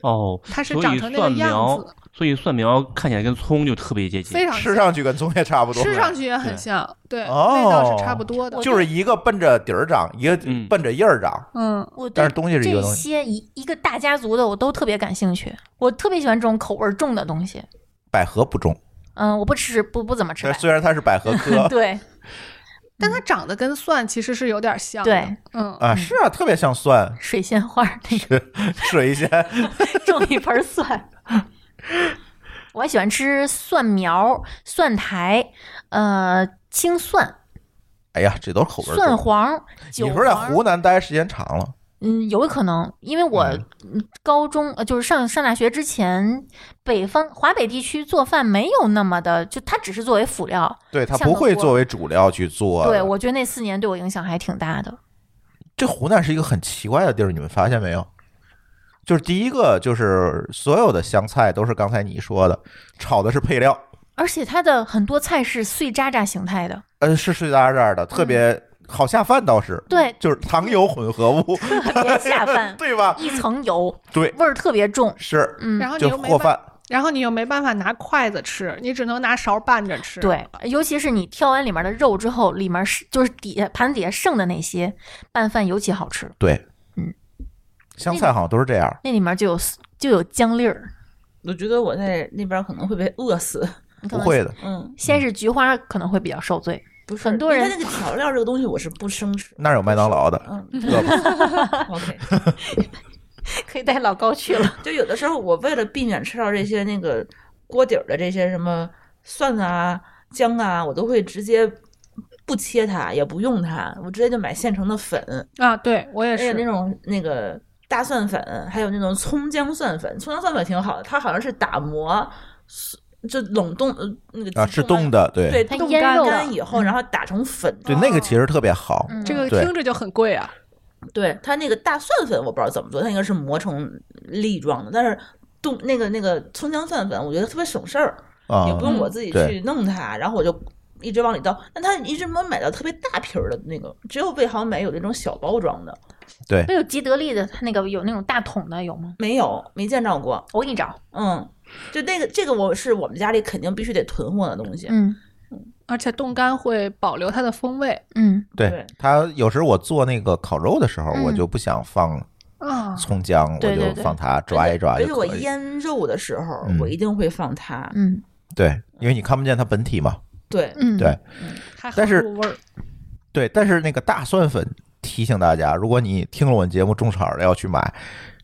Speaker 6: 哦，
Speaker 3: 它是
Speaker 6: 所
Speaker 3: 长
Speaker 6: 以
Speaker 3: 成那个
Speaker 6: 蒜
Speaker 3: 样
Speaker 6: 苗
Speaker 3: 子，，
Speaker 6: 所以蒜苗看起来跟葱就特别接近
Speaker 3: 非。常
Speaker 4: 吃
Speaker 3: 像
Speaker 4: 上去跟葱也差不多，
Speaker 3: 吃上去也很像，对，
Speaker 4: 哦
Speaker 3: 味道是差不多的，
Speaker 4: 就是一个奔着底儿长，一个
Speaker 6: 嗯
Speaker 4: 奔着叶儿长，
Speaker 3: 嗯，
Speaker 2: 我对
Speaker 4: 但是东西是一
Speaker 2: 这
Speaker 4: 个东西。
Speaker 2: 些一一个大家族的我都特别感兴趣，我特别喜欢这种口味重的东西。
Speaker 4: 百合不中，
Speaker 2: 嗯，我不吃不不怎么吃百合，
Speaker 4: 虽然它是百合科
Speaker 2: 对
Speaker 3: 但它长得跟蒜其实是有点像的，
Speaker 2: 对，
Speaker 3: 嗯，
Speaker 4: 啊，是啊，特别像蒜，
Speaker 2: 水仙花儿那个
Speaker 4: 水仙
Speaker 2: 种一盆蒜。我还喜欢吃蒜苗、蒜苔，呃，青蒜、
Speaker 4: 哎呀，这都是口味儿重。
Speaker 2: 蒜黄、韭
Speaker 4: 你
Speaker 2: 黄。
Speaker 4: 不是在湖南待时间长了，
Speaker 2: 嗯，有可能，因为我
Speaker 6: 嗯
Speaker 2: 嗯高中呃，就是上上大学之前，北方华北地区做饭没有那么的，就它只是作为辅料。
Speaker 4: 对它
Speaker 2: 像
Speaker 4: 不会
Speaker 2: 我
Speaker 4: 作为主料去做。
Speaker 2: 对，我觉得那四年对我影响还挺大的。
Speaker 4: 这湖南是一个很奇怪的地儿，你们发现没有？就是第一个，就是所有的湘菜都是刚才你说的，炒的是配料，
Speaker 2: 而且它的很多菜是碎渣渣形态的，
Speaker 4: 呃，是碎渣渣的，特别好下饭，倒是
Speaker 2: 对，
Speaker 4: 就是糖油混合物，
Speaker 2: 特别下饭，
Speaker 4: 对吧？
Speaker 2: 一层油，
Speaker 4: 对，
Speaker 2: 味儿特别重。
Speaker 4: 是，
Speaker 2: 嗯
Speaker 3: 然，后你
Speaker 4: 就
Speaker 3: 又没
Speaker 4: 和
Speaker 3: 办，
Speaker 4: 饭。
Speaker 3: 然后你又没办法拿筷子吃，你只能拿勺拌着吃，
Speaker 2: 对，尤其是你挑完里面的肉之后，里面是就是底下盘子底下剩的那些拌饭尤其好吃，
Speaker 4: 对，
Speaker 2: 嗯，
Speaker 4: 湘菜好像都是这样。
Speaker 2: 那里面就有就有姜粒儿，
Speaker 5: 我觉得我在那边可能会被饿死。
Speaker 2: 你可
Speaker 4: 不
Speaker 2: 能
Speaker 4: 会的，
Speaker 5: 嗯，
Speaker 2: 先是菊花可能会比较受罪，
Speaker 5: 不是
Speaker 2: 很多人
Speaker 5: 因为它那个调料这个东西我是不生吃。
Speaker 4: 那儿有麦当劳的，
Speaker 5: 嗯
Speaker 4: 饿吧
Speaker 5: ，OK，
Speaker 2: 可以带老高去了。
Speaker 5: 就有的时候我为了避免吃到这些那个锅底儿的这些什么蒜啊、姜啊，我都会直接不切它，也不用它，我直接就买现成的粉，
Speaker 3: 啊，对我也
Speaker 2: 哎
Speaker 5: 而且
Speaker 3: 是
Speaker 5: 那种那个大蒜粉，还有那种葱姜蒜粉。葱姜蒜粉挺好的，它好像是打磨蒜就冷冻呃那个
Speaker 4: 啊，是冻，的，对
Speaker 5: 对，
Speaker 2: 它
Speaker 5: 冻
Speaker 2: 腌
Speaker 5: 干
Speaker 2: 肉
Speaker 5: 干
Speaker 2: 了
Speaker 5: 以后，然后打成粉，
Speaker 4: 对，那个其实特别好，
Speaker 2: 嗯
Speaker 3: 这个
Speaker 4: 对
Speaker 3: 听着就很贵啊。
Speaker 5: 对它那个大蒜粉我不知道怎么做，它应该是磨成粒状的，但是冻那个那个葱姜蒜粉，我觉得特别省事儿，
Speaker 4: 啊
Speaker 5: 也不用我自己
Speaker 4: 对
Speaker 5: 去弄它，然后我就一直往里倒。但它一直没有买到特别大瓶儿的那个，只有味好美有那种小包装的，
Speaker 4: 对
Speaker 2: 那有吉得利的，它那个有那种大桶的有吗？
Speaker 5: 没有没见着过。
Speaker 2: 我给你找。
Speaker 5: 嗯，就那个这个我是我们家里肯定必须得囤货的东西。
Speaker 2: 嗯
Speaker 3: 而且冻干会保留它的风味
Speaker 2: 嗯
Speaker 4: 对
Speaker 5: 对。
Speaker 4: 它有时候我做那个烤肉的时候，
Speaker 2: 嗯
Speaker 4: 我就不想放
Speaker 3: 啊
Speaker 4: 葱姜，我
Speaker 5: 对对
Speaker 4: 就
Speaker 5: 对
Speaker 4: 放它抓一抓
Speaker 5: 而且
Speaker 4: 就
Speaker 5: 我
Speaker 4: 可以。
Speaker 5: 腌肉的时候，
Speaker 4: 嗯
Speaker 5: 我一定会放它。
Speaker 2: 嗯
Speaker 4: 对，因为你看不见它本体嘛。
Speaker 5: 对，
Speaker 2: 嗯，
Speaker 4: 对
Speaker 3: 还好
Speaker 4: 但是
Speaker 3: 入味儿。
Speaker 4: 对，但是那个大蒜粉提醒大家，如果你听了我们节目种草了要去买，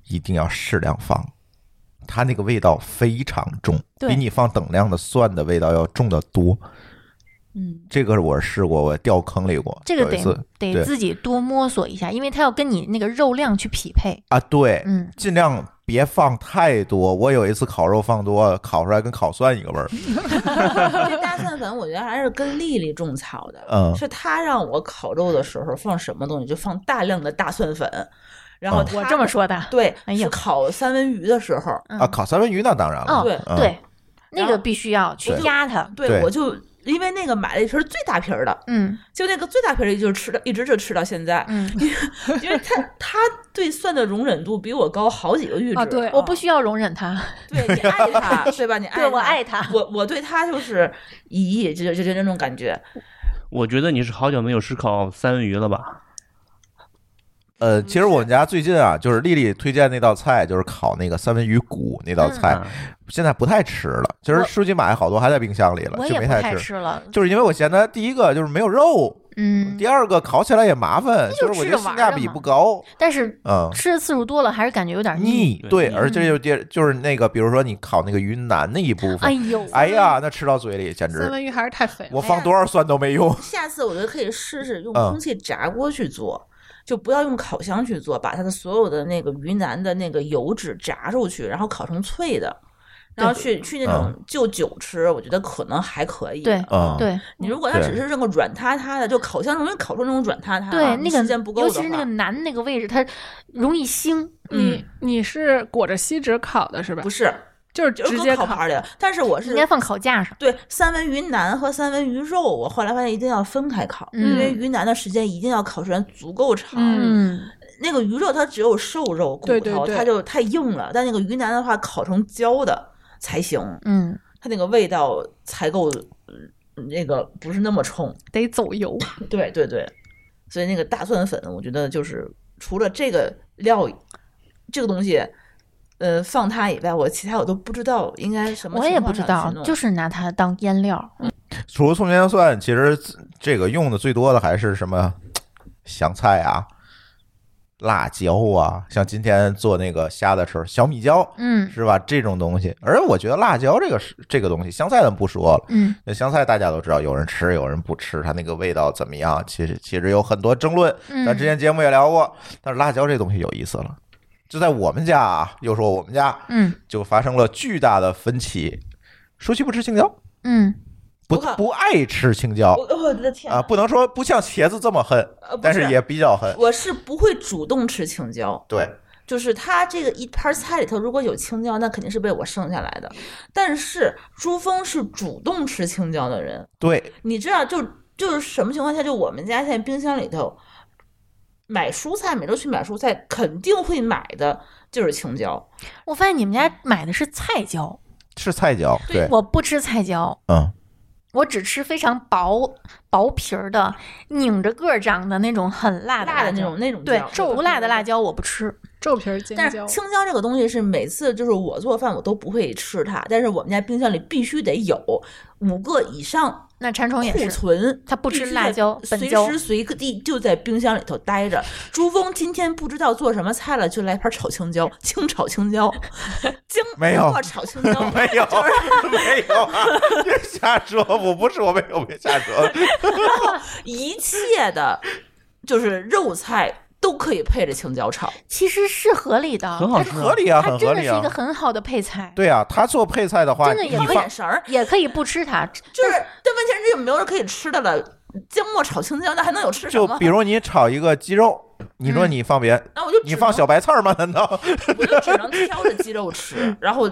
Speaker 4: 一定要适量放，它那个味道非常重，
Speaker 2: 对
Speaker 4: 比你放等量的蒜的味道要重得多。
Speaker 5: 嗯，
Speaker 4: 这个我试过，我掉坑里过。
Speaker 2: 这个
Speaker 4: 有一
Speaker 2: 得
Speaker 4: 次对
Speaker 2: 得自己多摸索一下，因为它要跟你那个肉量去匹配。
Speaker 4: 啊，对，
Speaker 2: 嗯，
Speaker 4: 尽量别放太多。我有一次烤肉放多，了，烤出来跟烤蒜一个味儿。
Speaker 5: 这大蒜粉我觉得还是跟丽丽种草的，
Speaker 4: 嗯
Speaker 5: 是她让我烤肉的时候放什么东西就放大量的大蒜粉，然后
Speaker 4: 哦
Speaker 5: 她
Speaker 2: 我这么说的。
Speaker 5: 对，
Speaker 2: 哎呀
Speaker 5: 是烤三文鱼的时候，
Speaker 2: 嗯
Speaker 4: 啊，烤三文鱼那当然了，
Speaker 2: 哦
Speaker 5: 对
Speaker 4: 嗯
Speaker 2: 对，那
Speaker 5: 然后
Speaker 2: 个必须要去
Speaker 4: 对
Speaker 2: 压它。
Speaker 5: 对
Speaker 4: 对
Speaker 5: 我就因为那个买了一瓶最大瓶儿的，
Speaker 2: 嗯
Speaker 5: 就那个最大瓶儿的就是吃的，一直就吃到现 在，
Speaker 2: 嗯，
Speaker 5: 因为她她对蒜的容忍度比我高好几个阈值哦
Speaker 3: 啊对
Speaker 2: 我不需要容忍它。
Speaker 5: 对你爱 它，对吧？你爱
Speaker 2: 对我
Speaker 5: 它
Speaker 2: 爱它
Speaker 5: 我我对它就是咦，就就就那种感觉，
Speaker 6: 我觉得你是好久没有吃烤三文鱼了吧？
Speaker 4: 呃，
Speaker 2: 嗯
Speaker 4: 其实我们家最近啊，就是丽丽推荐那道菜，就是烤那个三文鱼骨那道菜，
Speaker 6: 嗯
Speaker 4: 现在不太吃了。其实
Speaker 2: 我
Speaker 4: 书记买好多还在冰箱里了
Speaker 2: 我，
Speaker 4: 就
Speaker 2: 也
Speaker 4: 没
Speaker 2: 不太
Speaker 4: 吃。
Speaker 2: 吃了。
Speaker 4: 就是因为我嫌它第一个就是没有肉，
Speaker 2: 嗯
Speaker 4: 第，二个烤起来也麻烦，
Speaker 2: 就
Speaker 4: 就是我觉
Speaker 2: 吃着
Speaker 4: 得性
Speaker 2: 玩
Speaker 4: 价
Speaker 2: 儿的
Speaker 4: 比
Speaker 2: 嘛
Speaker 4: 不高。
Speaker 2: 但是
Speaker 4: 嗯，
Speaker 2: 吃的次数多了，还是感觉有点腻。嗯
Speaker 4: 腻
Speaker 6: 对
Speaker 4: 对，
Speaker 6: 腻
Speaker 4: 而且就接就是那个，比如说你烤那个云南那一部
Speaker 2: 哎
Speaker 4: 分，
Speaker 2: 呦，
Speaker 4: 哎呀，那吃到嘴里简
Speaker 3: 三
Speaker 4: 直
Speaker 3: 文鱼还是太肥了。
Speaker 4: 我
Speaker 2: 哎
Speaker 4: 放多少蒜都没用。
Speaker 5: 下次我觉得可以试试用
Speaker 4: 嗯
Speaker 5: 空气炸锅去做，就不要用烤箱去做，把它的所有的那个云南的那个油脂炸出去，然后烤成脆的，然后去去那种就酒吃，我觉得可能还可以。
Speaker 2: 对
Speaker 4: 嗯，
Speaker 2: 对
Speaker 5: 你如果它
Speaker 4: 对
Speaker 5: 只是那个软塌塌的，就烤箱容易烤出那种软塌塌的，
Speaker 2: 对，
Speaker 5: 你
Speaker 2: 那
Speaker 5: 时间不
Speaker 2: 个
Speaker 5: 够
Speaker 2: 尤
Speaker 5: 的
Speaker 2: 其
Speaker 5: 话，
Speaker 2: 是那个南那个位置，它容易腥。
Speaker 5: 嗯
Speaker 3: 你，你是裹着锡纸烤的是吧
Speaker 5: 不？是
Speaker 3: 就是
Speaker 5: 就是
Speaker 3: 直接
Speaker 5: 搁烤盘里的，但是我是
Speaker 2: 应该放烤架上。
Speaker 5: 对三文鱼腩和三文鱼肉，我后来发现一定要分开烤，
Speaker 2: 嗯
Speaker 5: 因为鱼腩的时间一定要烤时间足够长。
Speaker 2: 嗯，
Speaker 5: 那个鱼肉它只有瘦肉骨头，
Speaker 3: 对对对
Speaker 5: 它就太硬了。但那个鱼腩的话，烤成焦的才行，
Speaker 2: 嗯，
Speaker 5: 它那个味道才够，呃那个不是那么冲。
Speaker 3: 得走油。
Speaker 5: 对对对，所以那个大蒜粉，我觉得就是除了这个料，这个东西。呃，放它以外，我其他我都不知道应该什么
Speaker 2: 我也
Speaker 5: 情
Speaker 2: 不
Speaker 5: 况
Speaker 2: 知
Speaker 5: 下去弄。
Speaker 2: 道，就是拿它当腌料。
Speaker 4: 除了葱姜蒜，其实这个用的最多的还是什么香菜啊、辣椒啊，像今天做那个虾的时候，小米椒
Speaker 2: 嗯
Speaker 4: 是吧？这种东西。而我觉得辣椒这个是这个东西，香菜咱不说了，
Speaker 2: 嗯，
Speaker 4: 那香菜大家都知道，有人吃，有人不吃，它那个味道怎么样？其实其实有很多争论，
Speaker 2: 嗯
Speaker 4: 咱之前节目也聊过。但是辣椒这东西有意思了，就在我们家啊，又说我们家
Speaker 2: 嗯
Speaker 4: 就发生了巨大的分歧。舒淇不吃青椒，
Speaker 2: 嗯
Speaker 4: 不
Speaker 5: 我靠
Speaker 4: 不爱吃青椒，
Speaker 5: 我哦我的天
Speaker 4: 啊，
Speaker 5: 哪
Speaker 4: 不能说不像茄子这么恨，
Speaker 5: 呃不
Speaker 4: 但是
Speaker 5: 是
Speaker 4: 也比较恨。
Speaker 5: 我是不会主动吃青椒，
Speaker 4: 对，
Speaker 5: 就是它这个一盘菜里头如果有青椒，那肯定是被我剩下来的。但是朱峰是主动吃青椒的人，
Speaker 4: 对，
Speaker 5: 你知道就就是什么情况下？就我们家现在冰箱里头买蔬菜，每周去买蔬菜肯定会买的就是青椒。
Speaker 2: 我发现你们家买的是菜椒，
Speaker 4: 是菜椒，对，
Speaker 2: 我不吃菜椒，
Speaker 4: 嗯，
Speaker 2: 我只吃非常薄薄皮儿的、拧着个儿长的那种很辣的
Speaker 5: 辣的
Speaker 2: 椒
Speaker 5: 那种。那种
Speaker 2: 对
Speaker 5: 椒，
Speaker 2: 不辣的辣椒我不吃。
Speaker 3: 皱皮儿尖
Speaker 5: 但
Speaker 3: 椒
Speaker 5: 是，青椒这个东西是每次就是我做饭我都不会吃它，但是我们家冰箱里必须得有五个以上
Speaker 2: 那馋虫也
Speaker 5: 库
Speaker 2: 是，
Speaker 5: 存，
Speaker 2: 他不吃
Speaker 5: 必须
Speaker 2: 辣
Speaker 5: 在
Speaker 2: 椒本
Speaker 5: 随
Speaker 2: 椒
Speaker 5: 时随地就在冰箱里头待着。珠峰今天不知道做什么菜了，就来盘炒青椒，清炒青椒， 京
Speaker 4: 没有，
Speaker 5: 京炒青 椒
Speaker 4: 没有，没有啊，别瞎说，我不是我没有，别瞎说，
Speaker 5: 一切的，就是肉菜。都可以配着青椒炒。
Speaker 2: 其实是合理的，
Speaker 6: 很好
Speaker 2: 它
Speaker 6: 吃啊
Speaker 4: 合理啊，
Speaker 2: 它
Speaker 4: 很
Speaker 2: 真
Speaker 4: 合
Speaker 2: 的是
Speaker 4: 理
Speaker 2: 一
Speaker 4: 啊
Speaker 2: 个。很好的配菜，
Speaker 4: 对啊，他做配菜的话，
Speaker 2: 真的也
Speaker 4: 你
Speaker 2: 可以
Speaker 5: 看
Speaker 4: 放
Speaker 5: 眼神儿，
Speaker 2: 也可以不吃它。
Speaker 5: 就是，但问题是这没有人可以吃的了。姜末炒青椒，那还能有吃什
Speaker 4: 就
Speaker 5: 么？
Speaker 4: 比如你炒一个鸡肉，你说
Speaker 2: 嗯
Speaker 4: 你放别，
Speaker 5: 那我就只
Speaker 4: 你放
Speaker 5: 能
Speaker 4: 小白菜儿吗？ 难道？
Speaker 5: 我就只能挑着鸡肉吃，然后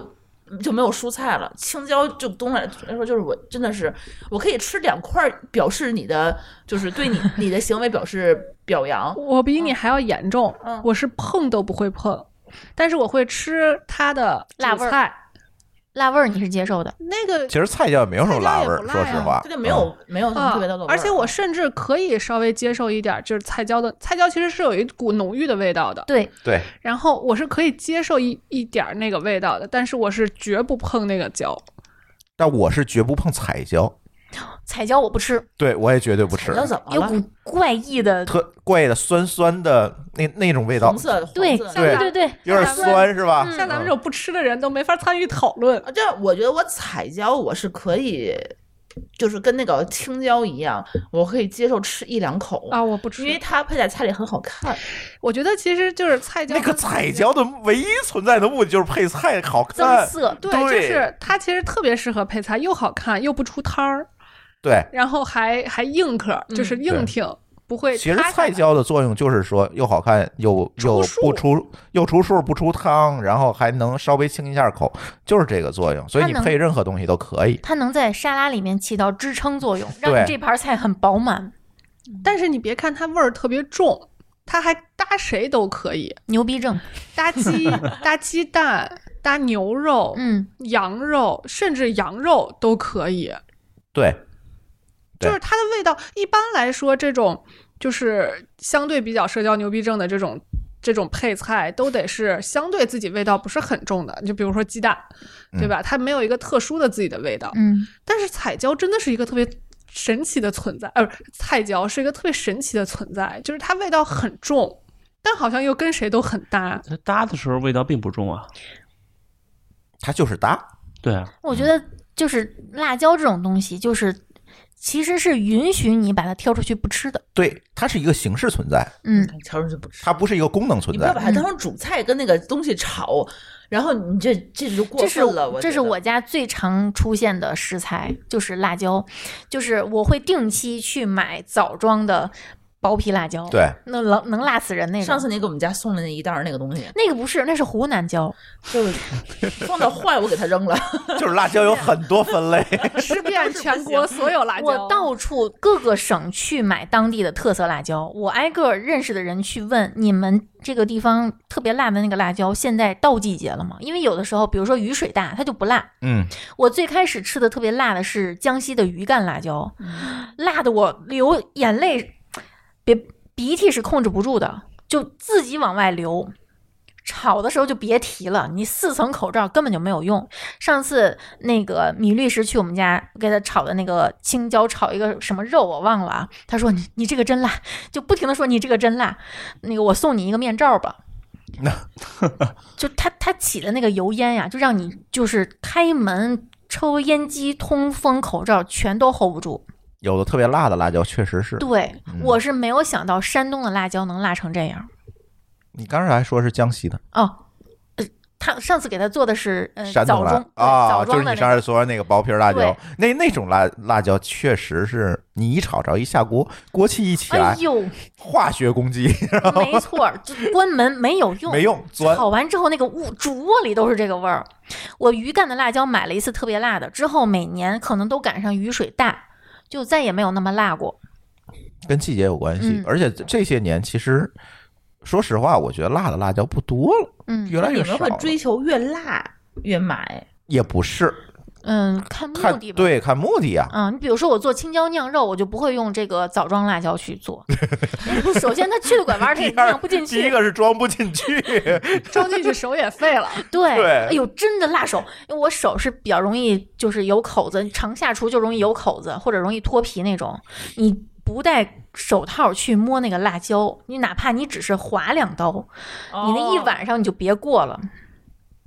Speaker 5: 就没有蔬菜了。青椒就东来来说，就是我真的是我可以吃两块儿，表示你的就是对你你的行为表示表扬。
Speaker 3: 我比你还要严重，
Speaker 5: 嗯
Speaker 3: 我是碰都不会碰，但是我会吃它的
Speaker 2: 辣
Speaker 3: 主
Speaker 2: 味儿
Speaker 3: 菜，
Speaker 2: 辣味儿你是接受的，
Speaker 3: 那个
Speaker 4: 其实菜椒也没有什么辣味儿，
Speaker 3: 菜椒
Speaker 4: 说
Speaker 3: 也不辣呀
Speaker 4: 实话嗯
Speaker 5: 它，就没有、没有什么
Speaker 2: 嗯
Speaker 3: 啊
Speaker 5: 特别的味儿、嗯
Speaker 3: 而且我甚至可以稍微接受一点儿，就是菜椒的菜椒其实是有一股浓郁的味道的，
Speaker 2: 对，
Speaker 4: 嗯对，
Speaker 3: 然后我是可以接受一一点儿那个味道的，但是我是绝不碰那个椒。
Speaker 4: 但我是绝不碰彩椒，
Speaker 2: 彩椒我不吃，
Speaker 4: 对我也绝对不吃
Speaker 5: 你，要怎么
Speaker 2: 有
Speaker 5: 了？
Speaker 2: 股怪异的，
Speaker 4: 特怪的酸酸的那那种味道
Speaker 5: 红，色，
Speaker 2: 对
Speaker 5: 红色
Speaker 2: 对对对，
Speaker 4: 有点酸是吧？
Speaker 3: 像咱们这
Speaker 4: 嗯
Speaker 3: 种不吃的人都没法参与讨论。
Speaker 5: 啊，这我觉得我彩椒我是可以，就是跟那个青椒一样，我可以接受吃一两口，
Speaker 2: 哦
Speaker 3: 啊，我不吃
Speaker 5: 因，为它配在菜里很好看。
Speaker 3: 我觉得其实就是菜椒
Speaker 4: 那个
Speaker 3: 跟
Speaker 4: 彩椒的唯一存在的目的就是配菜好
Speaker 2: 增
Speaker 4: 看，
Speaker 2: 色。
Speaker 3: 对，
Speaker 4: 对
Speaker 3: 就是它其实特别适合配菜，又好看又不出汤儿，
Speaker 4: 对。
Speaker 3: 然后还还硬壳，
Speaker 5: 嗯
Speaker 3: 就是硬挺，不会
Speaker 4: 其实
Speaker 3: 塌下
Speaker 4: 菜
Speaker 3: 来
Speaker 4: 椒的作用就是说，又好看又又
Speaker 3: 数
Speaker 4: 不出又出数不出汤，然后还能稍微清一下口，就是这个作用。所以
Speaker 2: 它
Speaker 4: 你
Speaker 2: 能
Speaker 4: 配任何东西都可以。
Speaker 2: 它能在沙拉里面起到支撑作用，让
Speaker 4: 对
Speaker 2: 你这盘菜很饱满。
Speaker 3: 但是你别看它味儿特别重，它还搭谁都可以，
Speaker 2: 牛逼症，
Speaker 3: 搭鸡、搭鸡蛋、搭牛肉、
Speaker 2: 嗯，
Speaker 3: 羊肉，甚至羊肉都可以。
Speaker 4: 对，对
Speaker 3: 就是它的味道，一般来说，这种就是相对比较社交牛逼症的这种。这种配菜都得是相对自己味道不是很重的，就比如说鸡蛋，对吧？它没有一个特殊的自己的味道。
Speaker 2: 嗯，
Speaker 3: 但是彩椒真的是一个特别神奇的存在，呃，不是菜椒是一个特别神奇的存在，就是它味道很重，但好像又跟谁都很 搭。
Speaker 6: 它搭的时候味道并不重啊。
Speaker 4: 它就是搭。
Speaker 6: 对啊，
Speaker 2: 我觉得就是辣椒这种东西，就是其实是允许你把它挑出去不吃的。对，
Speaker 4: 它是一个形式存在，
Speaker 2: 嗯，
Speaker 5: 乔治就不吃，
Speaker 4: 它不是一个功能存
Speaker 5: 你不要
Speaker 4: 在
Speaker 5: 把。它当成主菜跟那个东西炒，然后你这这就过
Speaker 2: 这是
Speaker 5: 分了。我
Speaker 2: 这是
Speaker 5: 觉得
Speaker 2: 我家最常出现的食材，就是辣椒，就是我会定期去买枣庄的薄皮辣椒，，
Speaker 4: 对，
Speaker 2: 那能能辣死人那种。
Speaker 5: 上次你给我们家送的那一袋儿那个东西，
Speaker 2: 那个不是，那是湖南椒，
Speaker 5: 就是放到坏我给它扔了。
Speaker 4: 就是辣椒有很多分类，
Speaker 3: 吃遍全国所有辣椒，
Speaker 2: 我到处各个省去买当地的特色辣椒，我挨个认识的人去问，你们这个地方特别辣的那个辣椒，现在到季节了吗？因为有的时候，比如说雨水大，它就不辣。
Speaker 4: 嗯，
Speaker 2: 我最开始吃的特别辣的是江西的鱼干辣椒，辣的我流眼泪，别鼻涕是控制不住的，就自己往外流。炒的时候就别提了，你四层口罩根本就没有用。上次那个米律师去我们家给他炒的那个青椒炒一个什么肉我忘了啊，他说你你这个真辣，就不停的说你这个真辣，那个我送你一个面罩吧。就它它起的那个油烟呀，就让你就是开门、抽烟机、通风、口罩全都 hold 不住。
Speaker 4: 有的特别辣的辣椒确实是。
Speaker 2: 对、
Speaker 4: 嗯
Speaker 2: 我是没有想到山东的辣椒能辣成这样
Speaker 4: 你刚才还说是江西的
Speaker 2: 哦。呃他上次给他做的是呃
Speaker 4: 山
Speaker 2: 枣
Speaker 4: 东
Speaker 2: 庄
Speaker 4: 辣
Speaker 2: 对枣
Speaker 4: 啊，就
Speaker 2: 庄
Speaker 4: 是
Speaker 2: 的
Speaker 4: 你
Speaker 2: 那
Speaker 4: 上
Speaker 2: 个
Speaker 4: 次说那个薄皮辣椒
Speaker 2: 对，
Speaker 4: 那那种辣辣椒确实是你一炒着一下锅，锅气一起
Speaker 2: 哎
Speaker 4: 来，
Speaker 2: 呦，
Speaker 4: 化学攻击
Speaker 2: 没错儿，就关门没有用，
Speaker 4: 没用，钻
Speaker 2: 炒完之后，那个屋主卧里都是这个味儿。我鱼干的辣椒买了一次特别辣的，之后每年可能都赶上雨水大，就再也没有那么辣过。
Speaker 4: 跟季节有关系
Speaker 2: 嗯。
Speaker 4: 而且这些年其实，说实话，我觉得辣的辣椒不多了，
Speaker 2: 嗯
Speaker 4: 越来
Speaker 5: 你
Speaker 4: 越
Speaker 5: 们
Speaker 4: 少
Speaker 5: 会
Speaker 4: 了。
Speaker 5: 追求越辣越买，
Speaker 4: 也不是
Speaker 2: 嗯，看目
Speaker 4: 看
Speaker 2: 的吧。
Speaker 4: 对看目的啊，
Speaker 2: 嗯，你比如说我做青椒酿肉，我就不会用这个枣庄辣椒去 做。首先，它去了拐弯儿，它也
Speaker 4: 第二
Speaker 2: 酿不进
Speaker 4: 第一
Speaker 2: 去。
Speaker 4: 个是装不进去，
Speaker 3: 装进去手也废了。
Speaker 2: 对，
Speaker 4: 对
Speaker 2: 哎呦，真的辣手，因为我手是比较容易就是有口子，常下厨就容易有口子，或者容易脱皮那种。你不戴手套去摸那个辣哦
Speaker 4: 哦
Speaker 2: 椒，你哪怕你只是划两刀，你那一晚上你就别过了。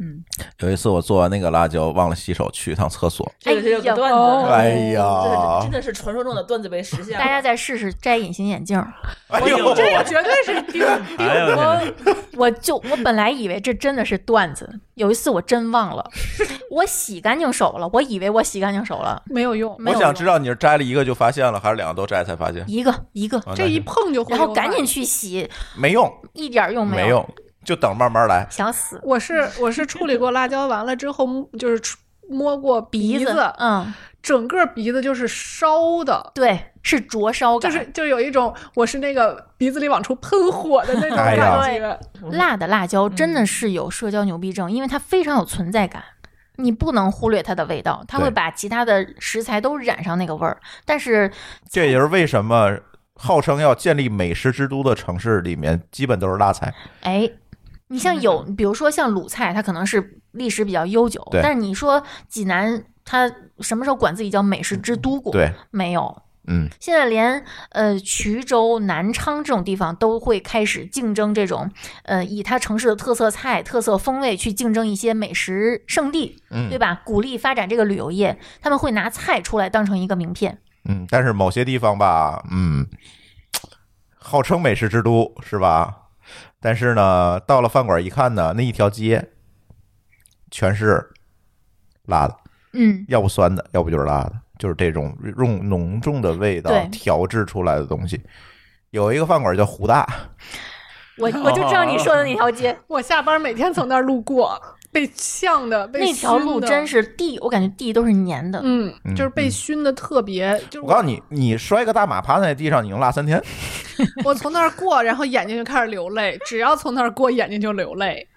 Speaker 5: 嗯，
Speaker 4: 有一次我做完那个辣椒忘了洗手，去一趟厕所，
Speaker 5: 这个是有个段
Speaker 2: 哎
Speaker 5: 子，
Speaker 2: 呦
Speaker 4: 哎
Speaker 5: 这
Speaker 4: 呀
Speaker 5: 个真的是传说中的段子被实现了。
Speaker 2: 大家再试试摘隐形眼镜儿。
Speaker 4: 哎
Speaker 6: 哎
Speaker 4: 呦
Speaker 6: 呦，
Speaker 3: 这个绝对 是顶顶
Speaker 6: 哎呦
Speaker 3: 光
Speaker 2: 我就我本来以为这真的是段子，有一次我真 忘了，我洗干净手了，我以为我洗干净手了，
Speaker 3: 没有用，
Speaker 2: 没
Speaker 4: 我
Speaker 2: 有
Speaker 4: 想
Speaker 2: 用
Speaker 4: 知道你是摘了一个就发现了，还是两个都摘才发现？
Speaker 2: 一个一个，
Speaker 4: 啊
Speaker 3: 这一
Speaker 4: 那
Speaker 3: 碰就会。
Speaker 2: 然后赶紧。去洗，
Speaker 4: 没用，
Speaker 2: 一点用
Speaker 4: 没
Speaker 2: 有，
Speaker 4: 用，就等慢慢来。
Speaker 2: 想死
Speaker 3: 我是我是处理过辣椒，完了之后就是出摸过
Speaker 2: 鼻
Speaker 3: 鼻子，
Speaker 2: 嗯，
Speaker 3: 整个鼻子就是烧的，
Speaker 2: 对，是灼烧
Speaker 3: 就
Speaker 2: 感，
Speaker 3: 是就有一种我是那个鼻子里往出喷火的那种
Speaker 4: 哎
Speaker 3: 感
Speaker 4: 呀
Speaker 3: 觉。
Speaker 2: 辣的辣椒真的是有社交牛逼症，因为它非常有存在感。你不能忽略它的味道，它会
Speaker 4: 对
Speaker 2: 把其他的食材都染上那个味儿。但是
Speaker 4: 这也是为什么号称要建立美食之都的城市里面，基本都是辣菜。
Speaker 2: 哎，你像有，比如说像鲁菜，它可能是历史比较悠久，
Speaker 4: 对
Speaker 2: 但是你说济南，它什么时候管自己叫美食之都过？，
Speaker 4: 对，
Speaker 2: 没有。
Speaker 4: 嗯，
Speaker 2: 现在连呃衢州、南昌这种地方都会开始竞争这种呃以它城市的特色菜、特色风味去竞争一些美食圣地，
Speaker 4: 嗯
Speaker 2: 对吧？鼓励发展这个旅游业，他们会拿菜出来当成一个名片。
Speaker 4: 嗯，但是某些地方吧，嗯，号称美食之都是吧？但是呢，到了饭馆一看呢，那一条街全是辣的，
Speaker 2: 嗯，
Speaker 4: 要不酸的，要不就是辣的，就是这种用浓重的味道
Speaker 2: 对
Speaker 4: 调制出来的东西。有一个饭馆叫胡大，
Speaker 2: 我
Speaker 4: 哦
Speaker 2: 我就知道你说的那条街。
Speaker 3: 我下班每天从那儿路过，被呛的， 被
Speaker 2: 那条路
Speaker 3: 熏的
Speaker 2: 真是地，我感觉地都是粘的。
Speaker 3: 嗯
Speaker 4: 嗯，
Speaker 3: 就是被熏的特别，就是
Speaker 4: 我告诉你，你摔个大马趴在地上，你能辣三天。
Speaker 3: 我从那儿过，然后眼睛就开始流泪，只要从那儿过，眼睛就流泪，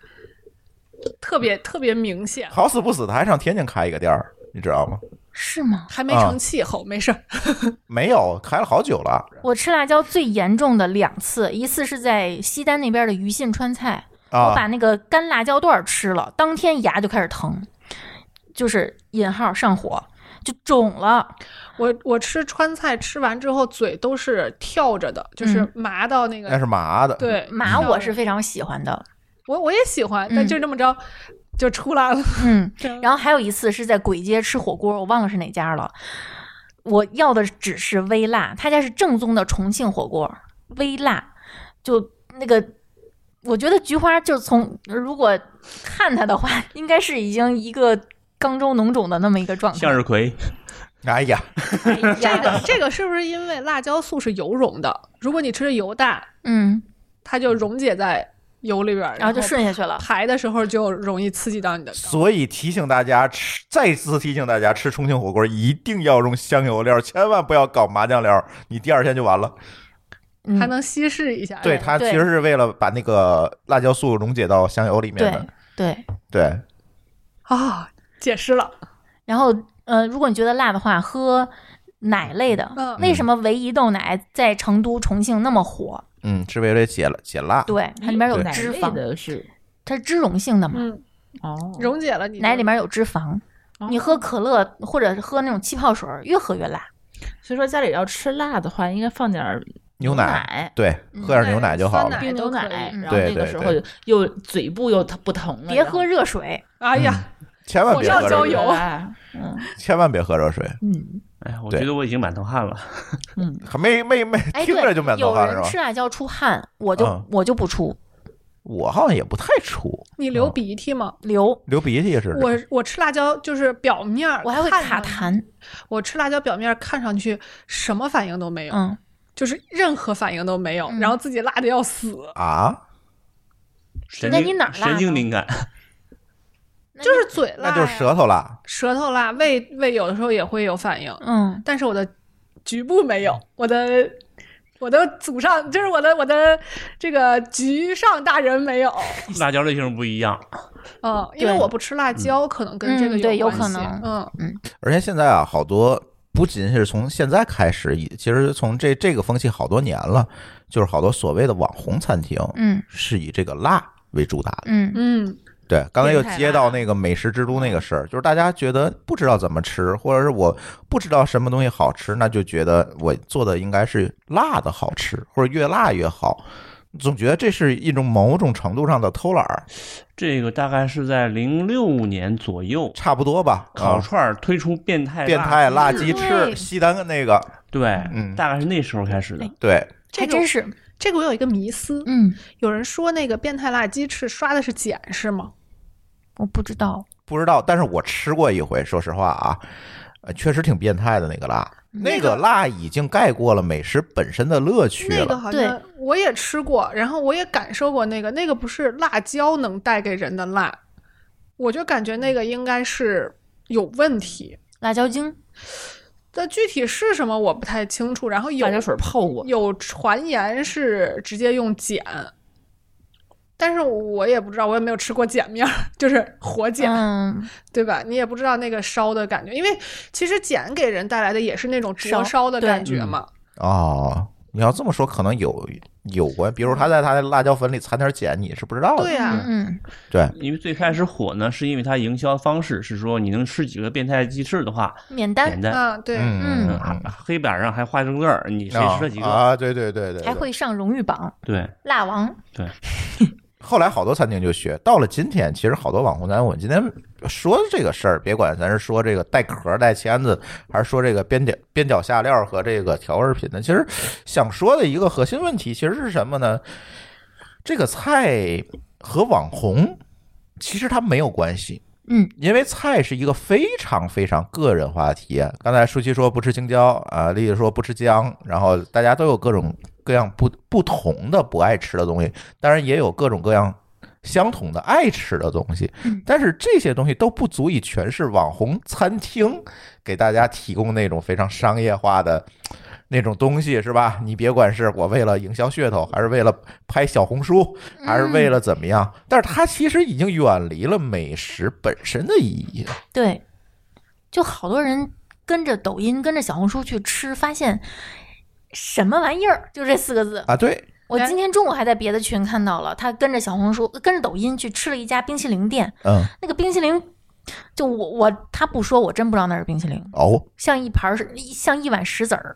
Speaker 3: 特别特别明显。
Speaker 4: 好死不死的，还上天津开一个店儿，你知道吗？
Speaker 2: 是吗？
Speaker 3: 还
Speaker 4: 啊
Speaker 3: 没成气候，没事儿。
Speaker 4: 没有，开了好久了。啊
Speaker 2: 我吃辣椒最严重的两次，一次是在西单那边的榆信川菜，我把
Speaker 4: 啊，
Speaker 2: 那个干辣椒段儿吃了，当天牙就开始疼，就是引号上火，就肿了。
Speaker 3: 我我吃川菜吃完之后，嘴都是跳着的，就是
Speaker 2: 嗯
Speaker 3: 麻到那个。
Speaker 4: 那是麻的。，
Speaker 3: 对，
Speaker 2: 麻
Speaker 3: 跳
Speaker 2: 我
Speaker 3: 着
Speaker 2: 是非常喜欢 的，
Speaker 3: 我我也喜欢，但
Speaker 2: 嗯
Speaker 3: 就这么着就出来了。
Speaker 2: 嗯。然后还有一次是在簋街吃火锅，我忘了是哪家了。我要的只是微辣，他家是正宗的重庆火锅，微辣，就那个。我觉得菊花就从如果看它的话，应该是已经一个肛周脓肿的那么一个状态。
Speaker 6: 向日葵，
Speaker 4: 哎呀，
Speaker 3: 这 个这个是不是因为辣椒素是油溶的？如果你吃的油大，
Speaker 2: 嗯，
Speaker 3: 它就溶解在油里边儿，
Speaker 2: 然后就顺下去了。
Speaker 3: 排的时候就容易刺激到你的肛。
Speaker 4: 所以提醒大家吃，再次提醒大家吃重庆火锅一定要用香油料，千万不要搞麻酱料，你第二天就完了。
Speaker 2: 嗯
Speaker 3: 还能稀释一下。
Speaker 4: 对，它其
Speaker 2: 对
Speaker 4: 实是为了把那个辣椒素溶解到香油里面
Speaker 2: 对
Speaker 4: 的。
Speaker 2: 对，
Speaker 4: 对，
Speaker 3: 啊、解释了。
Speaker 2: 然后呃，如果你觉得辣的话，喝奶类的。
Speaker 3: 嗯，
Speaker 2: 为什么维怡豆奶在成都、重庆那么火？
Speaker 4: 嗯，是为了解解辣。
Speaker 3: 嗯
Speaker 2: 对，它里面有
Speaker 4: 对
Speaker 2: 脂
Speaker 5: 奶类
Speaker 2: 肪，
Speaker 5: 的是
Speaker 2: 它是脂溶性的嘛，
Speaker 3: 嗯，
Speaker 5: 哦，
Speaker 3: 溶解了你
Speaker 2: 奶里面有脂肪。
Speaker 3: 哦
Speaker 2: 你喝可乐或者喝那种气泡水儿，越喝越辣。
Speaker 5: 所以说家里要吃辣的话，应该放点儿
Speaker 4: 牛奶，
Speaker 5: 奶。
Speaker 4: 对，
Speaker 2: 嗯
Speaker 4: 喝点牛奶就好
Speaker 3: 酸
Speaker 4: 了
Speaker 3: 奶。
Speaker 5: 冰牛
Speaker 3: 都可以
Speaker 5: 奶，
Speaker 2: 嗯
Speaker 5: 然后那
Speaker 4: 对
Speaker 5: 个
Speaker 4: 对
Speaker 5: 时候又嘴部又疼不
Speaker 4: 嗯
Speaker 5: 疼了，
Speaker 2: 别喝热水，
Speaker 3: 哎呀，
Speaker 4: 千万别
Speaker 3: 火
Speaker 4: 喝
Speaker 3: 上
Speaker 4: 热
Speaker 3: 浇
Speaker 4: 水
Speaker 3: 油，
Speaker 5: 油，嗯
Speaker 4: 千万别喝热水，
Speaker 2: 嗯，
Speaker 6: 哎，我
Speaker 4: 对
Speaker 6: 觉得我已经满头汗了。
Speaker 5: 嗯，
Speaker 4: 还没没没，
Speaker 2: 哎，
Speaker 4: 听着
Speaker 2: 对
Speaker 4: 就满，头
Speaker 2: 有
Speaker 4: 汗了是
Speaker 2: 人
Speaker 4: 吧
Speaker 2: 吃？辣椒出汗，我就、
Speaker 4: 嗯
Speaker 2: 我就不出
Speaker 4: 我好像也不太出，
Speaker 3: 你流鼻涕吗？
Speaker 2: 流，
Speaker 4: 流鼻涕也是。
Speaker 3: 我我吃辣椒就是表面儿看上，
Speaker 2: 我还会卡痰，
Speaker 3: 我吃辣椒表面儿看上去什么反应都没有，
Speaker 2: 嗯，
Speaker 3: 就是任何反应都没有，
Speaker 2: 嗯
Speaker 3: 然后自己辣的要死，
Speaker 4: 啊，
Speaker 6: 神
Speaker 2: 那
Speaker 6: 经
Speaker 2: 你哪儿辣
Speaker 6: 神经敏感？
Speaker 3: 就是嘴
Speaker 4: 那
Speaker 3: 辣呀，
Speaker 4: 就是舌头辣。
Speaker 3: 舌头辣，胃胃有的时候也会有反应，
Speaker 2: 嗯，
Speaker 3: 但是我的局部没
Speaker 4: 嗯
Speaker 3: 有，我的。我的祖上就是我的我的这个局上大人 没有，
Speaker 6: 辣椒类型不一样，
Speaker 3: 嗯，因为
Speaker 2: 对
Speaker 3: 我不吃辣椒，可能跟这个
Speaker 2: 嗯对有
Speaker 3: 关系
Speaker 2: 可能
Speaker 3: 嗯，
Speaker 4: 而且现在啊，好多不仅是从现在开始，也其实从这这个风气好多年了，就是好多所谓的网红餐厅，
Speaker 2: 嗯
Speaker 4: 是以这个辣为主打的。
Speaker 2: 嗯
Speaker 3: 嗯，
Speaker 4: 对，刚才又
Speaker 5: 变态辣
Speaker 4: 接到那个美食之都那个事儿，就是大家觉得不知道怎么吃，或者是我不知道什么东西好吃，那就觉得我做的应该是辣的好吃，或者越辣越好。总觉得这是一种某种程度上的偷懒儿，
Speaker 6: 这个大概是在零六年左右，
Speaker 4: 差不多吧？
Speaker 6: 烤
Speaker 4: 啊
Speaker 6: 串儿推出变态
Speaker 4: 变态辣
Speaker 6: 辣
Speaker 4: 鸡翅，
Speaker 2: 对
Speaker 4: 西单那个，
Speaker 6: 对，
Speaker 4: 嗯
Speaker 6: 大概是那时候开始
Speaker 3: 哎
Speaker 6: 的。
Speaker 4: 对，
Speaker 3: 这
Speaker 2: 还
Speaker 3: 个
Speaker 2: 真是，
Speaker 3: 这个我有一个迷思，
Speaker 2: 嗯，
Speaker 3: 有人说那个变态辣鸡翅刷的是碱是吗？
Speaker 2: 我不知道，
Speaker 4: 不知道，但是我吃过一回，说实话啊，呃确实挺变态的那个辣，那个辣已经盖过了美食本身的乐趣
Speaker 3: 那个
Speaker 4: 了。
Speaker 3: 好像我也吃过，然后我也感受过那个，那个不是辣椒能带给人的辣，我就感觉那个应该是有问题。
Speaker 2: 辣椒精
Speaker 3: 但具体是什么我不太清楚。然后有
Speaker 5: 辣椒水泡过，
Speaker 3: 有传言是直接用碱，但是我也不知道，我也没有吃过碱面儿，就是活碱。
Speaker 2: 嗯，
Speaker 3: 对吧？你也不知道那个烧的感觉，因为其实碱给人带来的也是那种灼
Speaker 2: 烧
Speaker 3: 烧的
Speaker 2: 对
Speaker 3: 感觉嘛。
Speaker 4: 哦，你要这么说，可能有有关，比如他在他的辣椒粉里掺点碱，你是不知道的。
Speaker 3: 对呀、
Speaker 2: 嗯嗯，
Speaker 4: 对，
Speaker 6: 因为最开始火呢，是因为它营销方式是说你能吃几个变态鸡翅的话，
Speaker 2: 免单
Speaker 6: 简单。
Speaker 3: 嗯，对，
Speaker 4: 嗯
Speaker 6: 嗯，黑黑板上还画正字儿，你谁
Speaker 4: 啊
Speaker 6: 吃了几个？
Speaker 4: 啊？对对对对，对
Speaker 2: 还会上荣誉榜，
Speaker 6: 对，
Speaker 2: 辣王，
Speaker 4: 后来好多餐厅就学，到了今天，其实好多网红咱我们今天说这个事儿，别管咱是说这个带壳、带签子，还是说这个边角边角下料和这个调味品呢，其实想说的一个核心问题其实是什么呢？这个菜和网红其实它没有关系。
Speaker 2: 嗯，
Speaker 4: 因为菜是一个非常非常个人化的体验。刚才舒淇说不吃青椒啊，丽丽说不吃姜，然后大家都有各种各样不不同的不爱吃的东西，当然也有各种各样相同的爱吃的东西
Speaker 2: 嗯，
Speaker 4: 但是这些东西都不足以诠释网红餐厅给大家提供那种非常商业化的嘖那种东西，是吧？你别管是我为了营销噱头，还是为了拍小红书，
Speaker 2: 嗯
Speaker 4: 还是为了怎么样，但是它其实已经远离了美食本身的意义了。
Speaker 2: 对，就好多人跟着抖音、跟着小红书去吃，发现什么玩意儿，就这四个字。
Speaker 4: 啊，对，
Speaker 2: 我
Speaker 3: 哎
Speaker 2: 今天中午还在别的群看到了，他跟着小红书、跟着抖音去吃了一家冰淇淋店，
Speaker 4: 嗯，
Speaker 2: 那个冰淇淋，就我我他不说，我真不知道那是冰淇淋，
Speaker 4: 哦，
Speaker 2: 像一盘儿像一碗石子儿，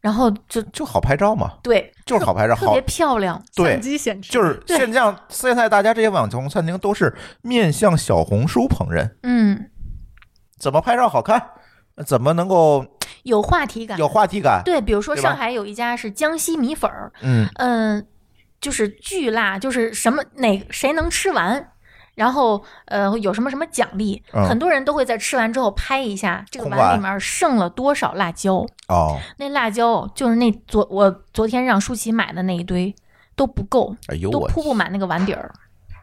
Speaker 2: 然后就
Speaker 4: 就好拍照嘛，
Speaker 2: 对，
Speaker 4: 就是好拍照，
Speaker 2: 特
Speaker 4: 好
Speaker 2: 别漂亮，
Speaker 4: 对
Speaker 3: 相，机显示
Speaker 4: 就是
Speaker 2: 对
Speaker 4: 现在现在大家这些网红餐厅都是面向小红书烹饪，
Speaker 2: 嗯，
Speaker 4: 怎么拍照好看，怎么能够
Speaker 2: 有话题感。
Speaker 4: 有话题感？
Speaker 2: 对，比如说
Speaker 4: 对吧
Speaker 2: 上海有一家是江西米粉儿，
Speaker 4: 嗯，
Speaker 2: 嗯，就是巨辣，就是什么哪谁能吃完，然后呃有什么什么奖励，
Speaker 4: 嗯
Speaker 2: 很多人都会在吃完之后拍一下这个
Speaker 4: 空
Speaker 2: 碗
Speaker 4: 碗
Speaker 2: 里面剩了多少辣椒，
Speaker 4: 哦，
Speaker 2: 那辣椒就是那昨我昨天让舒淇买的那一堆都不够，
Speaker 4: 哎呦
Speaker 2: 都
Speaker 4: 我，
Speaker 2: 铺不满那个碗底儿，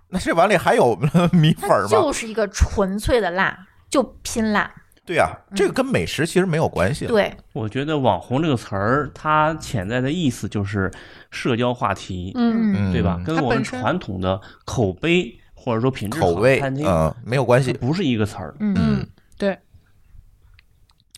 Speaker 4: 那这碗里还有 米粉
Speaker 2: 它
Speaker 4: 儿吗？
Speaker 2: 就是一个纯粹的辣，就拼辣，
Speaker 4: 对呀、这个跟美食其实没有关系。，
Speaker 2: 嗯对，
Speaker 6: 我觉得“网红”这个词儿，它潜在的意思就是社交话题，
Speaker 3: 嗯，
Speaker 2: 嗯，
Speaker 4: 嗯，
Speaker 6: 对吧？？跟
Speaker 3: 它
Speaker 6: 我们
Speaker 3: 本身
Speaker 6: 传统的口碑或者说品质好
Speaker 4: 口
Speaker 6: 的
Speaker 4: 味，
Speaker 6: 餐厅
Speaker 4: 嗯，没有关
Speaker 6: 这
Speaker 4: 系。
Speaker 6: 不是一个词儿。
Speaker 2: 嗯
Speaker 3: 对，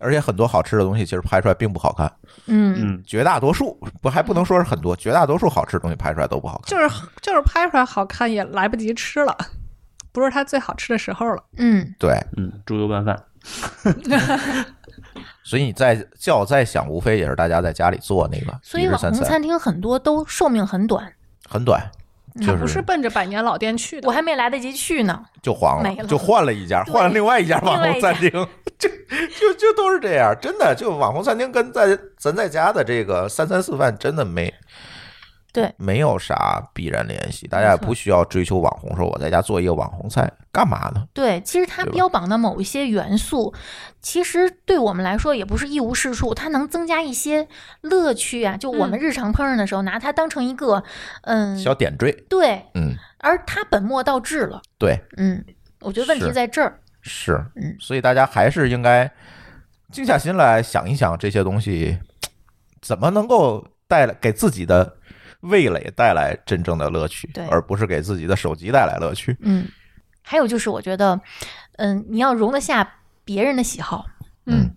Speaker 4: 而且很多好吃的东西其实拍出来并不好看，
Speaker 2: 嗯，
Speaker 6: 嗯，
Speaker 4: 绝大多数不还不能说是很多，绝大多数好吃的东西拍出来都不好看。
Speaker 3: 就是就是拍出来好看也来不及吃了，不是它最好吃的时候了。
Speaker 2: 嗯，
Speaker 4: 对，
Speaker 6: 嗯，猪油拌饭，
Speaker 4: 所以你再叫再想，无非也是大家在家里做那个
Speaker 2: 所
Speaker 4: 一
Speaker 2: 以
Speaker 4: 日
Speaker 2: 网
Speaker 4: 三
Speaker 2: 红
Speaker 4: 餐，
Speaker 2: 餐厅很多都寿命很短，
Speaker 4: 很短，就
Speaker 3: 它不是奔着百年老店去的，
Speaker 2: 我还没来得及去呢。
Speaker 4: 就黄
Speaker 2: 没了
Speaker 4: 就换了一家，
Speaker 2: 对
Speaker 4: 换了另外一家网红
Speaker 2: 另外
Speaker 4: 餐
Speaker 2: 一家
Speaker 4: 厅，就就就都是这样，真的就网红餐厅跟在咱在家的这个三餐四饭真的没
Speaker 2: 对
Speaker 4: 没有啥必然联系，大家也不需要追求网红，说我在家做一个网红菜干嘛呢？
Speaker 2: 对，其实它
Speaker 4: 对吧
Speaker 2: 标榜的某一些元素，其实对我们来说也不是一无是处，它能增加一些乐趣啊。就我们
Speaker 3: 嗯
Speaker 2: 日常烹饪的时候，拿它当成一个，嗯，
Speaker 4: 小点缀，
Speaker 2: 对，
Speaker 4: 嗯，
Speaker 2: 而它本末倒置了。
Speaker 4: 对，
Speaker 2: 嗯，我觉得问题
Speaker 4: 是
Speaker 2: 在这儿。
Speaker 4: 是
Speaker 2: 嗯，
Speaker 4: 所以大家还是应该静下心来想一想这些东西怎么能够带来给自己的味蕾带来真正的乐趣
Speaker 2: 对，
Speaker 4: 而不是给自己的手机带来乐趣。
Speaker 2: 嗯，还有就是我觉得，嗯，你要容得下别人的喜好。
Speaker 3: 嗯，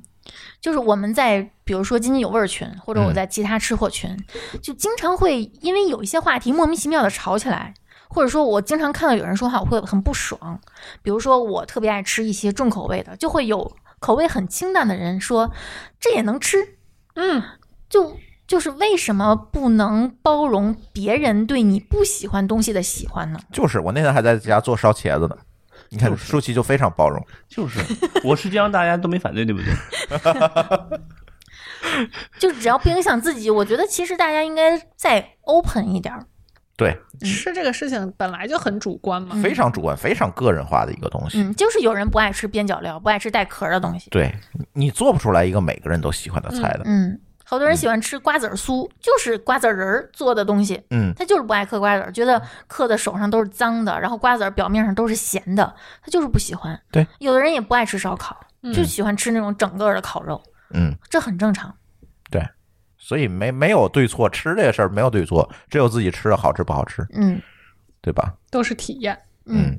Speaker 2: 就是我们在比如说津津有味儿群，或者我
Speaker 4: 嗯
Speaker 2: 在其他吃货群，就经常会因为有一些话题莫名其妙的吵起来，或者说我经常看到有人说话，我会很不爽。比如说我特别爱吃一些重口味的，就会有口味很清淡的人说这也能吃，
Speaker 3: 嗯，
Speaker 2: 就就是为什么不能包容别人对你不喜欢东西的喜欢呢？
Speaker 4: 就是我那天还在家做烧茄子呢。你看，
Speaker 6: 就是
Speaker 4: 舒淇就非常包容，
Speaker 6: 就是， 我实际上大家都没反对，对不对？
Speaker 2: 就只要不影响自己，我觉得其实大家应该再 open 一点儿。
Speaker 4: 对，
Speaker 3: 吃这个事情本来就很主观嘛。
Speaker 4: 非常主观、非常个人化的一个东西。
Speaker 2: 嗯，就是有人不爱吃边角料，不爱吃带壳儿的东西。
Speaker 4: 对你做不出来一个每个人都喜欢的菜的。
Speaker 2: 嗯，好多人喜欢吃瓜子儿酥，就是瓜子仁儿做的东西，
Speaker 4: 嗯，
Speaker 2: 他就是不爱嗑瓜子儿，觉得嗑的手上都是脏的，然后瓜子儿表面上都是咸的，他就是不喜欢。
Speaker 4: 对，
Speaker 2: 有的人也不爱吃烧烤，
Speaker 3: 嗯
Speaker 2: 就喜欢吃那种整个儿的烤肉，
Speaker 4: 嗯，
Speaker 2: 这很正常。
Speaker 4: 所以没没有对错，吃这个事儿没有对错，只有自己吃的好吃不好吃，
Speaker 2: 嗯
Speaker 4: 对吧？
Speaker 3: 都是体验。
Speaker 2: 嗯，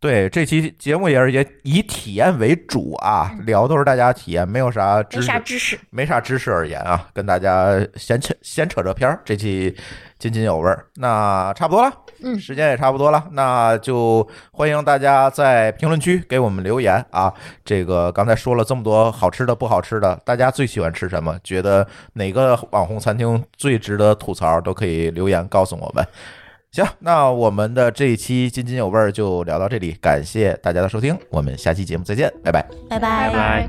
Speaker 4: 对，这期节目也是也以体验为主啊，聊都是大家体验，没有啥知
Speaker 2: 嗯
Speaker 4: 识
Speaker 2: 没啥，知识。
Speaker 4: 没啥知识而言啊，跟大家闲扯闲扯这篇儿，这期津津有味儿。那差不多了，
Speaker 2: 嗯
Speaker 4: 时间也差不多了，那就欢迎大家在评论区给我们留言啊。这个刚才说了这么多好吃的、不好吃的，大家最喜欢吃什么？觉得哪个网红餐厅最值得吐槽，都可以留言告诉我们。行，那我们的这一期津津有味儿就聊到这里，感谢大家的收听，我们下期节目再见，拜拜。
Speaker 2: 拜拜
Speaker 6: 拜拜。